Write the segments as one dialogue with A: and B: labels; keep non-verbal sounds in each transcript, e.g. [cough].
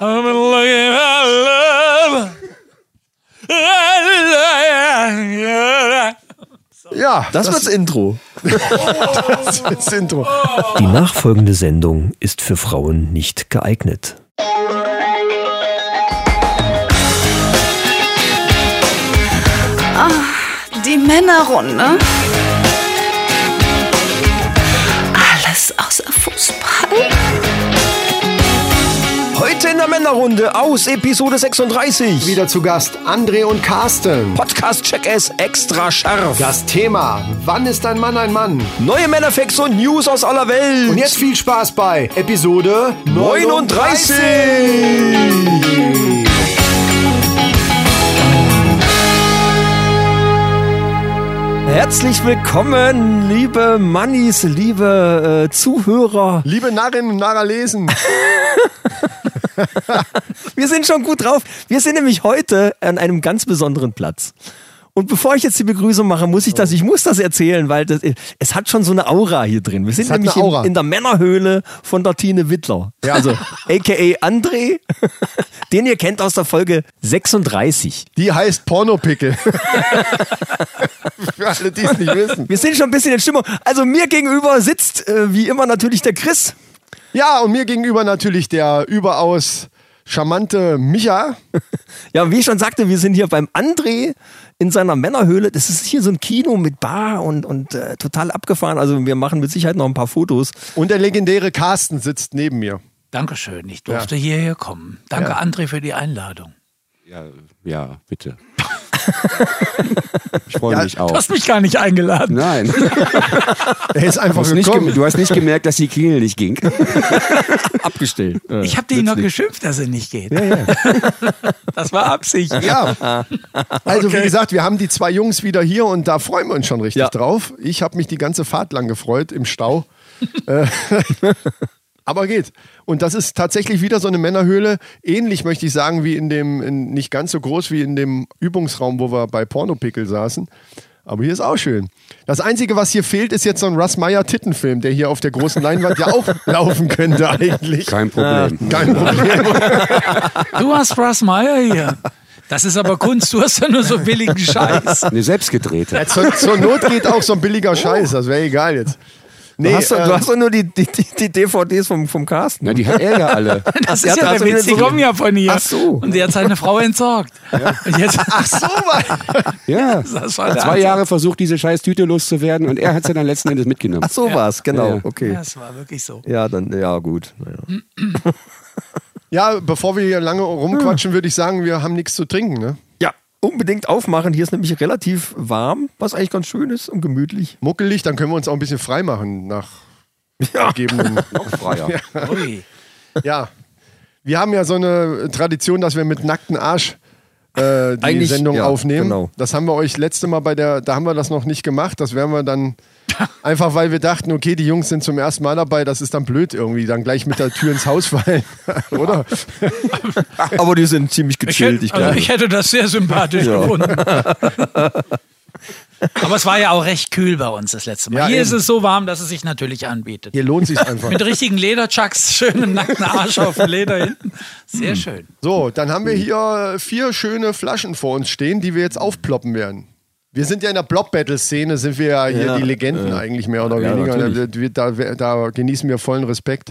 A: I've been looking for love.
B: Ja,
C: Das, war das Intro.
B: [laughs] das, ist das Intro.
D: Die nachfolgende Sendung ist für Frauen nicht geeignet.
E: Die Männerrunde. Alles außer Fußball.
C: Heute in der Männerrunde aus Episode 36.
B: Wieder zu Gast André und Carsten.
C: Podcast Check S extra scharf.
B: Das Thema, wann ist ein Mann ein Mann?
C: Neue Männerfacts und News aus aller Welt.
B: Und jetzt viel Spaß bei Episode
C: 39.
B: 39.
C: Herzlich willkommen, liebe Mannis, liebe äh, Zuhörer.
B: Liebe Narrinnen und Narrer lesen.
C: Wir sind schon gut drauf. Wir sind nämlich heute an einem ganz besonderen Platz. Und bevor ich jetzt die Begrüßung mache, muss ich das, ich muss das erzählen, weil das, es hat schon so eine Aura hier drin. Wir sind
B: hat
C: nämlich
B: eine Aura.
C: in, in der Männerhöhle von der Tine Wittler.
B: Ja.
C: Also, aka André, [laughs] den ihr kennt aus der Folge 36.
B: Die heißt Pornopickel. [laughs] Für alle, die es nicht wissen.
C: Wir sind schon ein bisschen in Stimmung. Also mir gegenüber sitzt, äh, wie immer natürlich der Chris.
B: Ja, und mir gegenüber natürlich der überaus charmante Micha.
C: [laughs] Ja, und wie ich schon sagte, wir sind hier beim André in seiner Männerhöhle. Das ist hier so ein Kino mit Bar und, und äh, total abgefahren. Also wir machen mit Sicherheit noch ein paar Fotos.
B: Und der legendäre Carsten sitzt neben mir.
F: Dankeschön, ich durfte hierher kommen. Danke, André, für die Einladung.
G: Ja, ja bitte. Ich freue
B: Ja,
G: mich
F: Du
G: auch.
F: hast mich gar nicht eingeladen.
G: Nein,
B: Er ist
G: du
B: einfach
G: hast, nicht gem-
B: gekommen.
G: du hast nicht gemerkt, dass die Klingel nicht ging. Abgestellt.
F: Ich habe dich noch geschimpft, dass er nicht geht. [laughs] Das war Absicht.
G: [laughs]
B: Ja. Also wie gesagt, wir haben die zwei Jungs wieder hier und da freuen wir uns schon richtig
C: Ja.
B: drauf. Ich habe mich die ganze Fahrt lang gefreut im
G: [laughs]
B: Stau. Äh, [laughs] Aber geht. Und das ist tatsächlich wieder so eine Männerhöhle. Ähnlich möchte ich sagen wie in dem, in, nicht ganz so groß wie in dem Übungsraum, wo wir bei Pornopickel saßen. Aber hier ist auch schön. Das Einzige, was hier fehlt, ist jetzt so ein Russ Meyer Tittenfilm, der hier auf der großen Leinwand ja
G: [laughs]
B: auch laufen könnte eigentlich.
G: Kein Problem.
B: Kein Problem.
F: Du hast Russ Meyer hier. Das ist aber Kunst, du hast ja nur so billigen Scheiß.
G: Eine selbstgedrehte.
B: Äh, Zur, zur Not geht auch so ein billiger Scheiß, das wäre egal jetzt.
C: Du,
B: Nee,
C: Oh. hast, doch-
B: ähm,
C: du hast doch nur die, die, die die DVDs vom, vom Carsten.
G: Na, Ne, die hat er ja alle.
F: Das
C: Ja,
F: ist ja
C: da
F: der
C: hast du wieder
F: Witz, die
C: so-
F: kommen ja von hier.
C: Ach so.
F: Und der hat seine Frau entsorgt. Und jetzt, ach so,
G: Ja.
F: [laughs] das war der
G: Zwei Jahre versucht, diese scheiß Tüte loszuwerden und er hat sie dann letzten Endes mitgenommen.
C: Ach so war's, genau.
G: Ja, ja.
C: Okay.
F: Das war wirklich so.
C: Ja, dann, ja, gut. Naja.
B: ja, bevor wir hier lange
C: Ah.
B: rumquatschen, würde ich sagen, wir haben nichts zu trinken. Ne?
C: Ja, unbedingt aufmachen. Hier ist nämlich relativ warm, was eigentlich ganz schön ist und gemütlich.
B: Muckelig, dann können wir uns auch ein bisschen frei machen nach
C: [laughs]
B: gegebenen.
G: Freier.
F: Ui.
B: ja. Wir haben ja so eine Tradition, dass wir mit nackten Arsch äh, die
C: Eigentlich,
B: Sendung
C: ja,
B: aufnehmen.
C: genau.
B: Das haben wir euch letzte Mal bei der, da haben wir das noch nicht gemacht. Das werden wir
C: [laughs]
B: dann einfach, weil wir dachten, okay, die Jungs sind zum ersten Mal dabei, das ist dann blöd irgendwie, dann gleich mit der Tür ins Haus fallen, [laughs] oder?
C: Aber die sind ziemlich
F: Ich hätte,
C: gechillt, ich
F: also
C: glaube.
F: ich hätte das sehr sympathisch gefunden. Aber es war ja auch recht kühl bei uns das letzte Mal.
B: Ja,
F: Hier ist
B: eben.
F: es so warm, dass es sich natürlich anbietet.
B: Hier lohnt sich einfach.
F: Mit richtigen Lederchucks, schönem nackten Arsch auf dem Leder hinten. Sehr schön.
B: So, dann haben wir hier vier schöne Flaschen vor uns stehen, die wir
G: Mhm.
B: jetzt aufploppen werden. Wir sind ja in der Blob-Battle-Szene, sind wir ja hier die Legenden eigentlich mehr oder
G: äh, ja,
B: weniger.
G: natürlich.
B: Da, da, da genießen wir vollen Respekt.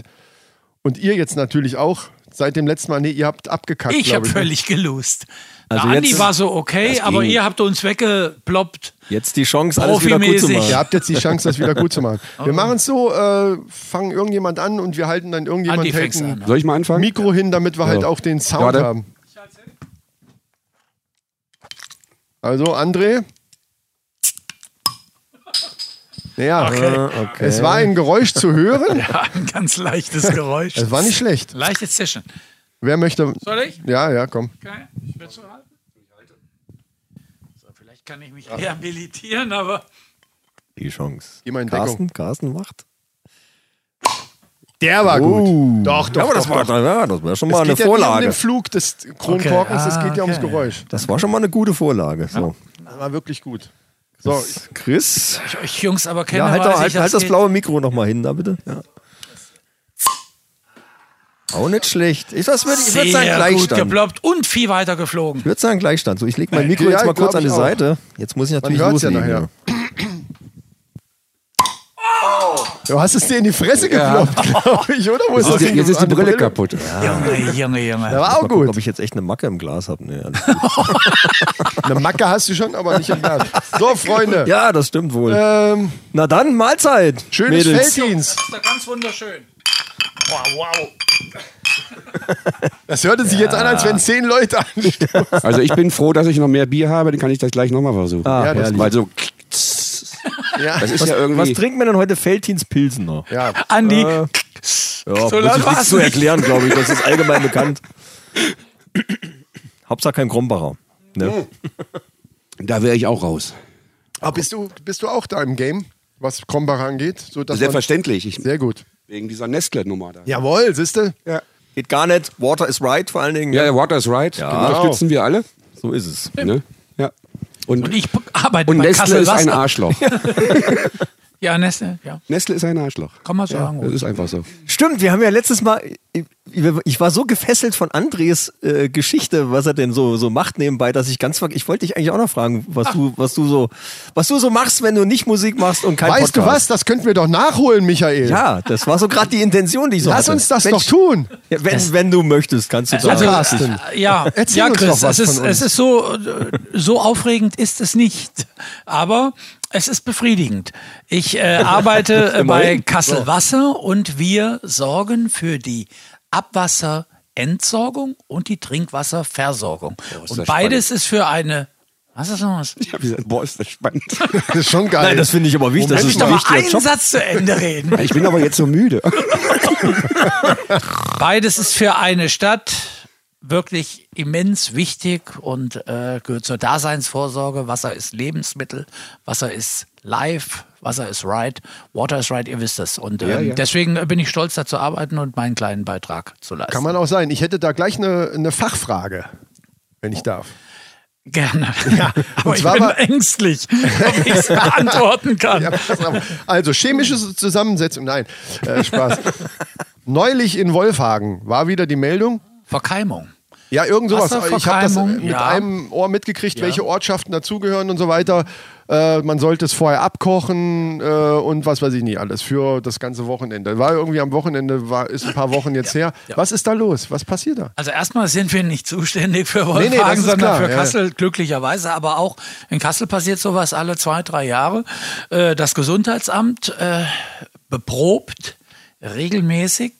B: Und ihr jetzt natürlich auch. Seit dem letzten Mal, nee, ihr habt abgekackt,
F: Ich
B: glaube
F: habe
B: ich. ne?
F: völlig gelost.
C: Also
F: Der
C: jetzt-
F: Andi war so okay,
G: Das
F: aber
G: ging.
F: ihr habt uns weggeploppt.
C: Jetzt die Chance, alles wieder gut zu
F: Profimäßig.
C: machen.
B: Ihr habt jetzt die Chance, das wieder gut zu
F: [laughs]
B: machen.
F: Oh.
B: Wir machen es so, äh, fangen irgendjemand an und wir halten dann irgendjemand
F: Andi
B: hält
F: fängst
B: ein
F: an.
G: Soll ich mal anfangen?
B: Mikro hin, damit wir halt auch den Sound
G: Warte.
B: haben. Also, André. Ja,
C: Ah,
B: es war ein Geräusch zu hören.
F: Ja, ein ganz leichtes Geräusch.
B: Es war nicht schlecht.
F: Leichtes Zischen.
B: Wer möchte.
F: Soll ich?
B: Ja, ja, komm.
F: Okay. Willst du halten? So, vielleicht kann ich mich rehabilitieren, aber
C: Die Chance.
B: Geh mal in Deckung.
C: Carsten, Carsten macht.
B: Der war gut. Doch, doch.
C: Oh. Uh. Ja, aber das
B: doch,
C: war,
B: doch.
C: ja, das war schon mal
B: Es
C: eine
B: geht ja nicht um
C: Vorlage.
B: den Flug des Kronkorkens,
F: Okay.
B: es geht ja ums
F: Ah, okay.
B: Geräusch.
C: Das war schon mal eine gute Vorlage. So.
B: Das war wirklich gut. So,
C: Chris,
F: ich euch Jungs aber kenne.
C: ja,
F: weiß
C: halt, da,
F: ich,
C: halt,
F: das
C: halt das
F: geht-
C: blaue Mikro nochmal hin, da bitte. Ja. Auch nicht schlecht. Ich, was würd, ich würde sagen,
F: Sehr gut
C: Gleichstand. Ich
F: geploppt und viel weiter geflogen.
C: würde sagen, Gleichstand. So, ich lege mein Mikro
B: Ja,
C: jetzt mal
B: glaub
C: kurz an die
B: ich auch.
C: Seite. Jetzt muss ich
B: Man
C: natürlich
B: hört ja
C: loslegen.
B: nachher. Du hast es dir in die Fresse
G: Ja.
B: geklopft, glaube ich, oder? Wo
G: Jetzt ist,
B: das
G: die, jetzt ist die
B: hingefahren?
G: Brille kaputt.
F: Junge, Junge, Junge.
B: Der war auch
C: Mal gucken, ob
B: gut.
C: ich jetzt echt eine Macke im Glas habe. Nee,
B: [laughs]
C: alles-
B: Eine Macke hast du schon, aber nicht im Glas. So, Freunde.
C: ja, das stimmt wohl.
B: Ähm,
C: Na dann, Mahlzeit.
B: schönes
C: Mädels.
B: Felddienst.
F: ist doch ganz wunderschön. Wow, wow.
B: Das hörte sich jetzt an, als wenn zehn Leute anstehen.
G: Also ich bin froh, dass ich noch mehr Bier habe, dann kann ich das gleich nochmal versuchen.
C: Ah,
B: Ja, das-
C: herrlich.
G: Weil so,
B: Ja.
G: das ist ja
C: was
G: irgendwie...
C: trinken wir denn heute? Feldhins Pilsener.
B: ja.
F: Andi,
C: Ja,
F: So laut
C: muss ich
F: war's
C: nichts zu
F: nicht.
C: erklären, glaube ich. Das ist allgemein bekannt. [coughs] Hauptsache kein Grombacher. Ne?
G: da wäre ich auch raus.
B: Aber bist du, bist du auch da im Game, was Krombacher angeht? So, dass man-
G: Selbstverständlich. Ich,
B: Sehr gut.
G: wegen dieser Nestle-Nummer da.
B: Jawohl, siehste.
C: Geht gar nicht. Water is right vor allen Dingen.
G: Ja, ja, Water is Right.
C: Ja.
G: Unterstützen wir alle.
C: So ist es.
G: Ne? Ja. Und,
F: und ich arbeite
G: und
F: bei
G: Nestle
F: Kassel
G: ist ein
F: Laster.
G: Arschloch.
F: Ja, Nestle, ja.
G: Nestle ist ein Arschloch.
F: Kann man sagen.
G: Das ist einfach so.
C: Stimmt, wir haben ja letztes Mal, ich- ich war so gefesselt von Andres äh, Geschichte, was er denn so, so macht nebenbei, dass ich ganz, ver- ich wollte dich eigentlich auch noch fragen,
B: Ah.
C: was du, was du so, was du so machst, wenn du nicht Musik machst und kein
B: Weißt du was?
C: Podcast.
B: Das könnten wir doch nachholen, Michael.
C: Ja, das war so gerade die Intention, die ich so
B: Lass
C: hatte.
B: uns das
C: wenn,
B: doch tun.
C: Ja, wenn, wenn du möchtest, kannst du da.
F: Also,
B: Carsten,
F: äh, ja,
B: erzähl
F: ja,
B: uns
F: Chris,
B: doch was
F: es ist,
B: von uns.
F: es ist so, äh, so aufregend ist es nicht, aber es ist befriedigend. Ich äh, [laughs] arbeite äh, bei Kassel Wasser und wir sorgen für die Abwasserentsorgung und die Trinkwasserversorgung. und beides Oh, ist für eine, was ist noch was?
G: Ich hab gesagt, boah, ist
C: [laughs]
G: das spannend.
B: Das ist schon geil.
C: Nein, das finde ich aber wichtig. Das
F: Lass
C: ist
F: mich
C: ein
F: doch mal
C: wichtiger
F: einen
C: Job.
F: Satz zu Ende reden.
G: Ich bin aber jetzt so müde.
F: Beides ist für eine Stadt wirklich immens wichtig und äh, gehört zur Daseinsvorsorge. Wasser ist Lebensmittel, Wasser ist Life, Wasser ist Right, Water is Right, ihr wisst es. Und ähm,
G: ja.
F: deswegen bin ich stolz, da zu arbeiten und meinen kleinen Beitrag zu leisten.
B: Kann man auch sein. Ich hätte da gleich eine, eine Fachfrage, wenn ich darf.
F: Gerne. [laughs] Aber ich
B: zwar
F: bin
B: war-
F: ängstlich, ob ich es
B: [laughs]
F: beantworten
C: Ah.
F: kann.
B: Ja, pass auf. Also chemische Zusammensetzung, nein, äh,
C: [laughs]
B: Spaß. Neulich in Wolfhagen war wieder die Meldung.
F: Verkeimung.
B: Ja, irgend sowas. Ich habe das äh,
F: Wasserverkeimung,
B: mit
F: ja.
B: einem Ohr mitgekriegt, welche Ortschaften dazugehören und so weiter. Äh, man sollte es vorher abkochen äh, und was weiß ich nicht alles für das ganze Wochenende. War irgendwie am Wochenende, war, ist ein paar Wochen jetzt her. Was ist da los? Was passiert da?
F: Also erstmal sind wir nicht zuständig für
B: nee,
F: Wolfhagen,
B: das ist
F: sondern
B: klar,
F: für
B: ja, ja.
F: Kassel glücklicherweise. Aber auch in Kassel passiert sowas alle zwei, drei Jahre. Äh, Das Gesundheitsamt äh, beprobt regelmäßig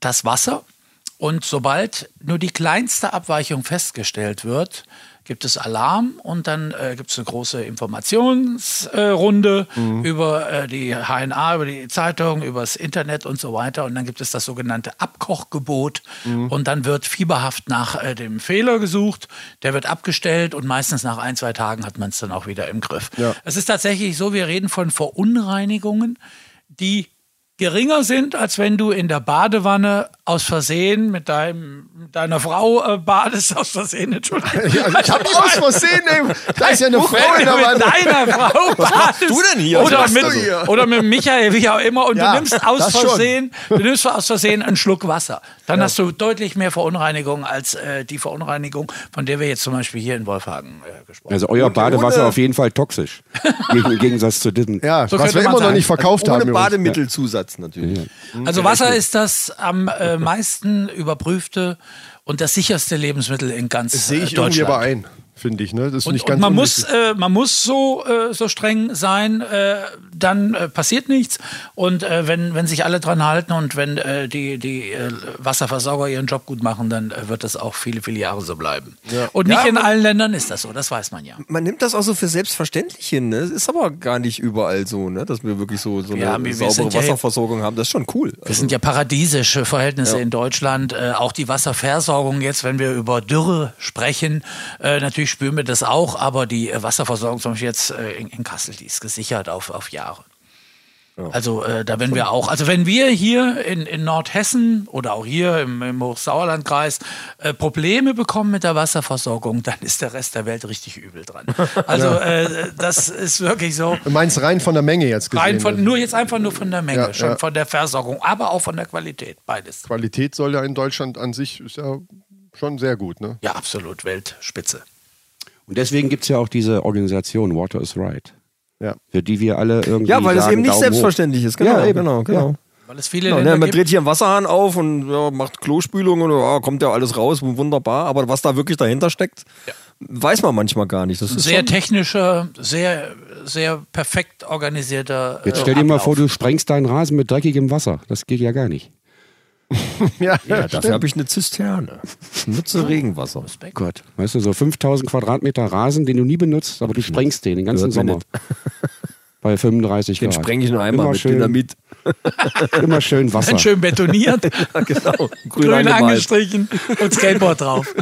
F: das Wasser. Und sobald nur die kleinste Abweichung festgestellt wird, gibt es Alarm und dann äh, gibt es eine große Informationsrunde über äh, die HNA, über die Zeitung, über das Internet und so weiter. Und dann gibt es das sogenannte Abkochgebot. Und dann wird fieberhaft nach äh, dem Fehler gesucht. Der wird abgestellt und meistens nach ein, zwei Tagen hat man es dann auch wieder im Griff. Es ist tatsächlich so, wir reden von Verunreinigungen, die geringer sind, als wenn du in der Badewanne aus Versehen mit deinem, deiner Frau äh, badest, aus Versehen, Entschuldigung.
B: Also ich habe aus Versehen,
F: [laughs]
B: ey, da ist ja eine Frau
F: Wenn
B: in der
F: du
B: Wand.
F: mit
B: [laughs]
F: deiner Frau Was machst
C: du denn hier? Was
F: Oder
B: machst
F: mit,
B: du hier?
F: oder mit Michael, wie auch immer. Und
B: Ja,
F: du nimmst aus
B: das schon.
F: Versehen, du nimmst aus Versehen einen Schluck Wasser. Dann hast du deutlich mehr Verunreinigung als äh, die Verunreinigung, von der wir jetzt zum Beispiel hier in Wolfhagen äh, gesprochen haben.
G: Also euer Badewasser auf jeden Fall toxisch. Gegen, Im Gegensatz zu diesem.
B: Ja,
F: So
B: was
F: könnte
B: wir
F: man
B: immer noch
F: sagen.
B: nicht verkauft haben.
C: Ohne
B: übrigens.
C: Bademittelzusatz natürlich.
F: Also Wasser ist das am äh, meisten überprüfte und das sicherste Lebensmittel in ganz
B: Das sehe ich
F: äh,
B: irgendwie
F: Deutschland.
B: aber ein, finde ich. Ne? Das ist nicht
F: und,
B: ganz
F: und man muss,
B: unwichtig.
F: äh, man muss so, äh, so streng sein, äh, dann äh, passiert nichts. Und äh, wenn, wenn sich alle dran halten und wenn äh, die, die äh, Wasserversorger ihren Job gut machen, dann äh, wird das auch viele, viele Jahre so bleiben. Und nicht in allen Ländern ist das so, das weiß man ja.
C: Man nimmt das auch so für selbstverständlich hin. Ne? Es ist aber gar nicht überall so, ne? dass wir wirklich so, so eine
F: Ja, wir- wir
C: saubere
F: sind ja-
C: Wasserversorgung haben. Das ist schon cool.
F: Das sind ja paradiesische Verhältnisse in Deutschland. Äh, auch die Wasserversorgung jetzt, wenn wir über Dürre sprechen, äh, natürlich spüren wir das auch, aber die äh, Wasserversorgung zum Beispiel jetzt äh, in, in Kassel, die ist gesichert auf, auf Jahre. Also äh, da werden wir auch, also wenn wir hier in, in Nordhessen oder auch hier im, im Hochsauerlandkreis äh, Probleme bekommen mit der Wasserversorgung, dann ist der Rest der Welt richtig übel dran. Also äh, das ist wirklich so.
B: Du meinst rein von der Menge jetzt gesehen. ne?
F: Rein von, nur jetzt einfach nur von der Menge,
B: Ja,
F: schon
B: ja.
F: von der Versorgung, aber auch von der Qualität, beides.
B: Qualität soll ja in Deutschland an sich ist ja schon sehr gut, ne?
F: Ja, absolut, Weltspitze.
G: Und deswegen gibt es ja auch diese Organisation Water is Right,
B: Ja.
G: für die wir alle irgendwie.
C: Ja, weil es
G: sagen,
C: eben nicht
G: Daumen
C: selbstverständlich ist. Genau,
G: Ja, eben.
C: genau, genau.
F: Weil es viele
C: Genau, ne,
F: Länder
C: man
F: gibt,
C: dreht hier einen Wasserhahn auf und ja, macht Klospülung und ja, kommt ja alles raus, wunderbar. Aber was da wirklich dahinter steckt, weiß man manchmal gar nicht. Das um. ist
F: sehr
C: schon,
F: technischer, sehr, sehr perfekt organisierter.
G: Jetzt
F: äh,
G: stell dir mal
F: Ablauf.
G: vor, du sprengst deinen Rasen mit dreckigem Wasser. Das geht ja gar nicht.
B: Ja,
C: ja, dafür habe ich eine Zisterne. Ich Nutze Regenwasser.
G: Oh Gott. Weißt du, so 5000 Quadratmeter Rasen, den du nie benutzt, aber du sprengst den den ganzen
C: Hört Hm. mir
G: Sommer.
C: nicht.
G: [laughs] Bei 35
C: Den
G: Grad.
C: spreng ich nur einmal
G: immer
C: mit
G: schön,
C: Dynamit. [laughs]
G: Immer schön Wasser.
F: Dann schön betoniert,
C: genau.
F: grün
C: angemalt.
F: angestrichen und Skateboard drauf.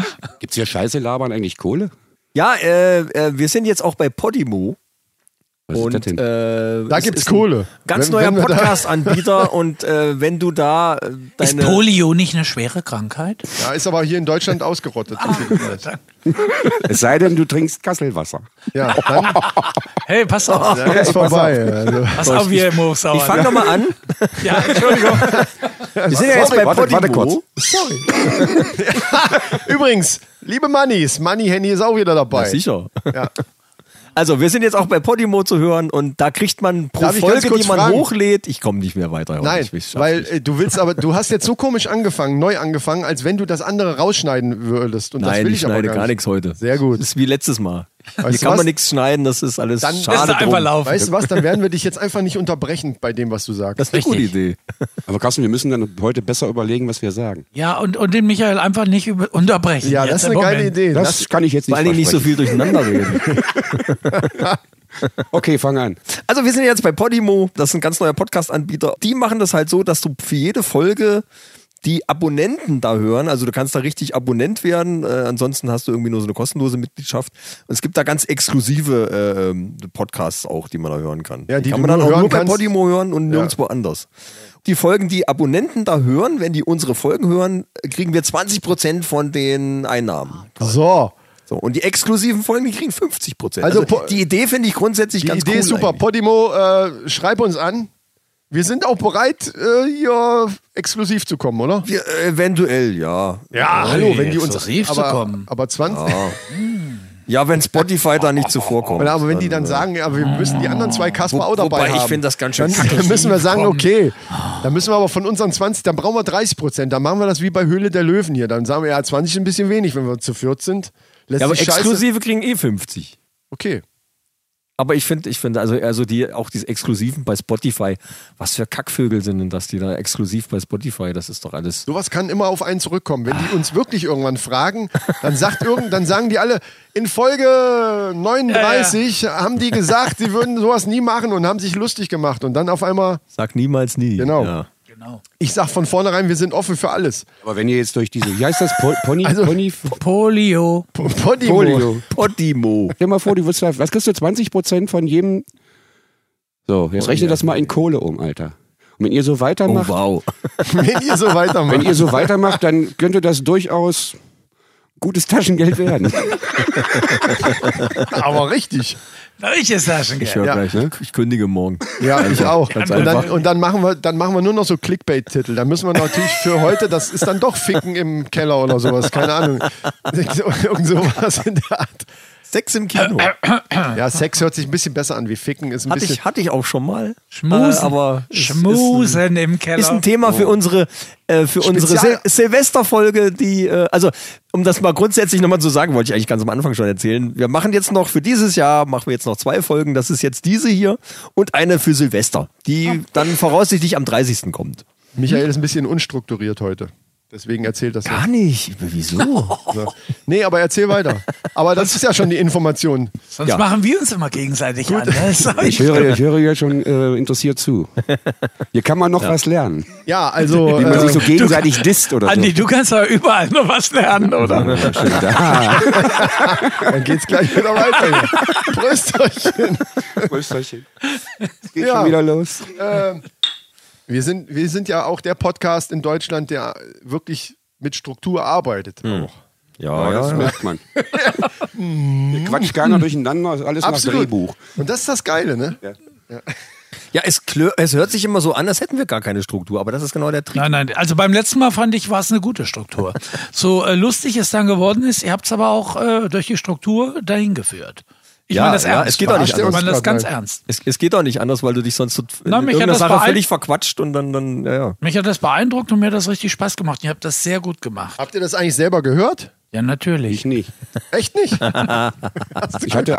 G: Gibt's hier Scheiße labern eigentlich Kohle?
C: Ja, äh, äh, wir sind jetzt auch bei Podimo.
G: Was ist das denn?
C: äh,
B: Da
C: es
B: gibt's
C: ist
B: Kohle.
C: ein Ganz
B: Wenn-
C: neuer
B: wenn wir da- [laughs]
C: Podcast-Anbieter und äh, wenn du da äh,
F: Ist
C: deine.
F: Polio nicht eine schwere Krankheit?
B: ja, ist aber hier in Deutschland ausgerottet.
G: es sei denn, du trinkst Kasselwasser.
B: ja, dann,
F: Hey, pass auf.
B: dann ist vorbei. Also.
F: Pass auf, wir im
C: ich fange
F: Hochsauer. ne?
B: [laughs]
C: nochmal an.
F: Ja, Entschuldigung.
C: Wir sind ja jetzt bei
G: warte,
C: Podimo.
G: warte kurz.
B: Übrigens, liebe Mannis, Manni Henny ist auch wieder dabei.
C: Ja, sicher.
B: Ja.
C: Also, wir sind jetzt auch bei Podimo zu hören und da kriegt man pro
B: Darf ich ganz
C: Folge,
B: kurz
C: die man
B: fragen?
C: hochlädt, ich komme nicht mehr weiter. heute.
B: Nein,
C: ich weiß, schaff
B: weil
C: nicht.
B: äh, du willst aber, du hast jetzt so komisch angefangen, neu angefangen, als wenn du das andere rausschneiden würdest. Und das
C: Nein,
B: will
C: ich schneide
B: aber
C: gar nichts heute.
B: Sehr gut.
C: Das ist wie letztes Mal. Hier
B: du
C: kann
B: was?
C: man nichts schneiden, das ist alles
B: Dann
C: schade.
B: lässt er
C: drum.
F: einfach laufen.
B: Weißt du was, dann werden wir dich jetzt einfach nicht unterbrechen bei dem, was du sagst.
C: Das ist eine gute
F: Richtig.
C: Idee.
G: Aber Carsten, wir müssen dann heute besser überlegen, was wir sagen.
F: Ja, und, und den Michael einfach nicht über unterbrechen.
B: ja,
F: Jetzt
B: das ist
F: im
B: eine geile
F: Moment.
B: Idee.
G: Das, kann ich jetzt nicht
C: Vor allen Dingen nicht so viel
G: versprechen.
C: durcheinander
B: [laughs]
C: reden.
G: Okay, fang an.
C: Also wir sind jetzt bei Podimo, das ist ein ganz neuer Podcast-Anbieter. Die machen das halt so, dass du für jede Folge die Abonnenten da hören. Also du kannst da richtig Abonnent werden. Äh, ansonsten hast du irgendwie nur so eine kostenlose Mitgliedschaft. Und es gibt da ganz exklusive äh, ähm, Podcasts auch, die man da hören kann.
B: Ja, die
C: kann
B: du
C: man dann
B: nur
C: auch
B: hören
C: nur bei
B: kannst.
C: Podimo hören und nirgendwo anders. Die Folgen, die Abonnenten da hören, wenn die unsere Folgen hören, kriegen wir 20% von den Einnahmen.
B: So,
C: So, und die exklusiven Folgen, die kriegen 50%.
B: Also
C: Also,
B: Po-
C: die Idee finde ich grundsätzlich
B: die
C: ganz
B: Idee
C: cool
B: ist super.
C: eigentlich.
B: Podimo, äh, schreib uns an. Wir sind auch bereit, äh, hier exklusiv zu kommen, oder?
C: Wir, äh, eventuell, ja.
B: Ja, Ah, hallo, wenn die uns
F: Ah, exklusiv zu
B: aber,
F: kommen.
B: Aber 20.
C: Oh,
B: [laughs]
C: Ja, wenn Spotify da nicht zuvorkommt.
B: Aber wenn die dann sagen, ja, wir müssen die anderen zwei Kasper auch dabei
C: Wobei,
B: haben.
C: ich finde das ganz schön kacke.
B: dann [laughs] müssen wir sagen,
F: Komm.
B: okay, dann müssen wir aber von unseren 20, dann brauchen wir 30 Prozent. Dann machen wir das wie bei Höhle der Löwen hier. Dann sagen wir, ja, 20 ist ein bisschen wenig, wenn wir zu viert sind. Lässt
C: Ja, aber
B: sich scheiße-
C: Exklusive kriegen eh 50.
B: Okay.
C: Aber ich finde, ich finde, also, also die, auch diese Exklusiven bei Spotify, was für Kackvögel sind denn das, die da exklusiv bei Spotify, das ist doch alles.
B: Sowas kann immer auf einen zurückkommen. Wenn die uns wirklich irgendwann fragen, dann
C: [laughs]
B: sagt irgend, dann sagen die alle, in Folge 39 haben die gesagt, sie würden sowas nie machen und haben sich lustig gemacht. Und dann auf einmal,
C: Sag niemals nie.
B: Genau.
C: Ja.
F: Genau.
B: ich sag von vornherein, wir sind offen für alles.
G: Aber wenn ihr jetzt durch diese, wie heißt das? Po Pony?
B: Also-
G: Pony?
F: Polio.
B: Podimo.
G: Polio.
C: Podimo.
G: Stell dir mal vor, du wirst da, was kriegst du 20% von jedem? So, jetzt rechne das mal in Kohle um, Alter. Und wenn ihr so
C: Oh
G: weitermacht,
C: wow.
B: Wenn ihr so weitermacht.
G: wenn ihr so weitermacht, dann könnte das durchaus gutes Taschengeld werden.
B: aber richtig.
F: Na, ich ist das schon
C: Ich höre
B: Ja.
C: gleich, ne? ich kündige morgen.
B: Ja,
G: also,
B: ich auch.
C: Ganz
B: und, dann,
C: einfach.
B: und dann machen wir, dann machen wir nur noch so Clickbait-Titel. Da müssen wir natürlich für heute, das ist dann doch Ficken im Keller oder sowas, keine Ahnung. [laughs] Irgend sowas in der Art.
C: Sex im Kino.
B: Ja, Sex hört sich ein bisschen besser an wie Ficken. Ist ein
C: Hatte
B: bisschen.
C: ich, hatte ich auch schon mal.
F: Schmusen.
C: Äh, aber es ist
F: Schmusen im Keller.
C: Ist ein Thema für unsere, äh, für unsere Sil
B: Spezial-
C: Silvesterfolge, die, äh, also um das mal grundsätzlich nochmal zu sagen, wollte ich eigentlich ganz am Anfang schon erzählen. Wir machen jetzt noch für dieses Jahr, machen wir jetzt noch zwei Folgen. Das ist jetzt diese hier und eine für Silvester, die dann voraussichtlich am 30. kommt.
B: Michael ist ein bisschen unstrukturiert heute. Deswegen erzählt das
C: Gar nicht. Wieso? [laughs]
B: So. Nee, aber erzähl weiter. Aber das ist ja schon die Information.
F: Sonst
C: Ja.
F: machen wir uns immer gegenseitig an. Ne? [laughs] Sag
G: Ich höre, ich höre ja schon äh, interessiert zu. Hier kann man noch was lernen.
B: Ja, also
G: Wie man
B: äh,
G: sich so gegenseitig disst oder
F: Andi, du kannst aber überall noch was lernen,
G: so.
F: oder?
G: Ja, stimmt. Ah.
B: dann geht's gleich wieder weiter. hier. Grüßt euch.
G: Geht
B: Ja.
G: schon wieder los.
B: Wir sind, wir sind ja auch der Podcast in Deutschland, der wirklich mit Struktur arbeitet.
C: Hm.
B: Auch.
G: Ja, Ah, das merkt [laughs] man. Wir quatschen gar nicht durcheinander, ist alles nach
B: Absolut.
G: Drehbuch.
B: Und das ist das Geile, ne?
C: Ja, es, klö- es hört sich immer so an, als hätten wir gar keine Struktur, aber das ist genau der Trick.
F: Nein, nein. Also beim letzten Mal fand ich, war es eine gute Struktur. So äh, lustig es dann geworden ist, ihr habt es aber auch äh, durch die Struktur dahin geführt. Ich
C: Ja,
F: meine das
C: ja,
F: ernst.
C: es geht auch nicht
F: Ich meine
B: anders.
F: das ganz ernst.
C: Es, es geht auch nicht anders, weil du dich sonst so
F: Na,
C: in
F: mich hat
C: irgendeiner
F: das
C: Sache
F: beein-
C: völlig verquatscht und dann, dann ja, ja.
F: Mich hat das beeindruckt und mir hat das richtig Spaß gemacht. Ihr habt das sehr gut gemacht.
B: Habt ihr das eigentlich selber gehört?
F: Ja, natürlich.
G: Ich nicht.
B: Echt
C: [laughs]
B: nicht?
G: Ich hatte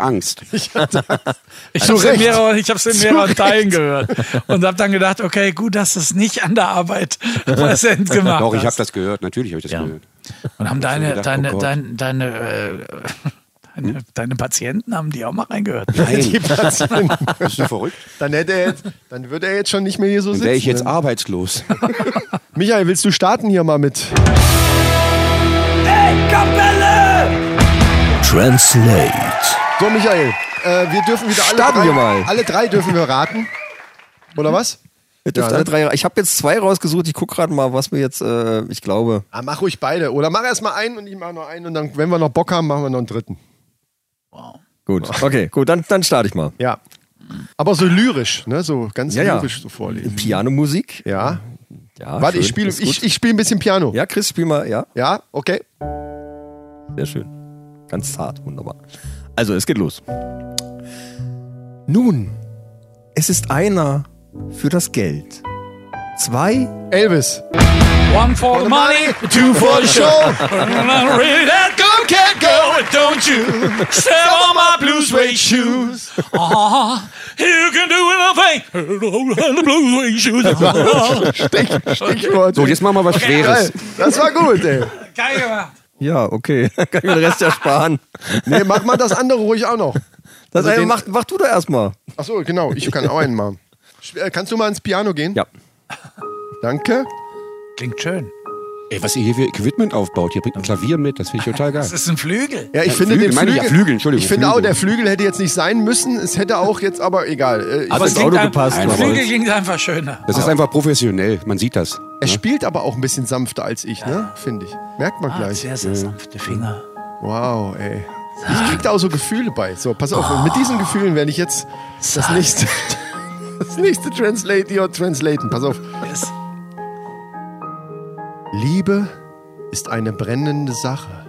F: [laughs]
G: Angst.
F: Ich
B: Zu
F: habe es in
B: Recht.
F: mehreren, ich hab's in
B: Zu
F: mehreren
B: Recht.
F: Teilen gehört und habe dann gedacht, okay, gut, dass du es nicht an der Arbeit präsent gemacht
G: Doch, ich habe
F: hast.
G: das gehört. Natürlich habe ich das gehört.
F: Und haben deine,
G: gedacht,
F: deine,
G: oh Gott.
F: deine, deine, äh, [laughs] deine, deine Patienten haben die auch mal reingehört.
G: Nein,
B: Patienten.
G: bist du verrückt?
B: Dann, hätte er jetzt, dann würde er jetzt schon nicht mehr hier so
G: Dann
B: sitzen. ne?
G: wäre ich jetzt arbeitslos.
B: Michael, willst du starten hier mal mit?
D: Translate.
B: So, Michael, äh, wir dürfen wieder alle
C: Starten
B: drei,
C: wir mal.
B: alle drei dürfen wir raten. Oder was?
C: Ihr dürft
B: Ja, ne?
C: alle drei, ich habe jetzt zwei rausgesucht, ich guck gerade mal, was wir jetzt, äh, ich glaube.
B: Ah, mach ruhig beide. Oder mach erst mal einen und ich mach noch einen. Und dann, wenn wir noch Bock haben, machen wir noch einen dritten.
C: Gut, [laughs] okay, gut, dann, dann starte ich mal.
B: Ja. Aber so lyrisch, ne? So ganz
C: Ja, ja.
B: lyrisch so
C: Mhm.
B: vorlesen.
C: Pianomusik.
B: Ja.
C: Ja, Ah,
B: Warte,
C: schön,
B: ich spiele
C: ist gut.
B: ich, ich spiel ein bisschen Piano.
C: Ja, Chris, spiel mal, ja,
B: Ja, okay.
C: sehr schön. Ganz zart, wunderbar. Also, es geht los. Nun, es ist einer für das Geld. Zwei
B: Elvis.
F: One for the money, two for the show. [laughs] Really that girl can't go, don't you? Step on my blue suede shoes. Ah, you can do anything. The blue suede shoes. Ah,
B: Stich, Stichwort.
G: So, jetzt machen wir [laughs] was
B: Geil.
G: Schweres.
B: Das war gut, ey.
F: Geil gemacht.
C: Ja, okay. [laughs] Kann ich mir den Rest ja [laughs] sparen.
B: Nee, mach mal das andere ruhig auch noch.
C: Das
B: Also
C: eine
B: den-
C: mach, mach du da erstmal.
B: Achso, genau. Ich kann auch einen machen. Sch- äh, Kannst du mal ins Piano gehen?
C: Ja.
B: Danke.
F: Klingt schön.
G: Ey, was ihr hier für Equipment aufbaut, ihr bringt ein Klavier mit, das finde ich total geil.
F: Das ist ein Flügel.
B: Ja, ich
G: Ja,
B: finde
G: Flügel,
B: den
G: meine ich ja,
B: Flügel.
G: Flügel, Entschuldigung,
B: Ich finde auch,
G: Flügel.
B: der Flügel hätte jetzt nicht sein müssen. Es hätte auch jetzt, aber egal. Äh, ich-
C: Aber- ins
F: es klingt
C: Auto
F: ein-
C: gepasst,
F: Ein
G: aber
F: Flügel
G: es-
F: klingt einfach schöner.
G: Das ist einfach professionell, man sieht das.
B: er spielt aber auch ein bisschen sanfter als ich, ne? Finde ich. Merkt man
F: Ah,
B: gleich.
F: sehr, sehr sanfte Finger.
B: Wow, ey. Ich krieg da auch so Gefühle bei. So, pass auf, mit diesen Gefühlen werde ich jetzt das nächste, [laughs] das nächste Translate hier translaten. Pass auf.
F: Yes.
B: Liebe ist eine brennende Sache.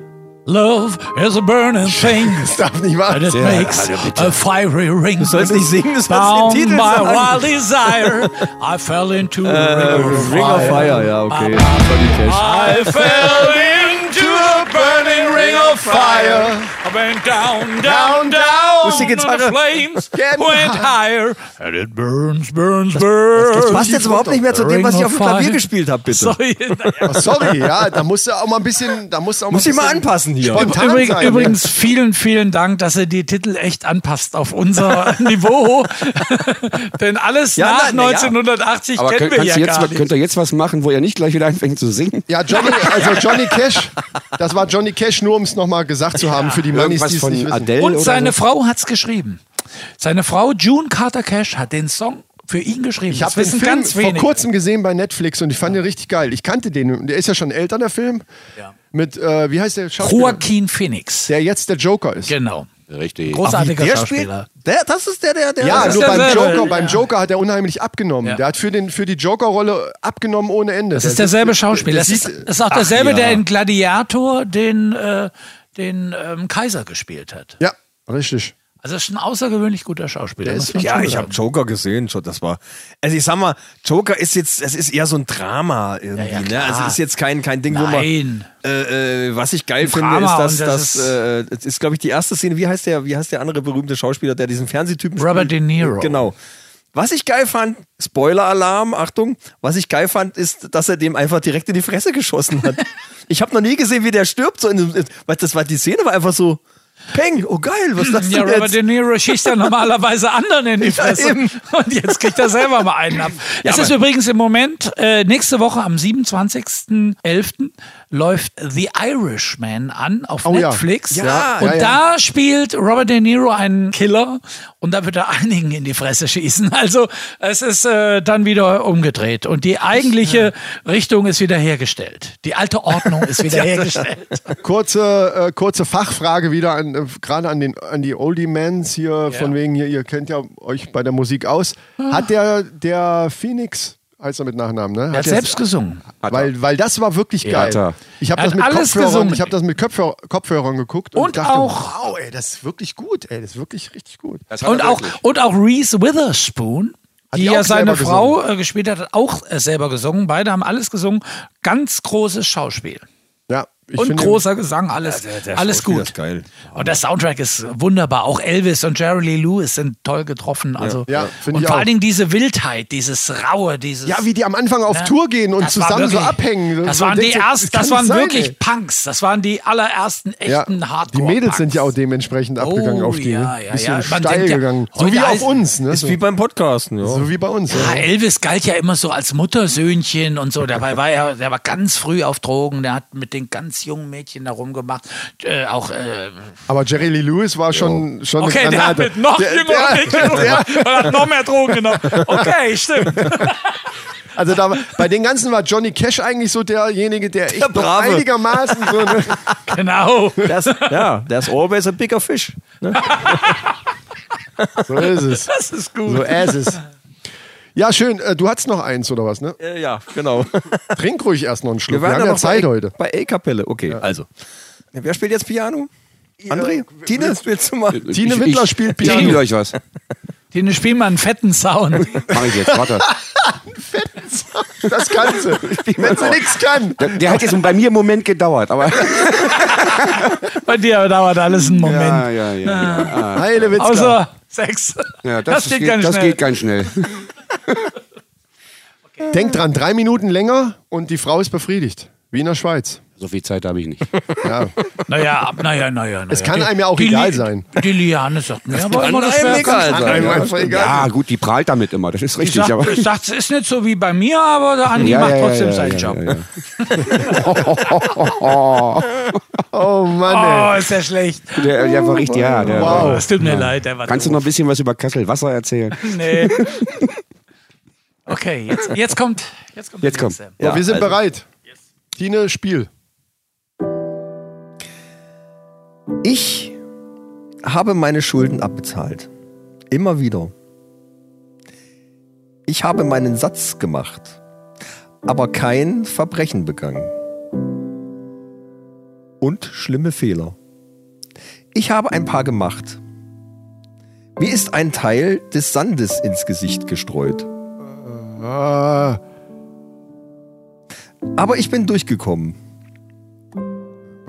B: [laughs]
F: Love is a burning thing.
B: Das darf nicht wahr
F: And it
B: sein.
F: makes a fiery ring. Du
C: sollst nicht singen, du sollst den
F: by
C: Titel sagen. Äh,
F: wild desire, I fell into a ring of
C: Ring of
F: fire.
C: Fire, ja, okay. Johnny Cash.
F: I fell into a burning ring of fire. I went down, down, down.
C: ist die
F: and
C: Gitarre?
F: the flames
B: Get
C: [laughs]
F: went higher. And it burns, burns,
C: Das
F: burns.
C: passt jetzt überhaupt nicht mehr zu dem, was ich auf dem Klavier gespielt habe,
F: [laughs]
C: bitte.
F: Sorry.
B: Oh, sorry, ja, da musst du auch mal ein bisschen, da musst du auch
C: Muss ich mal
B: bisschen
C: anpassen hier.
B: Spontan
F: Übrig,
B: sein,
F: übrigens, vielen, vielen Dank, dass ihr die Titel echt anpasst auf unser Niveau. [laughs] Denn alles
C: Ja,
F: nach
C: na, na, ja.
F: 1980
G: Aber
F: kennen
G: könnt,
F: wir
G: kannst
F: ja
G: du jetzt,
F: gar
G: wa-
F: nicht.
G: könnt ihr jetzt was machen, wo ihr nicht gleich wieder anfängt zu singen?
B: Ja, Johnny, also Johnny Cash. Das war Johnny Cash, nur um es nochmal gesagt zu haben für die Mannis,
G: Irgendwas
B: die es
G: von
B: nicht wissen.
G: Adele
F: Und
G: oder
F: seine
G: so?
F: Frau hat's geschrieben. Seine Frau June Carter Cash hat den Song für ihn geschrieben.
B: Ich habe
F: das
B: den
F: wissen
B: Film
F: ganz
B: vor
F: wenig.
B: kurzem gesehen bei Netflix und ich fand den richtig geil. Ich kannte den. Der ist ja schon älter, der Film.
F: Ja.
B: Mit, äh, wie heißt der Schauspieler?
F: Joaquin Phoenix.
B: Der jetzt der Joker ist.
F: Genau.
G: Richtig.
F: Großartiger
C: Der spielt,
F: Schauspieler.
C: der, das ist der, der, der.
B: Ja,
F: Das
B: nur
F: ist
B: beim
F: derselbe.
B: Joker. Beim Joker hat er unheimlich abgenommen.
F: Ja.
B: Der hat für, den, für die Joker-Rolle abgenommen ohne Ende.
F: Das ist derselbe Schauspieler. Das ist, das ist auch derselbe, der in Gladiator den, äh, den ähm, Kaiser gespielt hat.
B: Ja, richtig.
F: Also das ist ein außergewöhnlich guter Schauspieler.
B: Der
F: muss
B: ist
F: man
B: echt
F: schon
C: Ja, ich
F: sagen.
C: habe Joker gesehen, schon. Das war. Also ich sag mal, Joker ist jetzt, es ist eher so ein Drama irgendwie.
F: Ja, ja,
C: ne?
F: klar.
C: Also ist jetzt kein kein Ding, wo man.
F: Nein.
C: Äh, äh, was ich geil finde,
F: Drama
C: ist,
F: und das
C: dass das, das äh, es ist, glaube ich, die erste Szene. Wie heißt der? Wie heißt der andere berühmte Schauspieler, der diesen Fernsehtypen
F: Robert
C: spielt?
F: De Niro.
C: Genau. Was ich geil fand, Spoiler-Alarm, Achtung, was ich geil fand, ist, dass er dem einfach direkt in die Fresse
F: [laughs]
C: geschossen hat. ich habe noch nie gesehen, wie der stirbt. So in, dem- weil das war, die Szene war einfach so, peng, oh geil, was ist das
F: Ja,
C: denn
F: Robert
C: jetzt?
F: De Niro schießt ja normalerweise anderen in die Fresse.
C: eben.
F: und jetzt kriegt er selber mal einen ab. es ist übrigens im Moment, äh, nächste Woche am 27.11. läuft The Irishman an auf
B: Oh ja.
F: Netflix.
B: Ja,
F: und
B: ja, ja.
F: da spielt Robert De Niro einen Killer und da wird er einigen in die Fresse schießen. Also es ist äh, dann wieder umgedreht und die eigentliche Richtung ist wieder hergestellt. Die alte Ordnung ist
B: [laughs]
F: wieder hergestellt.
B: Kurze, äh, kurze Fachfrage wieder an, äh, gerade an, den, an die Oldie-Mans hier, von wegen hier, ihr kennt ja euch bei der Musik aus.
F: Ah.
B: Hat der, der Phoenix, heißt er mit Nachnamen, ne?
F: Er hat selbst gesungen.
B: weil, weil das war wirklich geil.
G: hat er.
B: Ich habe
F: Er
B: das,
F: hat
B: mit
F: alles
B: Kopfhörern-
F: gesungen.
B: ich hab das mit Kopfhör Kopfhörern geguckt und,
F: Und
B: dachte,
F: auch-
B: wow, ey, das ist wirklich gut, ey, das ist wirklich richtig gut.
F: Und auch, und auch Reese Witherspoon, die,
B: die auch
F: ja seine
B: selber
F: Frau äh, gespielt hat, hat auch äh, selber gesungen. Beide haben alles gesungen. Ganz großes Schauspiel.
B: Ja, ich
F: und
B: finde-
F: großer Gesang, alles, alles gut.
C: geil.
F: Und der Soundtrack ist wunderbar. Auch Elvis und Jerry Lee Lewis sind toll getroffen. Also,
B: Ja, finde
F: und
B: ich
F: vor
B: auch.
F: allen Dingen diese Wildheit, dieses Raue, dieses.
B: Ja, wie die am Anfang auf
F: ne?
B: Tour gehen und
F: Das war
B: zusammen so
F: wirklich-
B: abhängen.
F: Das
B: So
F: waren die
B: denkt so,
F: ersten,
B: kann
F: das
B: nicht
F: waren
B: sein,
F: wirklich
B: ey.
F: Punks. Das waren die allerersten
B: Ja,
F: echten
B: die
F: Hardcore.
B: Mädels sind ja auch
F: Punks.
B: dementsprechend abgegangen
F: Oh,
B: auf die.
F: ja,
B: ne?
F: ja,
B: Bisschen
F: ja. Man
B: steil
F: denkt ja, oh,
B: gegangen. so
F: heute
B: wie auf
F: heißt-
B: uns, ne?
C: Ist
B: So,
C: wie beim Podcasten, ja.
B: so wie bei uns.
F: Ja,
B: Ja.
F: Elvis galt ja immer so als Muttersöhnchen und so. Dabei war er, der war ganz früh auf Drogen. Der hat mit den ganz jungen Mädchen da rumgemacht. Äh, auch, äh,
B: Aber Jerry Lee Lewis war schon, schon
F: okay,
B: eine
F: der hat
B: Granate.
F: mit noch jüngeren
B: [laughs]
F: Mädchen rumgemacht und hat noch mehr Drogen genommen. Okay, stimmt.
B: Also da, war- bei den ganzen war Johnny Cash eigentlich so derjenige, der echt noch
C: Brave.
B: einigermaßen so ne,
F: Genau.
C: Das, ja, there's always a bigger fish. Ne?
B: [laughs] So ist es. Das ist gut. So ist es. Ja, schön. Äh, Du hattest noch eins oder was, ne?
C: Äh, ja,
B: [laughs]
C: genau.
B: Trink ruhig erst noch einen Schluck. Wir,
C: waren
B: haben
C: ja
B: ja
C: noch
B: Zeit
C: bei,
B: heute.
C: Bei E-Kapelle, okay, also. Wer spielt jetzt Piano? André? Tine, willst du mal?
B: Tine
G: Ich-
B: Wittler
G: ich-
B: spielt
G: Ich
B: Piano.
G: spiele euch was.
F: Den spielen wir einen fetten Sound.
G: Mach ich jetzt, warte.
B: Das kann [laughs] sie. Wenn sie nichts kann.
G: Der, der hat jetzt bei mir einen Moment gedauert, aber.
F: Bei dir dauert alles einen Moment.
G: Ja, ja, ja.
B: Heile Witzka.
F: Außer Sex.
G: ja
F: Ah. das, geht ganz
G: das
F: schnell.
G: geht ganz schnell.
B: Denk dran, drei Minuten länger und die Frau ist befriedigt. Wie in der Schweiz.
G: So viel Zeit habe
F: [laughs]
G: ich nicht.
B: [laughs] Ja.
F: Naja, ab- naja, naja. naja.
B: Es kann
F: Die-
B: einem ja auch
F: die
B: egal
F: Li-
B: sein.
F: Die Liane sagt mir aber immer, das
C: einem
F: wäre
C: egal
F: ganz
C: sein.
B: Einem
C: ja.
B: einfach egal.
G: Ja, gut, die prahlt damit immer, das ist
F: Ich
G: richtig.
F: sag,
G: aber
F: ich sag, es ist nicht so wie bei mir, aber der Andi
G: [laughs] Ja,
F: macht
G: ja, ja,
F: trotzdem
G: ja,
F: seinen
G: ja,
F: Job.
G: ja, ja.
B: Oh Mann, ey.
F: Oh, ist ja schlecht.
G: Der, der war richtig, ja. Der,
F: Oh,
B: Wow.
F: es tut mir leid. Der war
G: Kannst du noch ein bisschen was über Kassel Wasser erzählen?
F: doof. Nee. Okay, jetzt, jetzt kommt. Jetzt kommt.
G: Jetzt
F: der
G: kommt.
F: nächste.
B: So, wir sind bereit. Tine, Spiel.
C: Ich habe meine Schulden abbezahlt. Immer wieder. Ich habe meinen Satz gemacht, aber kein Verbrechen begangen. Und schlimme Fehler. Ich habe ein paar gemacht. Mir ist ein Teil des Sandes ins Gesicht gestreut.
B: Ah,
C: Aber ich bin durchgekommen.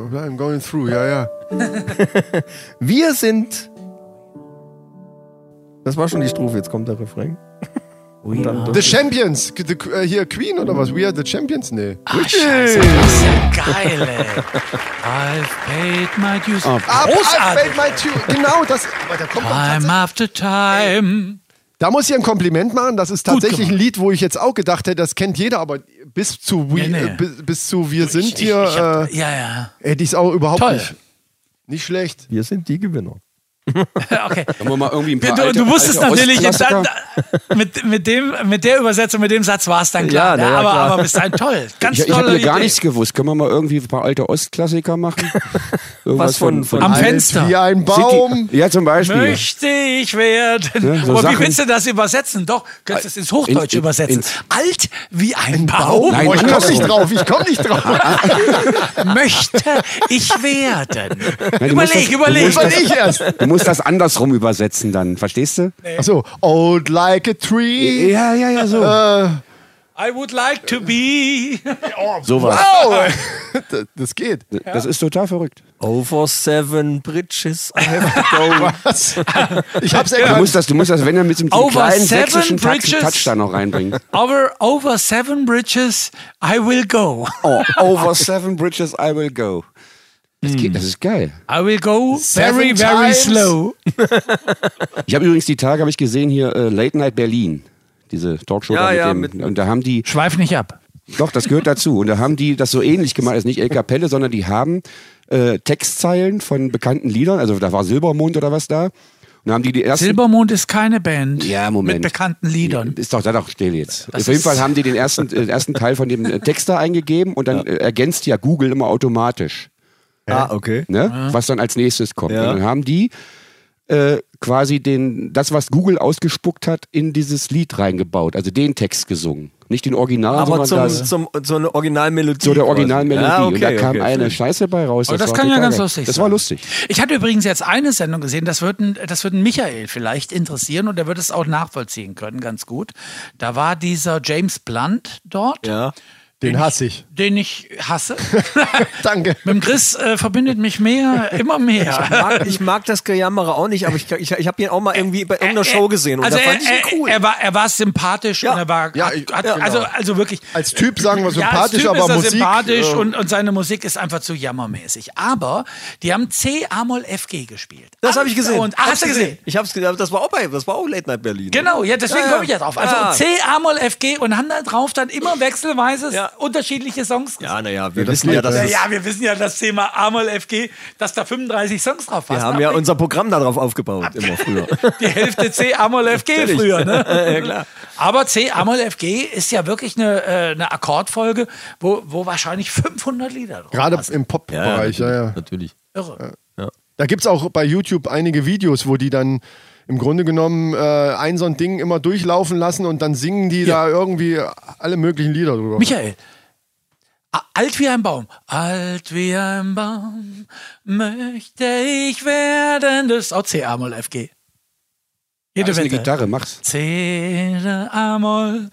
B: I'm going through, ja, ja.
C: Wir sind. Das war schon die Strophe, jetzt kommt der Refrain. Und dann
B: The Champions. The, äh, hier Queen oder was? We are the Champions? Nee.
F: Ah, scheiße, das ist ja geil, ey. I've paid my dues.
G: Ah.
B: Up,
F: Großartig.
B: I've made my two. Genau, das. Aber da kommt doch
F: Time after time.
B: Da muss ich ein Kompliment machen. Das ist tatsächlich ein Lied, wo ich jetzt auch gedacht hätte, das kennt jeder, aber bis zu We,
F: Ja, nee.
B: äh, bis, bis zu Wir sind
F: Ich-
B: hier
F: ich hab,
B: äh,
F: ja, ja. [laughs]
B: hätte ich es auch überhaupt
F: Toll.
B: nicht. Nicht schlecht.
C: Wir sind die Gewinner.
F: Okay.
G: Wollen wir mal irgendwie ein
F: Du,
G: paar alte-
F: du wusstest
G: alte
F: natürlich, jetzt
G: Ostklassiker?
F: dann, [laughs] mit, mit, dem, mit der Übersetzung, mit dem Satz war es dann klar.
C: Ja, na
F: ne?
C: ja,
F: aber,
C: klar.
F: aber bis dahin toll. Ganz
G: Ich, ich
F: tolle
G: habe hier gar
F: Idee.
G: nichts gewusst. Können wir mal irgendwie ein paar alte
F: [laughs]
G: Ostklassiker machen? Irgendwas
C: von- von
F: Am
B: Alt
F: Fenster.
B: Wie ein Baum.
G: City. Ja, zum Beispiel.
F: Möchte ich werden.
G: Ne, so
F: Aber
G: Sachen.
F: wie willst du das übersetzen? Doch, kannst du es ins
G: In-
F: Hochdeutsch
G: in-
F: übersetzen.
G: ins-
F: Alt wie ein Baum
G: Nein,
B: oh, ich komme
G: andersrum.
B: nicht drauf. Ich komme nicht
F: Ah,
B: drauf.
F: möchte ich werden.
G: [laughs] Nein, du musst
F: überleg, überleg.
B: Das
G: das- du musst
B: war ich erst.
G: Du musst das andersrum übersetzen dann, verstehst du?
B: Achso, old like a tree.
G: Ja, ja, ja, so.
B: Äh,
F: I would like to be.
G: Sowas.
B: Wow! Das- das geht. [laughs]
G: Das ist total verrückt.
C: Over seven bridges I have to go.
B: Was? Ich hab's
G: Du
B: erkannt.
G: musst das, du musst das, wenn er mit so einem
F: Over
G: kleinen
F: seven
G: sächsischen Touch,
F: bridges.
G: Touch da noch reinbringen.
F: Over, over seven bridges, I will go.
G: Oh, [laughs] over seven bridges I will go. Das, geht, das ist geil.
F: I will go very,
B: Seven
F: very
B: times.
F: slow.
G: Ich habe übrigens die Tage habe ich gesehen hier äh, Late Night Berlin, diese Talkshow
C: Ja,
G: da mit
C: ja,
G: dem,
C: mit-
G: und da haben die
F: Schweif nicht ab.
G: Doch, das gehört dazu. Und da haben die das so ähnlich gemacht, ist nicht El Capelle, sondern die haben äh, Textzeilen von bekannten Liedern, also da war Silbermond oder was da. Und da haben die die ersten.
F: Silbermond ist keine Band.
G: Ja, Moment.
F: Mit bekannten Liedern.
G: ist doch, da doch still jetzt.
F: Das
G: Auf jeden
F: ist-
G: Fall haben die den ersten, äh, ersten Teil von dem äh, Text da eingegeben und dann äh, ergänzt ja Google immer automatisch,
C: ah, okay.
G: ne? was dann als nächstes kommt.
C: Ja.
G: Und dann haben die äh, quasi den, das, was Google ausgespuckt hat, in dieses Lied reingebaut, also den Text gesungen. Nicht den Original,
C: Aber
G: sondern
C: zum,
G: das,
C: zum, so eine Originalmelodie.
G: So der
C: quasi.
G: Originalmelodie.
C: Ah, okay,
G: und da kam
C: okay,
G: eine
C: verstehe.
G: Scheiße bei raus.
F: Aber das
G: war
F: kann ja
G: total
F: ganz
G: geil.
F: lustig
G: Das
F: sein.
G: war lustig.
F: Ich hatte übrigens jetzt eine Sendung gesehen, das wird, ein, das wird ein Michael vielleicht interessieren und er wird es auch nachvollziehen können, ganz gut. Da war dieser James Blunt dort,
C: Ja.
B: Den hasse ich.
F: den ich
C: [laughs]
F: hasse.
B: Danke.
F: Mit dem Chris äh, verbindet mich mehr, immer
C: Ich
F: mehr.
C: mag, ich mag das Gejammere auch nicht, aber ich, ich, ich habe ihn auch mal irgendwie bei irgendeiner Show gesehen und
F: also
C: da fand
F: er,
C: ich ihn cool.
F: er, er, war, er war sympathisch und er war.
B: Ja,
F: hat,
B: ich-
F: hat,
B: ja,
F: also,
B: genau.
F: also wirklich.
B: Als Typ sagen wir sympathisch,
F: ja, als typ
B: aber
F: ist er
B: Musik.
F: sympathisch
B: äh,
C: ähm,
F: und, und seine Musik ist einfach zu jammermäßig. Aber die haben C A-Moll FG gespielt.
C: das habe ich gesehen.
F: Und, ah, hast du gesehen?
C: Ich habe es gesehen. Das war auch bei, das war auch Late Night Berlin.
F: Genau, ja, deswegen
C: Ja,
F: komme ich ja drauf. Also
C: ja.
F: C, A-Moll, FG und haben da drauf dann immer wechselweise
C: Ja.
F: unterschiedliche Songs.
C: Ja, naja, wir
B: das
C: wissen
B: geht,
C: ja, dass
B: ja,
C: es,
F: Ja, wir wissen ja das Thema A-Moll, FG, dass da 35 Songs drauf
C: wir
F: passen.
C: haben ja
F: Aber
C: unser Programm darauf aufgebaut
F: [laughs]
C: immer früher.
F: die Hälfte C, A-Moll, FG
C: Natürlich.
F: Eh, früher. Ne?
C: [laughs] Ja, klar.
F: Aber C, A-Moll, FG ist ja wirklich eine, äh, eine Akkordfolge, wo, wo wahrscheinlich 500 Lieder drauf
B: Gerade
F: passen.
B: im Pop-Bereich, ja, ja.
C: natürlich.
F: Irre.
B: Da gibt es auch bei YouTube einige Videos, wo die dann im Grunde genommen äh, ein so ein Ding immer durchlaufen lassen und dann singen die da irgendwie alle möglichen Lieder drüber.
F: Michael. a- Alt wie ein Baum. Alt wie ein Baum möchte ich werden. Das ist auch C, A-Moll, FG. Jede
G: Das ist eine
F: Wette.
G: Gitarre, mach's.
F: C, da, A-Moll,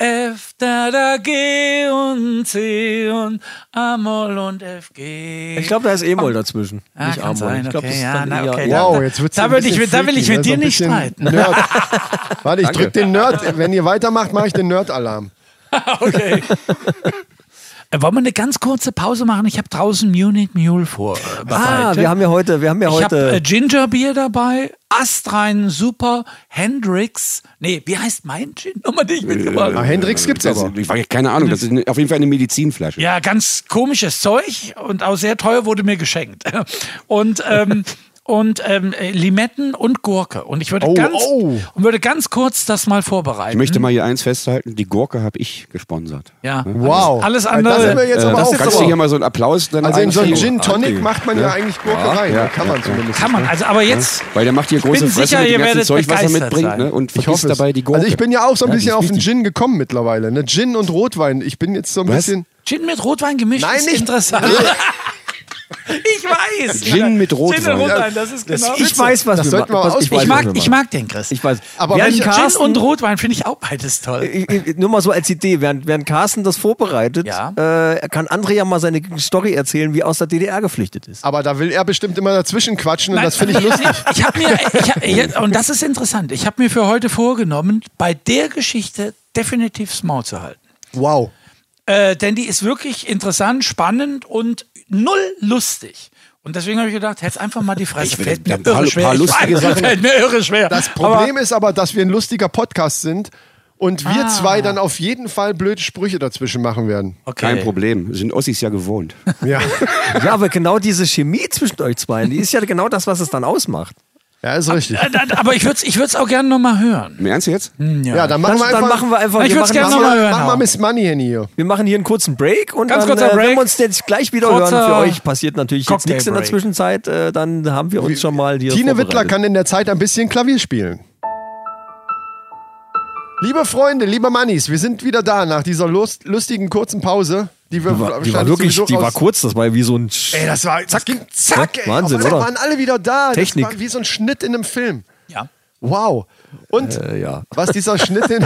F: F, da, da, G und C und A-Moll und FG.
C: Ich glaube, da ist E-Moll dazwischen.
F: Ah,
C: nicht
F: kann
C: A-Moll.
F: sein,
C: Ich glaube,
F: okay,
C: das ist
F: ja,
C: dann
F: na,
C: eher
F: okay,
C: E-Moll.
F: da-
B: Wow, jetzt wird's
F: Da
B: ein
F: will ich-
B: bisschen
F: da will ich
B: freaky,
F: mit
B: ne?
F: dir
B: ein
F: nicht
B: bisschen
F: streiten.
B: Nerd. Warte, ich drück den Nerd. Wenn ihr weitermacht, mache ich den Nerd-Alarm.
F: Okay. Äh, Wollen wir eine ganz kurze Pause machen? Ich habe draußen Munich Mule vor. äh,
C: Ah,
F: bereit.
C: wir haben ja heute, wir haben ja
F: ich habe äh,
C: heute.
F: Gingerbier dabei, Astrein Super, Hendrix. Nee, wie heißt mein Gin? Nochmal, den ich mitgebracht
B: Ah,
F: habe.
B: Hendrix gibt's
G: Das,
B: aber.
G: ich weiß, keine Ahnung, das ist eine, auf jeden Fall eine Medizinflasche.
F: Ja, ganz komisches Zeug und auch sehr teuer wurde mir geschenkt. [laughs] Und ähm, und ähm, äh, Limetten und Gurke. Und ich würde
B: Oh,
F: ganz
B: oh.
F: und würde ganz kurz das mal vorbereiten.
G: Ich möchte mal hier eins festhalten, die Gurke habe ich gesponsert.
F: ja.
B: Wow.
F: Alles
B: Da sind wir
F: andere
B: jetzt aber
G: das
B: auch
G: kannst du hier mal so einen Applaus dann
B: Also in so einen Gin
G: einschieben?
B: Tonic macht man ja eigentlich Gurke rein. ne?
G: ja,
B: kann man
G: ja.
B: zumindest.
F: kann man. Also aber jetzt
G: Weil der macht hier große
F: bin
G: Fresse
F: sicher,
G: mit
F: ihr
G: dem ganzen
F: werdet
G: Zeug, was er
F: begeistert
G: mitbringt
F: sein.
G: ne? und
B: Ich
G: vergisst
B: hoffe es.
G: dabei die Gurke.
B: Also ich bin ja auch so ein
G: Ja, die
B: bisschen
G: ist
B: auf den
G: wichtig.
B: Gin gekommen mittlerweile. Ne? Gin und Rotwein. Ich bin jetzt so ein
G: Was?
B: bisschen.
F: Gin mit Rotwein gemischt
B: Nein,
F: ist
B: nicht-
F: interessant. [laughs] ich weiß.
G: Gin mit
F: Gin
G: Rotwein.
F: mit Rotwein, das ist genau.
C: Ich weiß, was
B: Das
C: wir
B: sollten wir
C: machen.
B: mal
C: Pass-
F: ich,
B: ausprobieren.
C: was
F: mag,
C: wir
F: ich
C: machen.
F: mag den Chris.
C: Ich weiß.
B: Aber
C: Während
B: welche-
F: Gin
C: Carsten-
F: und Rotwein finde ich auch beides toll.
C: Ich- ich- äh, Nur mal so als Idee, während, während Carsten das vorbereitet,
F: Ja.
C: äh, kann André ja mal seine Story erzählen, wie er aus der DDR geflüchtet ist.
B: Aber da will er bestimmt immer dazwischen quatschen und das finde ich
F: [laughs]
B: lustig.
C: [laughs]
F: Ich habe mir, ich hab, ja, und das ist interessant, ich habe mir für heute vorgenommen, bei der Geschichte definitiv Small zu halten.
B: Wow.
F: Äh, denn die ist wirklich interessant, spannend und null lustig. Und deswegen habe ich gedacht, jetzt einfach mal die Fresse.
G: will
F: fällt mir
G: da ein paar-
F: irre schwer.
G: paar
F: Ich
G: lustige
F: weiß,
G: Sachen-
F: Fällt mir irre schwer.
B: Das Problem ist aber, dass wir ein lustiger Podcast sind und wir
C: Ah.
B: zwei dann auf jeden Fall blöde Sprüche dazwischen machen werden.
F: Aber, okay.
G: Kein Problem, sind Ossis
B: [laughs]
G: ja gewohnt.
B: Ja,
C: Ja, aber genau diese Chemie zwischen euch zwei, die ist ja genau das, was es dann ausmacht.
B: ja ist richtig.
F: Äh, da- Aber ich würde es ich würd's auch gerne nochmal hören.
G: Im Ernst jetzt?
B: Ja, dann
C: Dann,
B: machen wir einfach.
C: dann machen wir einfach,
F: Ich
C: wir
F: würd's
C: machen,
F: gerne noch
B: Mach mal,
C: machen,
F: mal hören
B: mach mal
F: auch.
B: Miss Money hier. Nio.
C: wir machen hier einen kurzen Break und
F: Ganz
C: dann,
F: kurzer
C: äh, wenn
F: Break.
C: wir uns jetzt gleich wieder
F: Kurzer
C: hören, für euch passiert natürlich jetzt
F: Cocktail
C: nichts in der
F: Break.
C: Zwischenzeit, äh, dann haben wir uns schon mal hier
B: Tine Wittler
C: vorbereitet.
B: kann in der Zeit ein bisschen Klavier spielen. Liebe Freunde, liebe Mannis, wir sind wieder da nach dieser lust, lustigen kurzen Pause, die wir
C: die war wirklich, die war kurz, das war wie so ein
B: Ey, das war zack, zack, ey.
C: Wahnsinn,
B: Auf einmal
C: oder?
B: waren alle wieder da.
C: Technik.
B: Das war wie so ein Schnitt in einem Film.
F: Ja.
B: Wow. Und
C: ja.
B: was dieser Schnitt in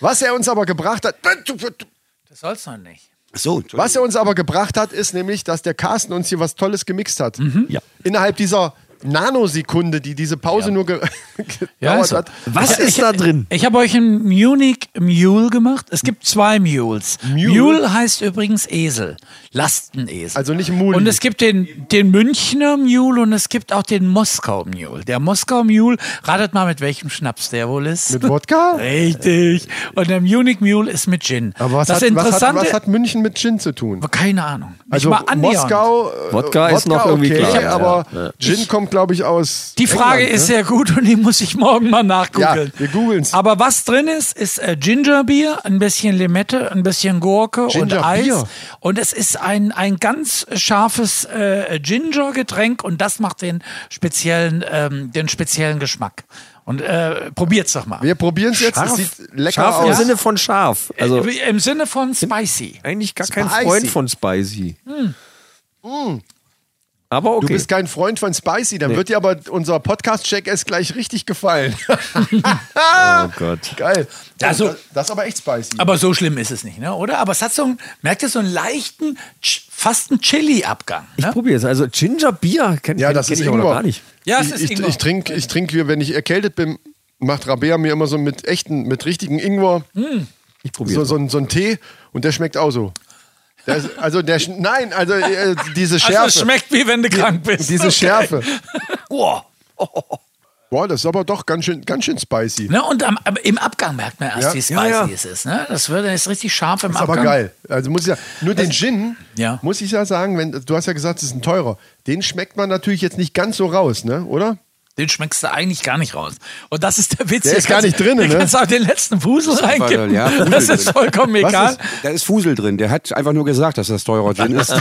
B: Was er uns aber gebracht hat,
F: Das soll's noch nicht.
G: So,
B: was er uns aber gebracht hat, ist nämlich, dass der Carsten uns hier was Tolles gemixt hat.
D: Ja.
B: Innerhalb dieser Nanosekunde, die diese Pause nur ge gedauert
F: Ja, ist so.
B: hat.
D: Was ist da drin?
F: Ich habe euch einen Munich Mule gemacht. Es gibt zwei Mules.
B: Mule?
F: Mule, heißt übrigens Esel. Lastenesel.
B: Also nicht Muli.
F: Und es gibt den, den Münchner Mule und es gibt auch den Moskau Mule. Der Moskau Mule, ratet mal, mit welchem Schnaps der wohl ist.
B: Mit Wodka?
F: Richtig. Und der Munich Mule ist mit Gin.
B: Aber was,
F: das
B: hat, was, hat,
F: Interessante,
B: was hat München mit Gin zu tun?
F: keine Ahnung. Nicht
B: Also
F: mal annähernd.
B: Moskau, äh,
C: Wodka ist noch irgendwie
B: okay,
C: klar, ja,
B: aber
C: ja.
B: Gin kommt, glaube ich, aus.
F: Die Frage
B: England,
F: ist
B: ne?
F: sehr gut und die muss ich morgen mal nachgoogeln.
B: Ja, wir googeln's.
F: Aber was drin ist, ist äh, Gingerbier, ein bisschen Limette, ein bisschen Gurke und
B: Gingerbier?
F: Eis. Und es ist ein, ein ganz scharfes äh, Ginger-Getränk und das macht den speziellen, ähm, den speziellen Geschmack. Und äh, probiert's doch mal.
B: Wir probieren es jetzt. Es
C: Scharf.
B: sieht lecker
C: Scharf im
B: aus.
C: Sinne von scharf. Also
F: Äh, Im Sinne
B: Hm?
F: von spicy.
C: eigentlich gar kein
B: Spicy. Mm.
C: Freund von Spicy. Hm. Aber okay.
B: Du bist kein Freund von Spicy, dann wird dir aber unser Podcast-Check es gleich richtig gefallen. [laughs]
C: oh Gott.
B: Geil.
F: Also-
B: das ist aber echt spicy.
F: Aber so schlimm ist es nicht, ne? oder? Aber es hat so einen, merkt ihr, so einen leichten, ch- fast einen Chili-Abgang.
C: Ich
F: Ne?
C: probiere es. Also Ginger Beer kenn,
B: ja,
C: kenn-
B: das
C: kenn
B: ist eh
C: ich aber noch
B: Ingwer.
C: gar nicht.
F: Ja, es
B: ich,
F: ist
B: ich,
F: Ingwer.
B: ich trinke, ich trinke, wenn ich erkältet bin, macht Rabea mir immer so mit echten, mit richtigen Ingwer
F: Hm?
C: Ich probiere
B: so, so, ein- so einen Tee und der schmeckt auch so. Der ist, also der, sch- nein, also äh, diese Schärfe.
F: Also es schmeckt wie wenn du krank bist.
B: Diese
F: [laughs] Okay.
B: Schärfe.
F: Boah.
B: Boah, das ist aber doch ganz schön, ganz schön spicy.
F: Ne, und am, am, im Abgang merkt man erst,
B: Ja.
F: wie spicy
C: Ja, ja.
F: es ist. Ne? Das wird dann ist richtig scharf im
B: Ist
F: Abgang.
B: aber geil. Also muss ich ja, nur den Gin,
F: Ja.
B: muss ich ja sagen, wenn, du hast ja gesagt, es ist ein teurer. Den schmeckt man natürlich jetzt nicht ganz so raus, ne? oder?
F: Den schmeckst du eigentlich gar nicht raus. Und das ist der Witz.
B: Der
F: Hier
B: ist gar
F: kannst-
B: nicht drin,
F: hier
B: ne?
F: kannst du auch den letzten Fusel
G: einfach-
F: reinkippen.
G: ja, Fusel
F: [laughs] das ist
G: drin.
F: vollkommen egal.
B: ist-
G: Da ist Fusel drin. Der hat einfach nur gesagt, dass das teurer
B: [laughs]
G: Gin ist.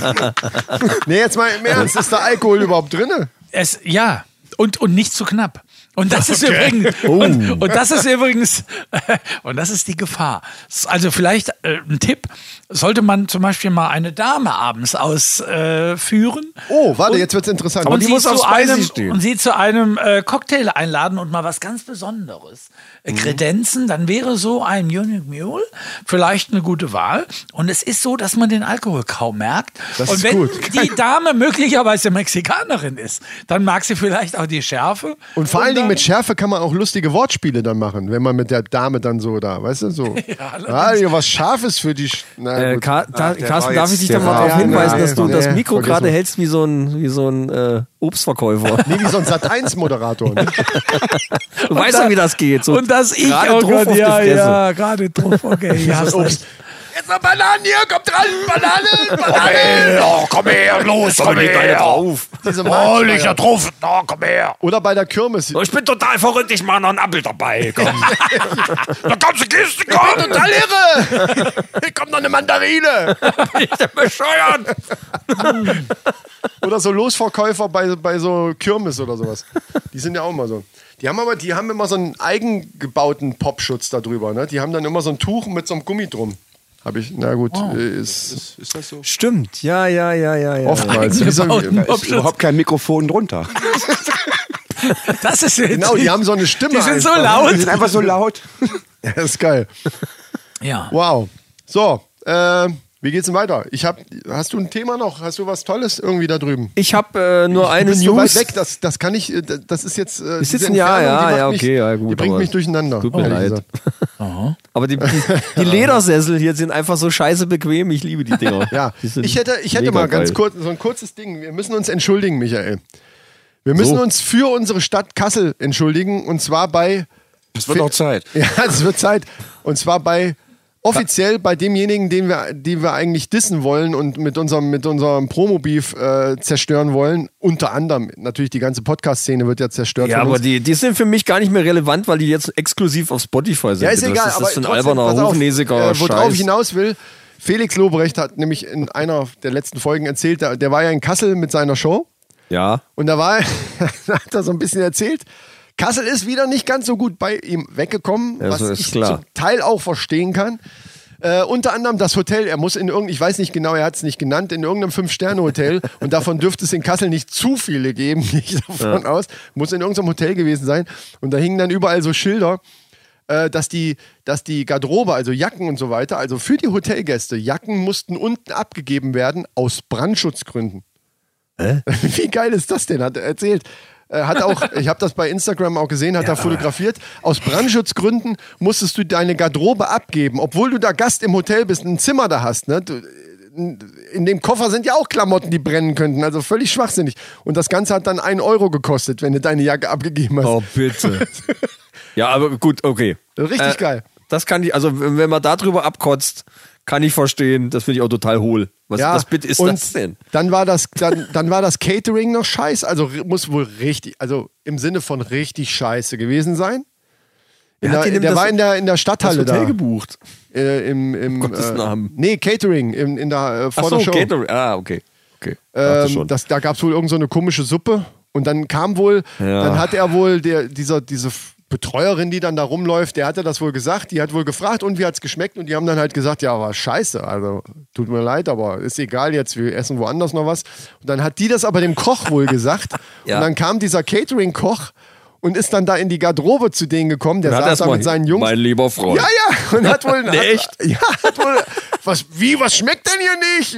B: Nee, jetzt mal im Ernst, ist da Alkohol überhaupt drin?
F: Es, ja, und, und nicht zu knapp. Und das
B: [laughs]
F: ist übrigens,
B: Oh.
F: und, und das ist übrigens, [laughs] und das ist die Gefahr. S- Also vielleicht äh, ein Tipp, sollte man zum Beispiel mal eine Dame abends ausführen. Äh, führen
B: Oh, warte, jetzt wird's interessant.
F: und
B: die
F: sie
B: muss
F: zu
B: auf Spicy
F: einem,
B: stehen.
F: Und sie zu einem äh, Cocktail einladen und mal was ganz Besonderes äh,
B: Mhm.
F: kredenzen, dann wäre so ein Munich Mule vielleicht eine gute Wahl. Und es ist so, dass man den Alkohol kaum merkt.
B: Das
F: und
B: ist
F: wenn
B: gut. [laughs]
F: die Dame möglicherweise Mexikanerin ist, dann mag sie vielleicht auch die Schärfe.
B: Und vor allen Dingen
F: dann-
B: mit Schärfe kann man auch lustige Wortspiele dann machen, wenn man mit der Dame dann so da, weißt du, so. ah, hier was Scharfes für die. Sch Na,
C: Äh,
B: gut.
C: Car
G: Ach, der
C: Carsten,
G: war
C: darf
G: jetzt-
C: ich dich
G: der
C: da mal
G: war-
C: darauf
B: ja,
C: hinweisen,
B: nee,
C: dass du
B: nee,
C: das
B: nee,
C: Mikro
B: vergiss
C: gerade
B: mal.
C: hältst wie so ein, wie so ein äh, Obstverkäufer?
B: [laughs] nee, wie so ein Sat1-Moderator. Ne?
C: [laughs] Du weißt ja, wie das geht. So
F: und dass ich
C: gerade
F: oh
C: drauf
F: Gott,
C: auf die
F: ja,
C: Fresse. [laughs]
F: ja, gerade drauf,
B: [laughs]
F: okay. Ja, hast recht.
B: Jetzt noch Bananen hier, komm dran, Banane, Banane.
A: komm her, los, komm her. Drauf.
B: Diese
A: Oh, ich
B: Marktschreier.
A: da drauf. Na, komm her.
B: Oder bei der Kirmes.
A: Ich bin total verrückt, ich mach noch einen Apfel dabei.
C: [laughs]
A: Komm. Na komm, zur Kiste, komm.
B: Total irre! Hier kommt noch
F: [laughs]
B: eine Mandarine!
A: Bescheuert.
B: Oder so Losverkäufer bei, bei so Kirmes oder sowas. Die sind ja auch immer so. Die haben aber, die haben immer so einen eigengebauten Popschutz darüber, ne? Die haben dann immer so ein Tuch mit so einem Gummi drum. Habe ich, na gut,
F: Oh.
B: äh, ist
C: Stimmt, ja, ja, ja, ja, ja.
B: oftmals. Wie so,
F: Eingebauten
G: Da ist überhaupt kein Mikrofon drunter.
F: Das ist jetzt
B: genau, die haben so eine Stimme.
F: Die sind so
B: einfach. ne?
G: Die
F: laut.
G: sind einfach so laut.
B: [laughs] Das ist geil.
F: Ja.
B: Wow. So, äh, wie geht's denn weiter? Ich hab, hast du ein Thema noch? Hast du was Tolles irgendwie da drüben?
C: Ich habe äh, nur eine
B: Bist du
C: News.
B: weit weg, das, das kann ich, äh, das ist jetzt. Äh,
C: Ist jetzt
B: diese
C: ein Jahr,
B: Entfernung,
C: ja,
B: die macht
C: ja,
B: mich-
C: okay, ja, gut,
B: Die bringt
C: aber
B: mich durcheinander.
C: tut mir
B: ehrlich
C: leid.
B: Oh, gesagt. [laughs]
C: Aber die, die, die Ledersessel hier sind einfach so scheiße bequem. Ich liebe die Dinger.
B: Ja,
C: Die sind
B: ich hätte, ich hätte
C: mega
B: mal ganz
C: geil.
B: kurz, so ein kurzes Ding. Wir müssen uns entschuldigen, Michael. Wir müssen uns für unsere Stadt Kassel entschuldigen und zwar bei,
G: Es wird auch Zeit.
B: [laughs] ja, es wird Zeit, und zwar bei offiziell bei demjenigen, den wir, die wir eigentlich dissen wollen und mit unserem, mit unserem Promo-Beef äh, zerstören wollen. Unter anderem natürlich die ganze Podcast-Szene wird ja zerstört.
C: Ja,
B: von
C: aber
B: uns.
C: die, die sind für mich gar nicht mehr relevant, weil die jetzt exklusiv auf Spotify sind.
B: Ja, ist egal.
C: das ist
B: aber
C: so
B: trotzdem,
C: ein
B: pass
C: alberner,
B: auf,
C: hochnäsiger
B: äh, Worauf ich
C: Scheiß.
B: hinaus will, Felix Lobrecht hat nämlich in einer der letzten Folgen erzählt, der, der war ja in Kassel mit seiner Show
C: Ja,
B: und da war, [laughs] hat er so ein bisschen erzählt, Kassel ist wieder nicht ganz so gut bei ihm weggekommen,
C: Ja,
B: was
C: so ist
B: ich
C: klar.
B: zum Teil auch verstehen kann. Äh, unter anderem das Hotel, er muss in irgendeinem, ich weiß nicht genau, er hat es nicht genannt, in irgendeinem
C: [laughs]
B: Fünf-Sterne-Hotel und davon dürfte es in Kassel nicht zu viele [laughs] geben, gehe ich davon aus, muss in irgendeinem Hotel gewesen sein und da hingen dann überall so Schilder, äh, dass, die, dass die Garderobe, also Jacken und so weiter, also für die Hotelgäste, Jacken mussten unten abgegeben werden aus Brandschutzgründen. [laughs] Wie geil ist das denn? Hat er erzählt. Äh, Hat
C: [laughs]
B: auch, ich habe das bei Instagram auch gesehen, hat er fotografiert. Aus Brandschutzgründen musstest du deine Garderobe abgeben, obwohl du da Gast im Hotel bist, ein Zimmer da hast. Ne? Du, in dem Koffer sind ja auch Klamotten, die brennen könnten. Also völlig schwachsinnig. Und das Ganze hat dann einen Euro gekostet, wenn du deine Jacke abgegeben hast.
C: Oh, bitte. ja, aber gut, okay. Äh,
B: Richtig geil.
C: Das kann ich, also wenn wenn man darüber abkotzt, kann ich verstehen, das finde ich auch total hohl. Was
B: Ja,
C: das bitte ist
B: und
C: das denn?
B: Dann war das, dann, dann war das Catering noch scheiße. Also ri- muss wohl richtig, also im Sinne von richtig scheiße gewesen sein. In
C: Wer hat
B: der,
C: dir denn
B: der
C: das-
B: war in der, in der Stadthalle
C: das Hotel
B: da.
C: gebucht?
B: Äh, im, im,
C: Um Gottes
B: äh,
C: Namen.
B: Nee, Catering in, in der, äh, vor
C: Ach
B: der
C: so,
B: Show.
C: Catering. Ah, okay. okay. Dachte
B: Ähm, das, da gab es wohl irgendeine so eine komische Suppe und dann kam wohl,
C: Ja.
B: dann hat er wohl, der, dieser, diese F- Betreuerin, die dann da rumläuft, der hatte das wohl gesagt, die hat wohl gefragt und wie hat es geschmeckt und die haben dann halt gesagt, ja, war scheiße, also tut mir leid, aber ist egal jetzt, wir essen woanders noch was. Und dann hat die das aber dem Koch wohl gesagt
C: [laughs] Ja.
B: und dann kam dieser Catering-Koch und ist dann da in die Garderobe zu denen gekommen, der
C: Dann hat
B: saß da
C: erstmal-
B: mit seinen Jungs.
C: Mein lieber Freund.
B: Ja, ja. Und hat wohl.
C: [laughs] Nee, echt?
B: Hat, [laughs] ja, hat wohl. Was, wie, was schmeckt denn hier nicht?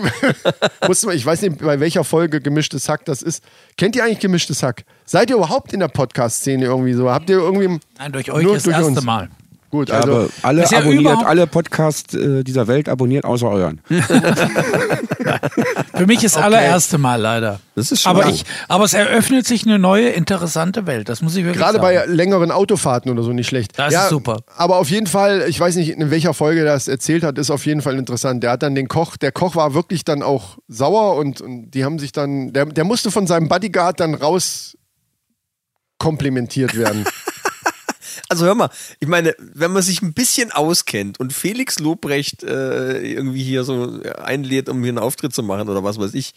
B: [laughs] Musste man, ich weiß nicht, bei welcher Folge gemischtes Hack das ist. Kennt ihr eigentlich gemischtes Hack? Seid ihr überhaupt in der Podcast-Szene irgendwie so? Habt ihr irgendwie.
F: Nein, durch euch
B: Nur
F: das erste Mal.
B: Gut,
G: Also,
B: also.
G: habe alle
F: Ist ja
G: abonniert,
F: überhaupt- Hm.
G: alle Podcasts äh, dieser Welt abonniert, außer euren.
F: Für mich ist allererste Mal leider.
C: Das ist schon
F: aber,
C: lang.
F: ich, aber es eröffnet sich eine neue, interessante Welt. Das muss ich wirklich
B: Gerade
F: sagen.
B: bei längeren Autofahrten oder so nicht schlecht.
F: Das ist super.
B: Aber auf jeden Fall, ich weiß nicht, in welcher Folge er das erzählt hat, ist auf jeden Fall interessant. Der hat dann den Koch, der Koch war wirklich dann auch sauer und, und die haben sich dann, der, der musste von seinem Bodyguard dann raus
F: [laughs]
B: komplimentiert werden.
C: Also hör mal, ich meine, wenn man sich ein bisschen auskennt und Felix Lobrecht äh, irgendwie hier so einlädt, um hier einen Auftritt zu machen oder was weiß ich,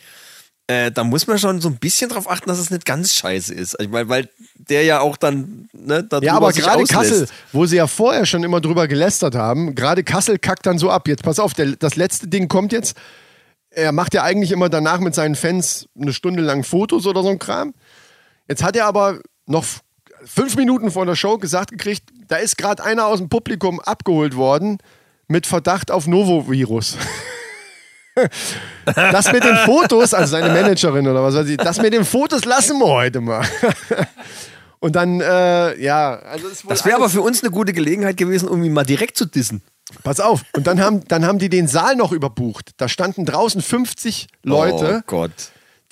C: äh, da muss man schon so ein bisschen drauf achten, dass es nicht ganz scheiße ist. Ich meine, weil der ja auch dann, ne, darüber
B: Ja, aber
C: sich
B: gerade
C: auslässt.
B: Kassel, wo sie ja vorher schon immer drüber gelästert haben, gerade Kassel kackt dann so ab. Jetzt pass auf, der, das letzte Ding kommt jetzt. Er macht ja eigentlich immer danach mit seinen Fans eine Stunde lang Fotos oder so ein Kram. Jetzt hat er aber noch f- fünf Minuten vor der Show gesagt gekriegt, da ist gerade einer aus dem Publikum abgeholt worden mit Verdacht auf Novovirus. [laughs] Das mit den Fotos, also seine Managerin oder was weiß ich, das mit den Fotos lassen wir heute mal. [laughs] Und dann, äh, ja, also es
C: Das wäre aber für uns eine gute Gelegenheit gewesen, um ihn mal direkt zu dissen.
B: Pass auf. Und dann haben, dann haben die den Saal noch überbucht. Da standen draußen 50 Leute,
C: Oh Gott.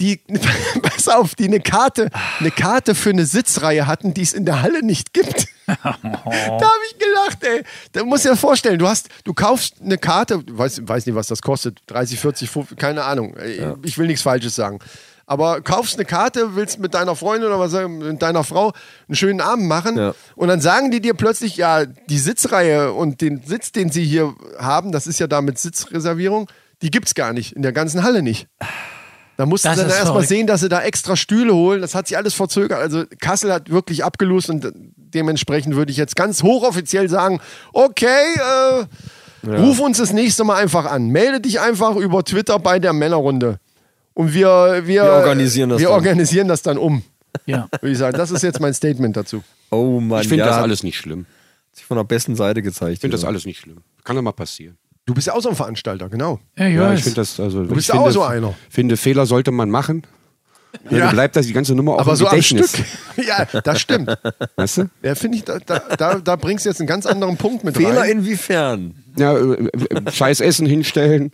B: die, [laughs] pass auf, die eine Karte, eine Karte für eine Sitzreihe hatten, die es in der Halle nicht gibt. Da habe ich gelacht, ey. Da musst du dir vorstellen, du hast, du kaufst eine Karte, weiß, weiß nicht, was das kostet, 30, 40, 50, keine Ahnung. Ey, Ich will nichts Falsches sagen. Aber kaufst eine Karte, willst mit deiner Freundin oder was mit deiner Frau einen schönen Abend machen
C: Ja.
B: und dann sagen die dir plötzlich, ja, die Sitzreihe und den Sitz, den sie hier haben, das ist ja da mit Sitzreservierung, die gibt's gar nicht, in der ganzen Halle nicht. Da mussten
F: Das
B: sie dann
F: ist
B: erstmal
F: verrückt.
B: sehen, dass sie da extra Stühle holen. Das hat sich alles verzögert. Also Kassel hat wirklich abgelost und dementsprechend würde ich jetzt ganz hochoffiziell sagen, okay, äh, ruf uns das nächste Mal einfach an. Melde dich einfach über Twitter bei der Männerrunde. Und wir, wir,
C: organisieren das
B: wir
C: dann.
B: organisieren das dann um.
F: Ja.
B: Würde ich sagen, das ist jetzt mein Statement dazu.
C: Oh Mann,
G: Ich finde
C: ja,
G: das alles nicht schlimm.
C: hat sich von der besten Seite gezeigt.
G: Ich finde das alles nicht schlimm. Kann doch mal passieren.
B: Du bist ja auch so ein Veranstalter, genau.
F: Ja, ich
G: Ja,
F: weiß.
G: ich finde das, also,
B: bist
G: ich
B: auch
G: finde,
B: so einer.
G: finde, Fehler sollte man machen. Ja.
B: Ja.
G: Dann bleibt das die ganze Nummer auch
B: Aber
G: im
B: so am
G: Gedächtnis.
B: Stück. [laughs] Ja, das stimmt.
G: Weißt du?
B: Ja, finde ich, da, da, da, da bringst du jetzt einen ganz anderen Punkt mit
C: Fehler
B: rein.
C: inwiefern?
G: Ja, äh, äh, scheiß Essen hinstellen,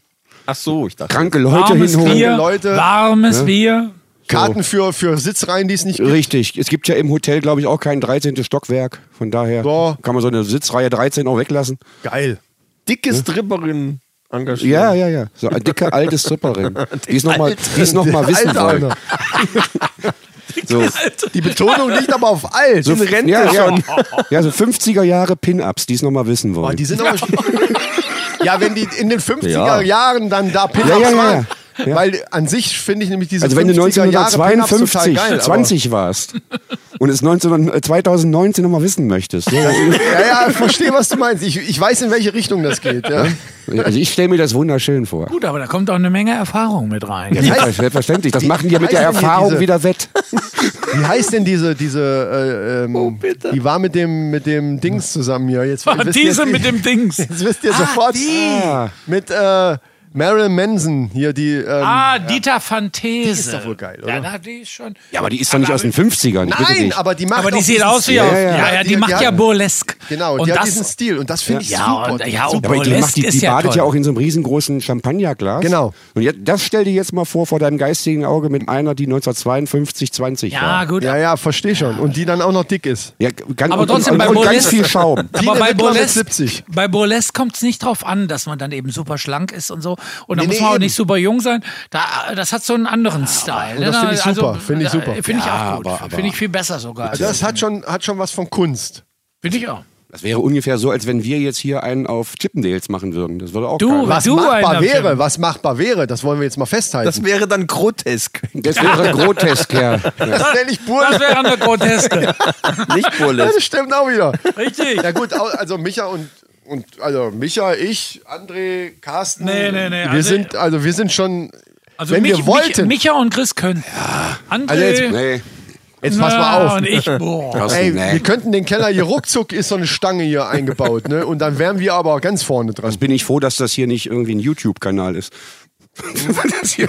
C: Ach so, ich dachte.
G: kranke Leute
F: warmes
G: hinholen.
F: Bier,
B: Leute.
F: warmes Bier.
B: Karten für, für Sitzreihen, die es nicht gibt.
G: Richtig. Es gibt ja im Hotel, glaube ich, auch kein 13. Stockwerk. Von daher
B: Boah.
G: kann man so eine Sitzreihe 13 auch weglassen.
B: Geil.
C: Dicke Stripperin engagiert.
G: Hm? Ja, ja, ja. So eine
B: [laughs]
G: dicke alte Stripperin. Die es nochmal noch mal wissen
B: Alter,
G: wollen.
B: Alter.
G: So,
B: Die Betonung liegt aber auf alt.
G: so,
C: Rente
G: ja, ja. [laughs] ja, so 50er Jahre Pin-Ups, die es nochmal wissen
B: Boah,
G: wollen.
B: die sind aber schon- [laughs] Ja, wenn die in den 50er
C: Ja.
B: Jahren dann da Pin-Ups
G: ja, ja, ja.
B: machen, Weil an sich finde ich nämlich diese
G: Also wenn du
B: 50er Jahre Pin-Ups total
G: 1952
B: geil, aber-
G: 20 warst und es 19, äh, 2019 nochmal
B: [laughs]
G: wissen möchtest.
B: Ja, ja, ich verstehe, was du meinst. Ich, ich weiß, in welche Richtung das geht. Ja.
G: Also ich stelle mir das wunderschön vor.
F: Gut, aber da kommt auch eine Menge Erfahrung mit rein. [laughs]
G: Ja,
B: heißt-
G: Also selbstverständlich. Das
B: Wie
G: machen die mit der
B: heißen denn hier
G: Erfahrung
B: diese-
G: wieder wett.
B: Wie heißt denn diese, diese äh, ähm, die war mit dem, mit dem Dings zusammen hier. Jetzt,
F: Oh, Ah,
B: wisst ihr
F: Diese
B: jetzt-
F: mit dem Dings.
B: [laughs] Jetzt wisst ihr sofort.
G: Ah.
B: Mit äh, Marilyn Manson hier, die... Ähm,
F: Ah, Dieter Fantese. Die
B: ist doch wohl geil, oder?
F: Ja, na, die ist schon.
G: Ja, aber die ist doch nicht aus den 50ern. ich bitte
B: Nein,
G: dich.
B: aber die macht
F: aber die
B: auch
F: sieht
B: diesen
F: aus wie
B: Stil.
F: auf. Ja, ja, die, macht
B: hat-
F: ja burlesque.
B: Genau,
F: und
B: die hat
F: das,
B: diesen Stil und das finde ich
F: Ja,
B: super.
F: und- ja,
B: super.
G: Ja, aber die,
F: Burlesque
G: macht, die, die
F: ist ja
G: badet ja
F: toll.
G: auch in so einem riesengroßen Champagnerglas.
B: Genau.
G: Und jetzt, das stell dir jetzt mal vor, vor deinem geistigen Auge mit einer, die 1952, 20
F: Ja,
G: war.
F: gut.
B: ja, ja, verstehe schon. Und die dann auch noch dick ist.
G: Ja, ganz,
F: Aber
G: und,
F: trotzdem
G: und,
F: bei
G: und, und ganz
F: Burlesque-
G: viel Schaum.
F: Aber bei
B: Tine Wittler mit
F: Burlesque,
B: 70.
F: bei Burlesque kommt es nicht drauf an, dass man dann eben super schlank ist und so. Und da
B: Nee,
F: muss
B: nee,
F: man auch
B: eben.
F: nicht super jung sein. Da, das hat so einen anderen Style.
B: das
F: ne?
B: finde ich
F: Also,
B: super, finde ich
F: da-
B: super.
F: Finde ich
G: Ja,
F: auch gut.
G: aber- aber-
F: Finde ich viel besser sogar.
B: Das hat schon, hat schon was von Kunst.
F: Finde ich auch.
G: Das wäre ungefähr so, als wenn wir jetzt hier einen auf Chippendales machen würden. Das würde auch
F: Du,
G: keiner-
B: Was
F: Du,
B: machbar
F: einer
B: wäre,
F: Film.
B: was machbar wäre, das wollen wir jetzt mal festhalten.
C: Das wäre dann grotesk, [laughs]
G: Das wäre grotesk,
F: [laughs]
G: ja. ja.
B: Das nenne ich
F: Das
B: Burlesque.
F: wäre eine
B: [laughs]
F: Groteske.
C: nicht
B: Ja,
G: [laughs]
C: burlesk.
B: Das stimmt auch wieder.
F: Richtig.
B: Ja gut, au- also Micha und, und also Micha, ich, André, Carsten.
F: Nee, nee, nee,
B: Wir
F: also-
B: sind, also wir sind schon.
F: Also
B: wenn
F: mich,
B: wir wollten.
F: Mich, Micha und Chris können. André,
B: Also jetzt-
G: Nee,
B: jetzt pass mal
F: na,
B: auf.
F: Und ich, boah.
G: Thorsten,
B: Ey,
G: nee.
B: wir könnten den Keller hier ruckzuck ist so eine Stange hier eingebaut, ne? Und dann wären wir aber ganz vorne dran.
G: Das bin ich froh, dass das hier nicht irgendwie ein YouTube-Kanal ist. [laughs]
F: [laughs]
G: Das hier-